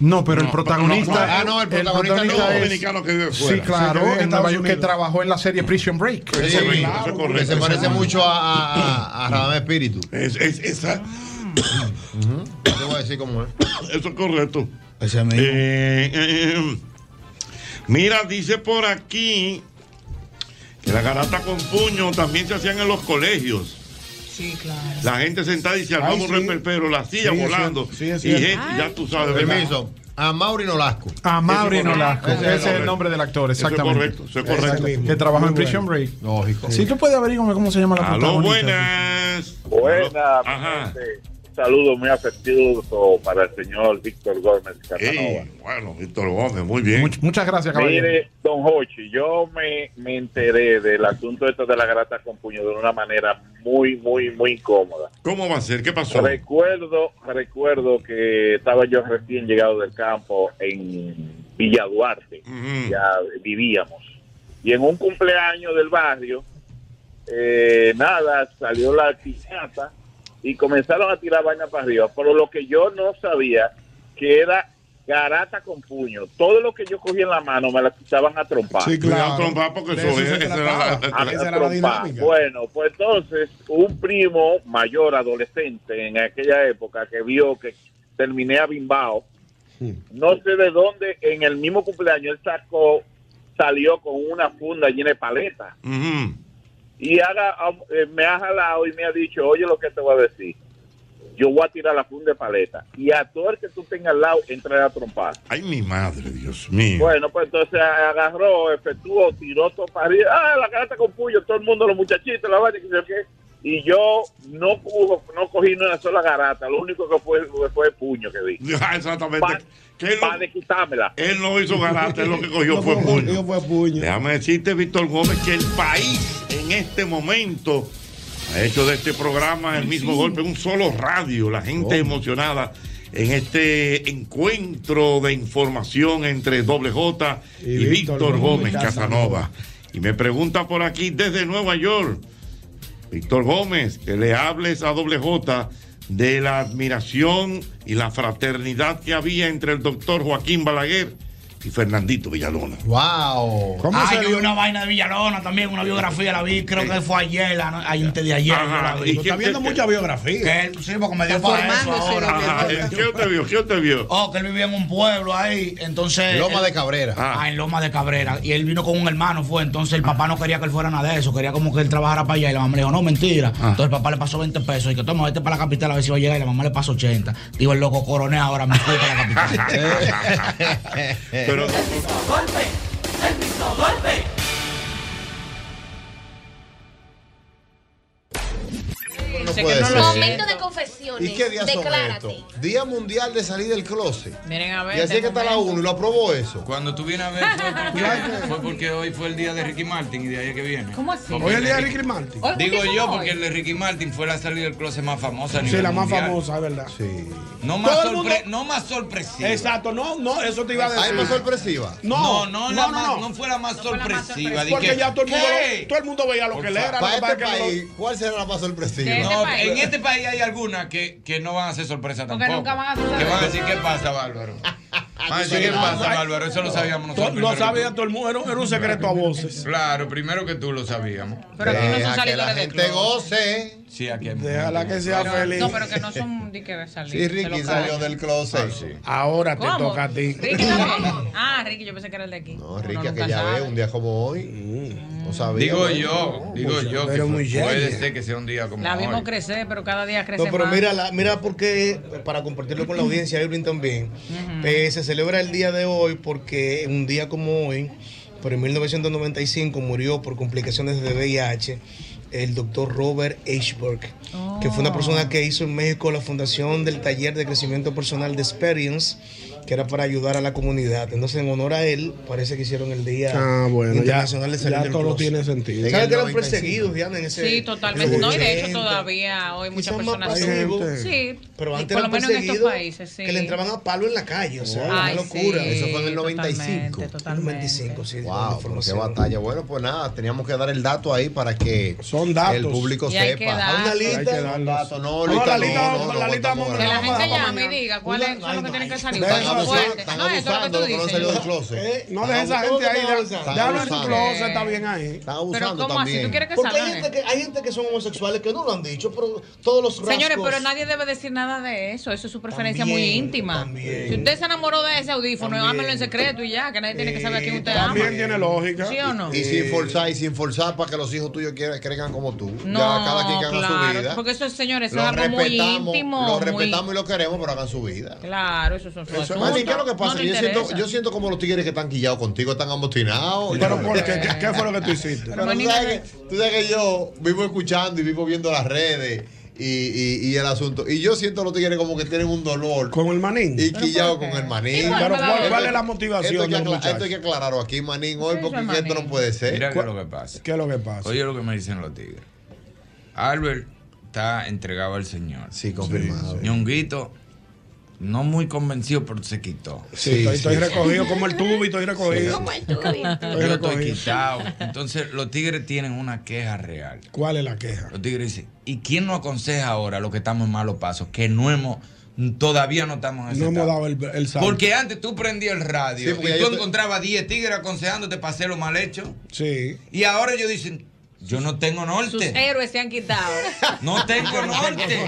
S30: No, pero el protagonista.
S8: no, no. Ah, no, el protagonista no,
S30: es-
S8: dominicano que vive fuera.
S30: Sí, claro,
S8: Sí, que vive en
S30: en Nueva
S8: Estados
S30: York, que
S8: Unidos.
S30: trabajó en la serie Prison Break.
S8: Sí, claro, porque se parece mucho a, a, a, a Radamés Espíritu.
S16: Es, es, esa.
S8: Te voy a decir cómo es.
S16: Eso es correcto.
S8: Ese mismo.
S16: Eh, eh, mira, dice por aquí que la garata con puño también se hacían en los colegios.
S35: Sí, claro.
S16: La gente sentada y se armaba
S8: Ay,
S16: un
S8: sí.
S16: reperpero, la silla
S8: Sí, es
S16: volando.
S8: cierto. Sí, es
S16: y
S8: cierto.
S16: gente, ya tú sabes, ¿verdad?
S8: Permiso. A Mauri Nolasco.
S30: A Mauri
S8: Ese es correcto.
S30: Nolasco. Ese es el nombre del actor,
S8: Ese es
S30: exactamente.
S8: correcto, ese es correcto.
S30: Exacto, Que trabajó
S8: Muy
S30: en Prison
S8: bueno.
S30: Break.
S8: Lógico.
S30: Si tú puedes averiguarme cómo se llama la
S16: Aló,
S30: protagonista.
S16: buenas.
S22: Buenas, gente. un saludo muy afectuoso para el señor Víctor Gómez Casanova.
S16: Ey, bueno, Víctor Gómez, muy bien.
S30: muchas gracias, caballero.
S22: Mire, don Hochi, yo me, me enteré del asunto esto de la grata con puño de una manera muy, muy, muy incómoda.
S16: ¿Cómo va a ser? ¿Qué pasó?
S22: Recuerdo, recuerdo que estaba yo recién llegado del campo en Villa Duarte, ya vivíamos. Y en un cumpleaños del barrio, eh, nada, salió la piñata y comenzaron a tirar vaina para arriba. Pero lo que yo no sabía, que era garata con puño. Todo lo que yo cogía en la mano me la quitaban a trompar.
S16: Sí, claro. A trompar porque De eso eso es- se esa era la- trataba.
S22: A
S16: esa era la
S22: trompar.
S16: dinámica.
S22: Ah, Bueno, pues entonces un primo mayor, adolescente, en aquella época que vio que terminé a Bimbao,
S16: Hmm.
S22: no sé de dónde, en el mismo cumpleaños él sacó, salió con una funda llena de paletas y haga, eh, me ha jalado y me ha dicho, oye lo que te voy a decir. Yo voy a tirar la funda de paleta. Y a todo el que tú tengas al lado, entra a trompar.
S16: Ay, mi madre, Dios mío.
S22: Bueno, pues entonces agarró, efectuó, tiró todo para arriba. Ah, la carta con puño, todo el mundo, los muchachitos, la vaina, que sé yo qué. Y yo no, cubo- no cogí ni una sola garata. Lo único que fue fue el puño que vi.
S16: Ah, Exactamente.
S22: Para de quitármela.
S16: Él no hizo garata, él lo que cogió fue puño. Déjame decirte, Víctor Gómez, que el país en este momento ha hecho de este programa el mismo golpe, un solo radio, la gente emocionada en este encuentro de información entre Doble J y, Víctor, Gómez Casanova. Y me pregunta por aquí desde Nueva York, Víctor Gómez, que le hables a Doble J de la admiración y la fraternidad que había entre el doctor Joaquín Balaguer y Fernandito Villalona.
S8: ¡Wow!
S1: ah, yo vi una vaina de Villalona también, una biografía, la vi, creo que fue ayer, la, no- ay, antes de ayer.
S16: Ajá,
S1: yo la
S16: ¿y
S1: vi.
S16: qué- qué- qué-
S1: Que- sí, porque me dio para eso ahora.
S16: Ajá, eh, ¿Quién te vio? ¿Quién te vio?
S1: Oh, que él vivía en un pueblo ahí, entonces...
S16: Loma
S1: él-
S16: de Cabrera.
S1: Ah, en Loma de Cabrera. Y él vino con un hermano, fue. Entonces el papá no quería que él fuera nada de eso, quería como que él trabajara para allá. Y la mamá le dijo, no, mentira. Entonces el papá le pasó 20 pesos y que toma, vete para la capital a ver si va a llegar. Y la mamá le pasó 80. Digo, el loco coronel ahora me fui para la capital.
S16: Pero
S11: golpe, el mismo golpe.
S8: No puede ser.
S36: Momento de confesiones.
S8: ¿Y qué día son
S36: Declárate.
S8: estos? Día Mundial de Salir del Closet.
S36: Miren a
S8: Y así es que está la 1 y lo aprobó eso.
S34: Cuando tú vienes a ver fue porque, fue porque hoy fue el día de Ricky Martin y de ahí es que viene.
S8: ¿Cómo así?
S34: Porque
S3: Hoy es el día de Ricky Martin. Hoy, ¿por
S34: Digo
S3: qué
S34: yo
S3: fue
S34: porque el de Ricky Martin fue la salida del closet más famosa. a
S3: Sí,
S34: nivel
S3: la más
S34: mundial.
S3: famosa, es verdad.
S8: Sí.
S34: No más,
S3: Todo el mundo-
S34: sorpre- no más sorpresiva.
S3: Exacto, no, no, eso te iba a decir.
S34: Ay, más
S8: sorpresiva.
S3: No,
S34: No, no,
S3: no,
S34: la
S3: no,
S34: más-
S3: no.
S34: no fue la más sorpresiva. di
S3: Porque
S34: que-
S3: ya todo el mundo,
S34: ¿Qué?
S3: todo el mundo veía lo que le era.
S8: Para
S3: lo que pasa
S8: este
S3: es que no lo-
S8: país, ¿cuál será la más sorpresiva?
S34: No, en este país hay algunas que, que no van a ser sorpresa
S8: Porque
S34: tampoco.
S8: nunca van a
S34: Que
S8: suceder.
S34: van a decir qué pasa, Bárbaro. Van a decir
S3: Sí,
S34: qué
S3: no,
S34: pasa,
S3: no.
S34: Bárbaro. Eso lo sabíamos nosotros.
S3: Lo
S34: primero que
S3: sabía todo el mundo, era un- era un secreto a voces.
S34: tú. Claro, primero que tú lo sabíamos.
S2: Pero aquí no son Deja que salidores la de gente closet.
S8: goce.
S34: Sí, aquí hay
S3: Déjala que sea
S2: Pero-
S3: feliz.
S2: No, pero que no son de que de salir.
S8: Sí, Ricky
S2: se lo
S8: salió
S2: callo.
S8: del closet.
S3: Ahora te
S2: ¿Cómo?
S3: toca a ti.
S2: Ricky también. Ah, Ricky, yo pensé que era el de aquí.
S8: No, Ricky, que ya ve un día como hoy. No sabía.
S34: Digo
S8: ¿no?
S34: yo, digo yo que
S8: Pero muy
S34: fue- puede
S8: llena.
S34: ser que sea un día como
S2: La vimos
S34: hoy.
S2: crecer, pero cada día crece
S20: No, pero
S2: más.
S20: mira, la- mira porque, para compartirlo con la audiencia, Irving también,
S2: Mm.
S20: eh, se celebra el día de hoy porque un día como hoy, pero en 1995 murió por complicaciones de VIH el doctor Robert H. Burke, que
S2: Oh.
S20: fue una persona que hizo en México la fundación del taller de crecimiento personal de Experience, que era para ayudar a la comunidad. Entonces, en honor a él, parece que hicieron el Día
S3: Ah, bueno, ya-
S20: Internacional de Salud
S3: ya
S20: del
S3: todo
S20: Closet.
S3: tiene sentido.
S20: ¿Sabes que eran
S3: 95?
S20: perseguidos, Diana, en ese
S2: Sí, totalmente.
S20: en los
S2: No, y de hecho
S20: 80?
S2: todavía hoy muchas
S20: Quizás más
S2: personas
S20: pasivo.
S2: Sí,
S20: Pero antes
S2: por lo
S20: eran
S2: menos en estos
S20: perseguidos
S2: países, sí.
S20: que le entraban a palo en la calle, o sea,
S2: Ay,
S20: una locura.
S2: sí,
S8: Eso fue en el 95.
S2: totalmente, totalmente.
S20: 95, sí, la
S8: Wow, pero qué
S20: información.
S8: batalla. Bueno, pues nada, teníamos que dar el dato ahí para que el público
S2: Y hay que
S8: sepa.
S2: dar-
S8: Hay una
S2: Hay que
S8: lista,
S2: darlos.
S8: dato, no,
S3: No,
S8: lista,
S3: la
S8: no,
S3: lista-
S8: no, no,
S3: la
S8: no,
S3: lista
S8: no,
S2: Que la
S8: no, no,
S2: gente
S8: no, no,
S2: llame y diga cuáles son los que tienen que salir.
S8: Están
S2: Son
S8: abusando,
S2: fuertes.
S8: están
S2: No, eso es lo que
S8: abusando
S2: tú
S8: de los que no han
S2: dices.
S8: salido del closet.
S3: Eh, no dejes esa
S20: Abusando,
S3: gente ahí,
S20: están
S3: deja-
S20: abusando.
S3: déjalo en su
S20: Están
S3: closet,
S20: abusando.
S3: está bien ahí. Está
S20: abusando
S2: Pero ¿cómo así? también. ¿Tú quieres que
S20: Porque hay
S2: salgan?
S20: gente que, hay gente que son homosexuales que no lo han dicho, pero todos los rasgos...
S2: Señores, pero nadie debe decir nada de eso. Eso es su preferencia
S20: También,
S2: muy íntima.
S20: también.
S2: Si usted se enamoró de ese audífono,
S8: También.
S2: ámelo en secreto y ya, que nadie tiene que saber a quién usted ama.
S8: También tiene
S3: lógica.
S2: ¿Sí o no?
S8: Y sin forzar, y sin forzar para que los hijos tuyos quieran- crezcan como tú.
S2: No,
S8: ya cada quien que haga su
S2: claro,
S8: vida.
S2: porque eso es, señores, eso
S8: Lo
S2: es algo muy
S8: respetamos,
S2: íntimo.
S8: Lo
S2: muy-
S8: respetamos y lo queremos, pero hagan su vida.
S2: Claro, eso son sus
S8: Eso,
S2: asuntos.
S8: Manny, ¿qué es lo que pasa?
S2: No te
S8: yo, siento,
S2: interesa.
S8: yo siento como los tigres que están quillados contigo, están amotinados.
S3: ¿Pero por qué? ¿Qué- qué fue lo que tú hiciste?
S8: Pero tú, sabes que, tú sabes que yo vivo escuchando y vivo viendo las redes y, y- y el asunto. Y yo siento a los tigres como que tienen un dolor.
S3: ¿Con el manín?
S8: Y quillado con el manín.
S3: ¿Y por Pero qué? ¿cuál- cuál es la motivación
S8: Esto hay que,
S3: del
S8: acla-
S3: muchacho?
S8: esto hay que aclararlo aquí, manín, hoy, porque esto no puede ser.
S34: Mira qué es lo que pasa.
S3: ¿Qué es lo que pasa?
S34: Oye lo que me dicen los tigres. Albert está entregado al Señor.
S8: Sí, confirmado.
S34: Ñonguito, no muy convencido, pero se quitó.
S3: Sí, estoy, estoy recogido como el tubo y estoy recogido.
S34: Yo estoy
S3: recogido.
S34: quitado. Entonces, los tigres tienen una queja real.
S3: ¿Cuál es la queja?
S34: Los tigres dicen, ¿y quién nos aconseja ahora los que estamos en malos pasos? Que no hemos, todavía no estamos en esa
S3: No hemos
S34: etapa?
S3: dado el, el salto.
S34: Porque antes tú prendías el radio
S3: Sí, porque
S34: y
S3: ya
S34: tú
S3: yo te-
S34: encontrabas 10 tigres aconsejándote para hacer lo mal hecho.
S3: Sí.
S34: Y ahora ellos dicen, yo no tengo
S2: Sus
S34: norte.
S2: héroes se han quitado.
S34: No tengo norte.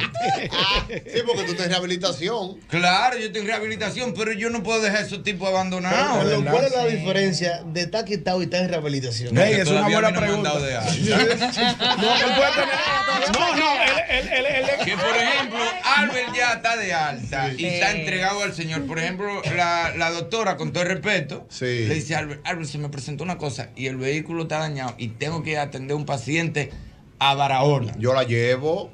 S8: Sí, porque tú estás en rehabilitación.
S34: Claro, yo estoy en rehabilitación, pero yo no puedo dejar a esos tipos abandonados.
S20: Pero, ¿Cuál es la diferencia de estar quitado y estar en rehabilitación?
S34: No, Ey, que es una todavía a mí buena no me han dado pregunta. de
S20: no,
S3: él puede tener- No, no, él-
S34: Que por ejemplo, Albert ya está de alta
S3: Sí.
S34: y está
S3: Sí.
S34: entregado al señor. Por ejemplo, la, la doctora, con todo el respeto, le dice a Albert, Albert, se me presentó una cosa y el vehículo está dañado y tengo que atender a un paciente a Barahona.
S8: Yo la llevo.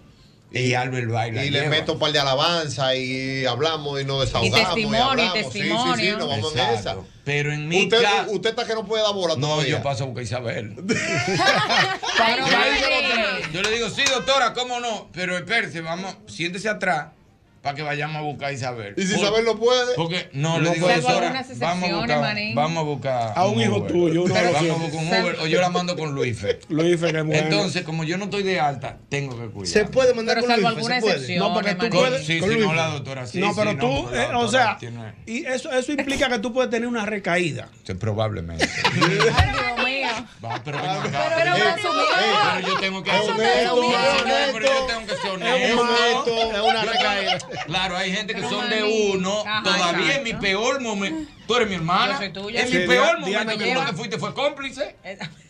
S34: Y Albert baila.
S8: Y le meto un par de alabanza y hablamos y nos desahogamos.
S34: testimonio, y
S8: hablamos. Sí, Sí, sí,
S34: testimonio.
S8: nos vamos en esa.
S34: Exacto. Pero en mi
S8: usted,
S34: caso-
S8: usted está que no puede dar bola
S34: No,
S8: todavía.
S34: yo paso a buscar a Isabel.
S8: Ay,
S34: Yo le digo, sí, doctora, ¿cómo no? Pero espérese, vamos, siéntese atrás. para que vayamos a buscar a Isabel.
S8: Y si
S34: Por-
S8: Isabel no puede.
S34: Porque no, le
S8: No
S34: digo
S8: puede.
S34: eso ahora,
S8: Salvo
S34: vamos
S8: algunas
S34: a buscar,
S8: excepciones, manín.
S34: vamos a buscar
S3: A un hijo
S34: Uber.
S3: tuyo, uno de los
S34: vamos a
S3: hijos.
S34: buscar un Uber o yo la mando con Luife.
S3: Luife que es bueno.
S34: Entonces, como yo no estoy de alta, tengo que cuidar.
S25: Se puede mandar
S34: Pero
S25: con
S34: salvo
S25: Luis,
S34: alguna
S25: se puede.
S34: excepción, No, porque tú hermano. puedes- Sí,
S3: con
S34: sí,
S3: Luis.
S34: no, la doctora, sí,
S3: No,
S34: sí,
S3: pero
S34: no,
S3: tú,
S34: porque la
S3: eh, o
S34: doctora
S3: sea,
S34: tiene-
S3: y eso, eso implica que tú puedes tener una recaída.
S34: probablemente. Va, pero ven acá.
S3: Pero
S34: Ey,
S3: vamos a asumir.
S34: ey, pero yo tengo que
S3: Es
S34: ser honesto,
S3: honesto, es honesto.
S34: pero yo tengo que ser
S3: Es
S34: honesto.
S3: honesto, es una
S34: Yo-
S3: recaída.
S34: Claro, hay gente que Pero, son de mami, uno. ajá, Todavía exacto. en mi peor momento. Tú eres mi hermana. Yo soy tuya. En mi Sí, peor Diana momento, me tú lo lleva. que fuiste fue cómplice.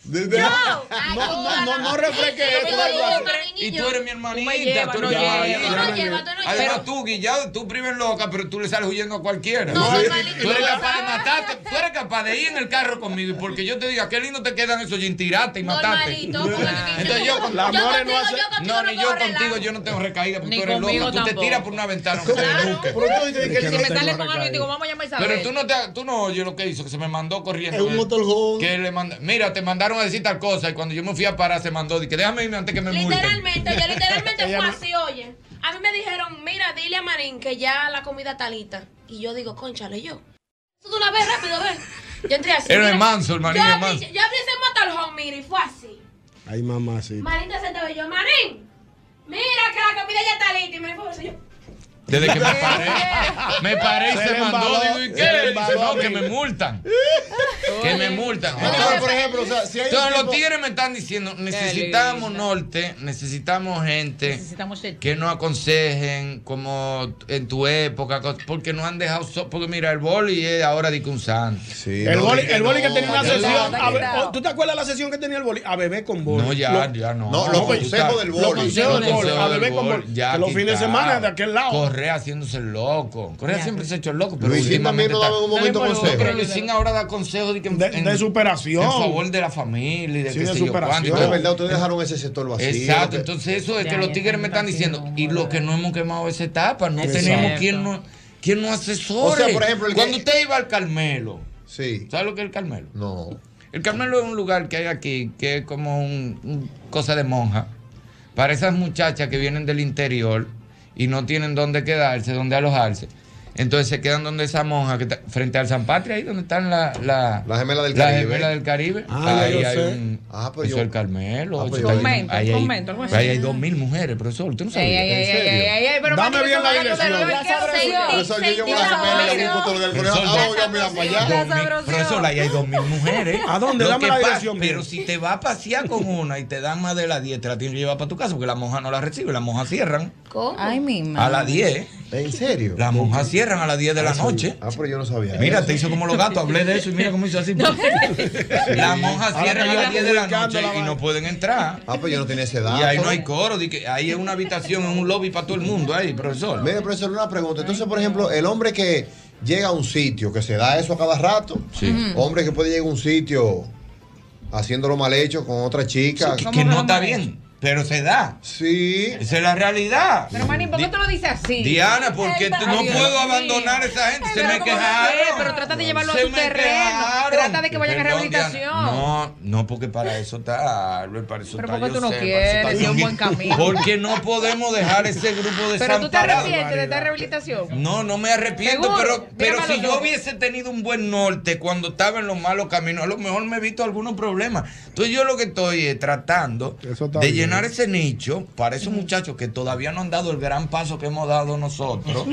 S3: No, no, no, no
S34: Yo
S3: refresques
S34: me
S3: esto.
S34: llevo
S3: Eduardo.
S34: Uber, Y tú eres mi hermanita.
S3: Tú me llevas,
S34: tú
S3: no
S34: eres mi
S3: llevas.
S34: hermanita.
S3: Tú no llevas, tú no llevas.
S34: Además, tú, Guillado, tú prima es loca, pero tú le sales huyendo a cualquiera.
S3: No,
S34: Sí.
S3: hermanito.
S34: tú eres capaz de matarte. Tú eres capaz de ir en el carro conmigo y porque yo te diga, qué lindo te quedan esos gintirate y matarte.
S11: Normalito, porque
S34: Entonces yo con-
S11: Yo La More no contigo- hace- yo contigo
S34: No,
S11: no
S34: ni
S11: puedo
S34: yo contigo,
S11: arreglar.
S34: yo no tengo recaída porque
S7: Ni
S34: tú eres
S7: conmigo
S34: loca. Tú te
S7: tampoco.
S34: tiras por una ventana. aunque te busques.
S7: Si me sale con algo y digo, vamos a llamar a Isabel.
S34: Pero tú no, te, tú no oyes lo que hizo, que se me mandó corriendo.
S25: Es un motorhome.
S34: Que le manda, mira, te mandaron a decir tal cosa y cuando yo me fui a parar se mandó. Dije, déjame irme antes que me multen.
S11: Literalmente, yo literalmente
S34: Ella
S11: fue
S34: no-
S11: así, oye. A mí me dijeron, mira, dile a Marín que ya la comida está lista. Y yo digo, conchale, yo. Eso de una vez rápido, ven. Yo entré así.
S34: Era
S11: mira.
S34: de manso, el Marín
S11: Yo
S34: de
S11: abrí,
S34: manso.
S11: yo abrí ese motorhome, mira, y fue así.
S3: Ay, mamá, sí.
S11: Marín te sentó y yo, Marín, mira que la comida ya está lista. Y me fue así, yo.
S34: Desde que me paré, me paré y
S3: Se
S34: se,
S3: le
S34: mandó.
S3: embaló,
S34: Digo, ¿y
S3: se
S34: qué?
S3: le
S34: Dice,
S3: embaló a
S34: no,
S3: mí.
S34: que me multan. Que me multan.
S8: No, pero, por ejemplo, o sea, si hay un
S34: Entonces, los
S8: tipo-
S34: tigres me están diciendo, necesitamos norte, necesitamos gente.
S7: Necesitamos el-
S34: que no aconsejen como en tu época, cos- porque no han dejado, so- porque mira, el boli es ahora de que un santo.
S3: El boli, el boli que tenía una
S34: no,
S3: sesión.
S34: no,
S3: a ver,
S34: no.
S3: ¿Tú te acuerdas la sesión que tenía el boli? A bebé con boli.
S34: No, ya,
S3: Lo-
S34: ya no.
S3: No, los consejos del boli.
S34: Los consejos del boli.
S3: A beber con boli.
S34: Ya
S3: Que los fines de
S34: quitado.
S3: semana de aquel lado.
S34: Correa haciéndose loco. Correa
S3: Ya.
S34: siempre se ha hecho loco, pero
S8: Luisín
S34: últimamente
S8: también no daba en un momento
S34: Pero
S8: consejos.
S34: Luisín ahora da consejos de, que en-
S8: De-
S34: en-
S8: de superación.
S34: En favor de la familia y de
S8: Sí,
S34: qué
S8: de
S34: sé yo
S8: superación.
S34: cuánto y todo.
S8: Es verdad, ustedes dejaron ese sector vacío.
S34: Exacto,
S8: Que-
S34: entonces eso es
S8: Ya,
S34: que
S8: ya
S34: los tigres me están diciendo, y lo que no hemos quemado esa etapa, no
S8: Exacto.
S34: tenemos quien no, quien no asesore.
S8: O sea, por ejemplo, el
S34: cuando
S8: que-
S34: usted iba al Carmelo, ¿sabe lo que es el Carmelo?
S8: No.
S34: El Carmelo es un lugar que hay aquí que es como un, un cosa de monja para esas muchachas que vienen del interior y no tienen dónde quedarse, dónde alojarse. Entonces se quedan donde esa monja que está frente al San Patria, ahí donde están la, la,
S8: La gemela del
S34: la
S8: Caribe.
S34: gemela del Caribe.
S8: Ah,
S34: ahí
S8: yo
S34: hay
S8: sé.
S34: un.
S8: Ah, pero
S34: eso
S8: yo-
S34: es el Carmelo.
S8: Ah, pero
S34: eso
S8: yo-
S34: está ahí,
S8: Convento,
S34: ahí hay-
S8: convento, algo así.
S34: ahí hay dos mil mujeres, profesor. Usted no
S7: Ey,
S34: sabía.
S7: ey,
S34: ¿En
S7: ey,
S34: serio?
S7: ey, ey, ey, pero
S34: Dame
S7: María,
S34: bien
S7: ¿cómo va
S34: la
S7: a
S34: dirección.
S7: resolver el
S34: Plaza
S7: caso?
S34: Brasil.
S8: Profesor, yo llevo la
S7: Plaza
S8: gemela y la
S7: Brasil.
S8: busco todo lo del colegio.
S34: Profesor,
S8: Ah,
S34: yo-
S8: voy a mirar para
S34: Dos
S8: allá.
S34: mil- Profesor, ahí hay dos mil mujeres.
S3: ¿A dónde?
S34: Lo
S3: Dame
S34: que
S3: la
S34: pasa-
S3: dirección,
S34: Pero
S3: mira.
S34: si te va a pasear con una y te dan más de las 10, te la tienes que llevar para tu casa porque la monja no la recibe. Las monjas cierran
S17: Ay, mi madre.
S34: a las 10.
S8: ¿En serio?
S34: Las monjas cierran a las 10 de la noche.
S8: Ah, pero yo no sabía.
S34: Mira, te hizo como los gatos. Hablé de eso y mira cómo hizo así. Las monjas
S8: Ahora
S34: cierran
S8: que
S34: a
S8: yo
S34: las 10 de la
S8: publicando
S34: noche
S8: la
S34: y no pueden entrar.
S8: Ah, pues yo no tenía esa edad.
S34: Y ahí no hay coro. di que Ahí es una habitación, es un lobby para todo el mundo. Ahí, profesor.
S8: Mire, profesor, una pregunta. Entonces, por ejemplo, el hombre que llega a un sitio, que se da eso a cada rato,
S34: Ujú.
S8: hombre que puede llegar a un sitio haciéndolo mal hecho con otra chica.
S34: Sí, que- que no está bien, pero se da.
S8: Sí.
S34: Esa es la realidad.
S7: Pero, Marín, ¿por qué tú lo dices así?
S34: Diana, porque
S7: Ay,
S34: tú- no
S7: Dios
S34: puedo
S7: mío.
S34: abandonar a esa gente,
S7: Ay,
S34: se
S7: pero
S34: me
S7: ¿cómo va a
S34: quejaron.
S7: ser? Pero trata de llevarlo a
S34: Se
S7: tu
S34: me
S7: terreno.
S34: quejaron.
S7: Trata de que vayan a
S34: Perdón,
S7: rehabilitación.
S34: Diana. No, no, porque para eso está Albert, para eso
S7: Pero
S34: está
S7: porque tú
S34: José,
S7: no
S34: para eso
S7: quieres,
S34: está
S7: es un
S34: Yogi.
S7: buen camino.
S34: Porque no podemos dejar ese grupo de
S7: Pero tú te arrepientes de esta rehabilitación.
S34: no, no me arrepiento,
S7: Seguro.
S34: pero, pero
S7: Mírame
S34: si
S7: los
S34: yo
S7: ojos.
S34: hubiese tenido un buen norte cuando estaba en los malos caminos, a lo mejor me he visto algunos problemas. Entonces yo lo que estoy es tratando de
S3: bien.
S34: llenar ese nicho para esos muchachos que todavía no han dado el gran paso que hemos dado nosotros.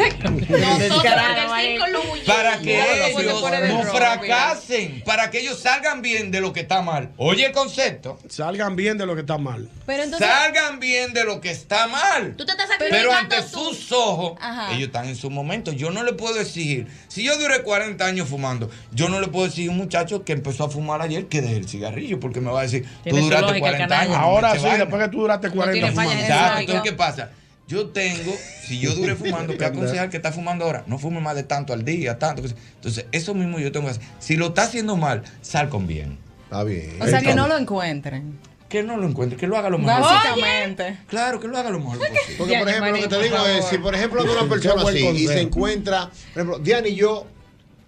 S34: para que ellos no fracasen, para que ellos salgan bien de lo que está mal. Oye el concepto.
S3: Salgan bien de lo que está mal.
S17: Pero
S34: Salgan bien de lo que está mal.
S11: Tú te estás
S34: Pero
S11: sacrificando
S34: ante
S11: tú.
S34: sus ojos,
S11: Ajá.
S34: ellos están en su momento. Yo no le puedo exigir. Si yo duré 40 años fumando, yo no le puedo exigir a un muchacho que empezó a fumar ayer que deje el cigarrillo, porque me va a decir, tú
S3: Tiene su
S34: duraste
S3: lógica,
S34: 40
S3: carajo.
S34: años.
S3: Ahora
S34: no me
S3: sí,
S34: eche
S3: después que tú duraste 40
S34: tiene
S3: fumando.
S34: Exacto. Entonces, ¿qué pasa? Yo tengo, si yo duré fumando, que aconsejar que está fumando ahora, no fume más de tanto al día, tanto. que- Entonces, eso mismo yo tengo que hacer. Si lo está haciendo mal, sal con bien.
S8: Está bien.
S17: O sea, que no lo encuentren.
S34: Que no lo encuentre, que lo haga lo mejor.
S17: Básicamente.
S34: Claro, que lo haga lo mejor pues, posible.
S8: Porque, por ejemplo, lo que te digo es, si por ejemplo anda una
S34: Qué
S8: persona
S34: buen
S8: así y
S34: consejo.
S8: se encuentra, por ejemplo, Diana y yo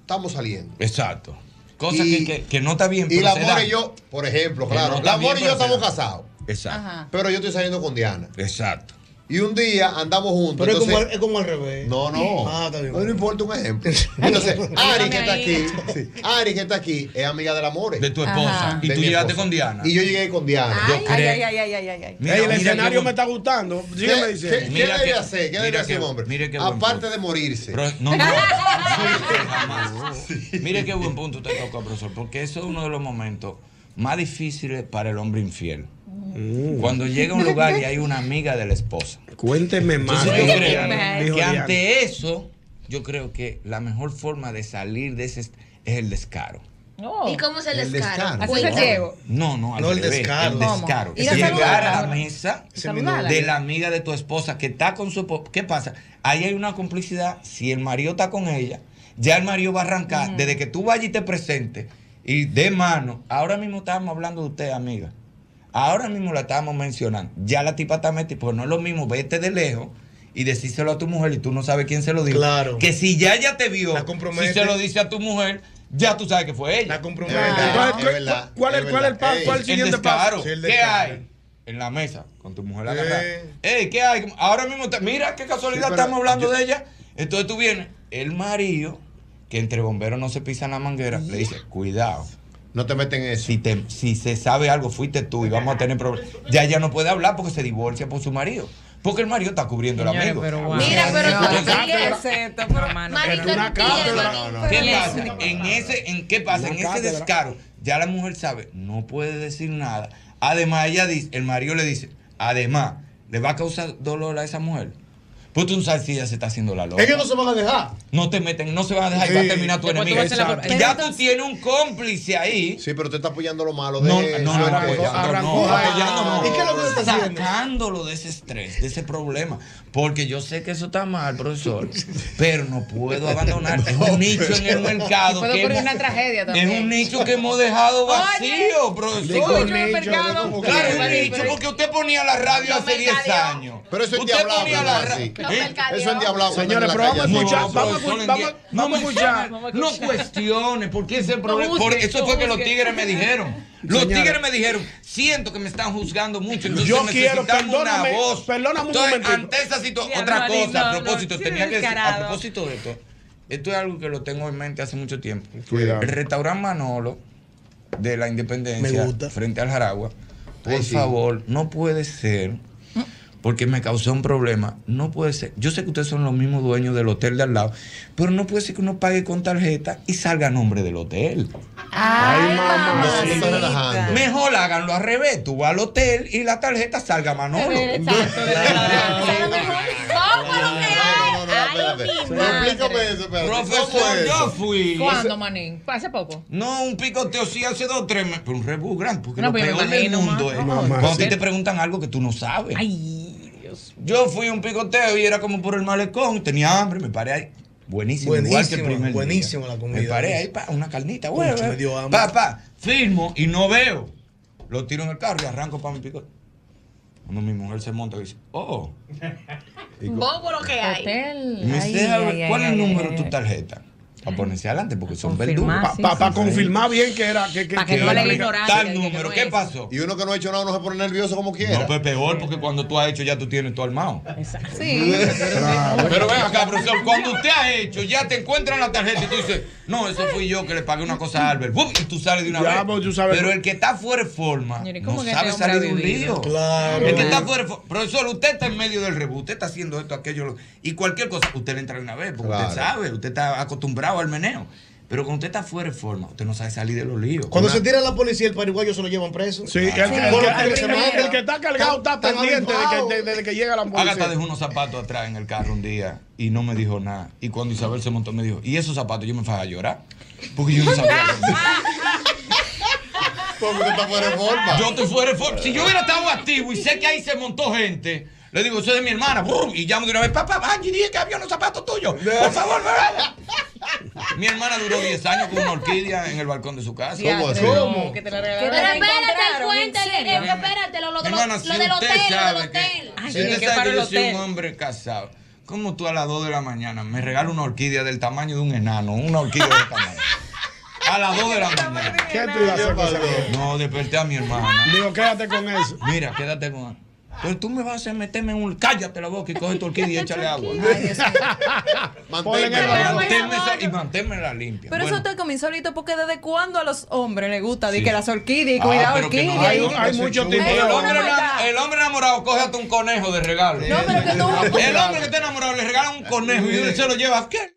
S8: estamos saliendo.
S34: Exacto. Cosa que,
S8: Y-
S34: que- que no está bien.
S8: Y
S34: pero
S8: la
S34: se
S8: amor
S34: da.
S8: y yo, por ejemplo,
S34: Que
S8: claro.
S34: no
S8: la
S34: está bien,
S8: amor y yo
S34: pero se
S8: estamos
S34: da.
S8: casados.
S34: Exacto.
S8: Pero yo estoy saliendo con Diana.
S34: Exacto.
S8: Y un día andamos juntos.
S25: Pero es como
S8: entonces-
S25: al- es como al revés.
S8: No, no.
S25: Ah, está bien.
S8: No, no importa un ejemplo. Entonces, Ari que está aquí, Ari que está aquí, es amiga del amor. De
S34: tu esposa. Y tú llegaste con Diana.
S8: Y yo llegué con Diana.
S25: Ay,
S8: Yo
S25: ay,
S8: creo-
S25: ay, ay, ay, ay, ay, ay. Mira,
S8: Ey,
S25: mira qué buen-
S8: está gustando.
S25: Sígueme
S8: ¿Qué,
S25: diciendo.
S8: qué- qué
S25: Mira
S8: debe
S25: qué-
S8: hacer? ¿Qué debe
S34: mira
S8: hacer
S34: qué-
S8: un hombre?
S34: mire qué buen
S8: Aparte de morirse.
S34: no, no. Mire qué buen punto usted toca, profesor, porque eso es uno de los momentos más difíciles para el hombre infiel.
S8: Mm.
S34: Cuando llega a un lugar y hay una amiga de la esposa.
S3: Cuénteme más.
S34: Entonces, yo
S3: dijo
S34: creo
S3: Diana, dijo
S34: que
S3: Diana.
S34: ante eso, yo creo que la mejor forma de salir de ese est- es el descaro.
S11: ¿Y cómo se les
S34: El
S11: cara?
S34: descaro. Hacerse ciego. No, no, al
S25: No, el
S34: revés,
S25: descaro.
S34: El
S25: ¿Cómo?
S34: descaro.
S25: Ir a
S34: Llegar
S25: saludarla.
S34: a la mesa
S25: Saludarla.
S34: de la amiga de tu esposa que está con su... po- ¿Qué pasa? Ahí hay una complicidad. Si el marido está con ella, ya el marido va a arrancar. Desde que tú vayas y te presentes y de mano. Ahora mismo estábamos hablando de usted, amiga. Ahora mismo la estábamos mencionando. Ya la tipa está metida. Pues no es lo mismo vete de lejos y decírselo a tu mujer y tú no sabes quién se lo dijo.
S25: Claro.
S34: Que si ya ella te vio,
S25: compromete.
S34: si se lo dice a tu mujer, ya tú sabes que fue ella. La
S25: compromete. Es verdad, es verdad,
S34: Ah. ¿Cuál
S25: es
S34: es cuál es el
S25: verdad.
S34: paso?
S25: Ey.
S34: ¿Cuál
S25: El
S34: el siguiente
S25: descaro.
S34: paso?
S25: Sí, el
S34: ¿Qué
S25: descaro.
S34: hay? En la mesa, con tu mujer agarrada. Ey, ¿qué hay? Ahora mismo, te- mira qué casualidad
S25: Sí, pero
S34: estamos hablando
S25: yo-
S34: de ella. Entonces tú vienes, el marido, que entre bomberos no se pisan la manguera, le dice, cuidado.
S8: No te meten en eso.
S34: Si, te- si se sabe algo, fuiste tú y vamos a tener problemas. Ya ella no puede hablar porque se divorcia por su marido. Porque el marido está cubriendo al
S2: Señores,
S34: amigo.
S2: pero
S34: Ah,
S2: wow. Mira, pero tú
S34: entonces-
S2: tienes que hacer esto, pero, mano,
S8: Ah,
S34: Marico,
S2: pero-
S34: una cátedra. ¿Qué pasa? En ese, en qué pasa?
S2: Una
S34: En ese
S2: cátedra.
S34: descaro, ya la mujer sabe, no puede decir nada. Además, ella dice, el marido le dice, además, le va a causar dolor a esa mujer. Pues tú no sabes si ella se está haciendo la loca.
S8: Ellos no se van a dejar.
S34: No te meten, no se van a dejar y va a
S8: Sí.
S34: terminar tu
S8: Después tú
S34: enemigo.
S8: vas a hacer la-
S34: Exacto. Ya tú tienes un cómplice ahí.
S8: Sí, pero te está apoyando lo malo de
S34: No,
S8: eso,
S34: no, no,
S8: de
S34: arrancó-
S8: apoyando,
S34: arrancó
S8: no.
S34: apoyando, no.
S8: ¿Y qué Eh, es lo que tú estás haciendo?
S34: Sacándolo de ese estrés, de ese problema. Porque yo sé que eso está mal, profesor. pero no puedo abandonar. Es un nicho en el mercado.
S7: Puedo
S34: que
S7: poner
S34: hemos-
S7: una tragedia también.
S34: es un nicho que hemos dejado vacío,
S7: Oye,
S34: profesor.
S7: digo nicho en el mercado.
S34: Claro, es un nicho porque usted ponía la radio
S8: Los
S34: hace 10
S8: mercadeos.
S34: años.
S8: Pero eso es
S34: Usted
S8: diablado,
S34: ponía
S8: ¿verdad?
S34: la ra-
S8: Sí. Los
S34: ¿Eh?
S8: mercadeos. Eso es diablado, Señores, pero vamos a
S34: No,
S8: escuchar, vamos a
S34: profesor,
S8: escu-
S34: en
S8: vamos-
S34: die-
S8: vamos a
S34: no,
S8: escuchar.
S34: no, No cuestiones, porque ese problema.
S8: juzgue,
S34: por eso
S8: no
S34: fue que los
S8: juzgue.
S34: tigres me dijeron. Los
S3: Señores.
S34: tigres me dijeron, siento que me están juzgando mucho. Entonces
S3: Yo quiero,
S34: necesitamos una
S3: perdóname,
S34: voz.
S3: perdóname un
S34: Entonces,
S3: momentito.
S34: ante esa situación,
S3: Sí,
S34: otra
S3: no,
S34: cosa, a
S3: no, no,
S34: propósito,
S3: sí,
S34: tenía que decir, a
S3: descarado.
S34: propósito de esto, esto es algo que lo tengo en mente hace mucho tiempo.
S3: Cuidado.
S34: El restaurante Manolo de la Independencia
S3: Me gusta.
S34: frente al Jaragua, por
S3: Ay, sí. Mm.
S34: favor, no puede ser porque me causó un problema. No puede ser. Yo sé que ustedes son los mismos dueños del hotel de al lado, pero no puede ser que uno pague con tarjeta y salga a nombre del hotel.
S8: Ay, mamá. No, se está relajando.
S34: Mejor háganlo al revés. Tú vas al hotel y la tarjeta salga a Manolo.
S8: Explícame eso, espérate. ¿Cómo
S34: Profesor,
S8: es
S34: yo
S8: eso?
S34: fui.
S7: ¿Cuándo, manín? Hace poco.
S34: No, un picoteo sí hace dos tres meses. Pero un rebus grande, porque
S7: No,
S34: lo
S7: pero
S34: peor
S7: me
S34: del
S7: imagino,
S34: mundo
S7: ma.
S34: es
S7: No,
S34: cuando a ti
S7: sí.
S34: te preguntan algo que tú no sabes. Yo fui a un picoteo y era como por el malecón, tenía hambre, me paré ahí. Buenísimo, igual que el
S25: Buenísima,
S34: primer día.
S25: buenísima la comida.
S34: Me paré ahí, pa, una carnita,
S25: Concho,
S34: güey.
S25: me dio hambre.
S34: Pa, pa, firmo y no veo. Lo tiro en el carro y arranco para mi picoteo. Cuando mi mujer se monta y dice, oh. Digo,
S11: Bobo lo que hay.
S34: y me dice, "Ah, ¿cuál es el número de tu tarjeta? Para ponerse adelante, porque son verduras.
S3: sí, Pa- pa- sí, pa sí. confirmar
S34: bien que era. Que,
S3: Pa' que que no era le la
S8: ignorancia,
S34: Tal
S8: que no
S34: número, ¿qué pasó?
S8: Y uno que no ha hecho nada no se pone nervioso como quiera.
S34: No, pues peor, porque cuando tú has hecho ya tú tienes todo armado.
S8: Sí. Claro.
S34: Pero ven acá, profesor, cuando usted ha hecho, ya te encuentran la tarjeta y tú dices, no, eso fui yo que le pagué una cosa a Albert. ¡Bum! Y tú sales de una
S3: Ya,
S34: vez.
S3: pues, tú sabes-
S34: Pero el que está fuera de forma
S3: Señores, ¿cómo
S34: no
S3: que
S34: sabe
S3: este hombre
S34: salir
S3: ha
S34: de un
S3: vivido?
S34: lío.
S3: Claro.
S34: El que está fuera de forma. Profesor, usted está en medio del rebú, usted está haciendo esto, aquello, lo- y cualquier cosa, usted le entra de una vez, porque
S8: Claro.
S34: usted sabe, usted está acostumbrado al meneo. Pero cuando usted está fuera de forma, usted no sabe salir de los líos.
S25: Cuando
S34: Una- Ah,
S25: se tira la policía, el paraguayo se lo llevan preso.
S34: Sí, el- el- el-
S25: Por lo
S34: el-
S25: que
S34: el-
S25: se manda.
S3: El que está cargado está
S25: Está- está
S3: pendiente de que-
S25: avivado.
S3: de- desde que llega la
S34: Agatha
S3: ambulancia.
S34: dejó unos zapatos atrás en el carro un día y no me dijo nada. Y cuando Isabel se montó me dijo, ¿y esos zapatos? Yo me fui a llorar. Porque yo no sabía.
S7: Ah,
S8: ¿Cómo que está fuera de forma?
S34: Yo estoy fuera de forma. Si yo hubiera estado activo y sé que ahí se montó gente, le digo, eso es de mi hermana. ¡Brum! Y llamo de una vez, papá, Angie, dije que había unos zapatos tuyos. Por favor, ¿verdad? Mi hermana duró 10 años con una orquídea en el balcón de su casa.
S11: ¿Cómo así?
S34: ¿Cómo?
S7: Que te la
S11: Pero
S7: regalaron.
S11: espérate,
S7: encontraron,
S11: cuéntale,
S7: ¿en serio?
S11: eh, espérate, lo, lo, lo,
S34: Hermana, si
S11: lo del
S34: usted
S11: hotel, lo del
S34: sabe
S11: hotel.
S34: que, si usted sabe que yo soy un hombre casado, ¿cómo tú a las 2 de la mañana me regalas una orquídea del tamaño de un enano? Una orquídea del tamaño. A las 2 de la mañana.
S3: ¿Qué tú ibas a hacer con esa
S34: No, desperté a mi hermana.
S3: Digo, quédate con eso.
S34: Mira, quédate con Entonces tú me vas a hacer meterme en un. Cállate la boca y coge tu orquídea y échale agua.
S2: Ponle en el baño.
S34: Manténme esa- y manténmela limpia.
S2: Pero
S34: Bueno.
S2: eso te comenzó ahorita porque desde cuándo a los hombres les gusta de
S34: Sí.
S2: que las orquídeas y
S34: Ah,
S2: cuidado
S34: pero que no,
S2: orquídeas.
S34: hay-
S2: y que-
S34: hay mucho tipo de-
S2: Ey,
S34: El
S2: no,
S34: hombre,
S2: no, no,
S34: enamorado- el hombre enamorado, cógete un conejo de regalo.
S2: No, pero que tú-
S34: El hombre que está enamorado le regala un conejo y se lo lleva. ¿Qué?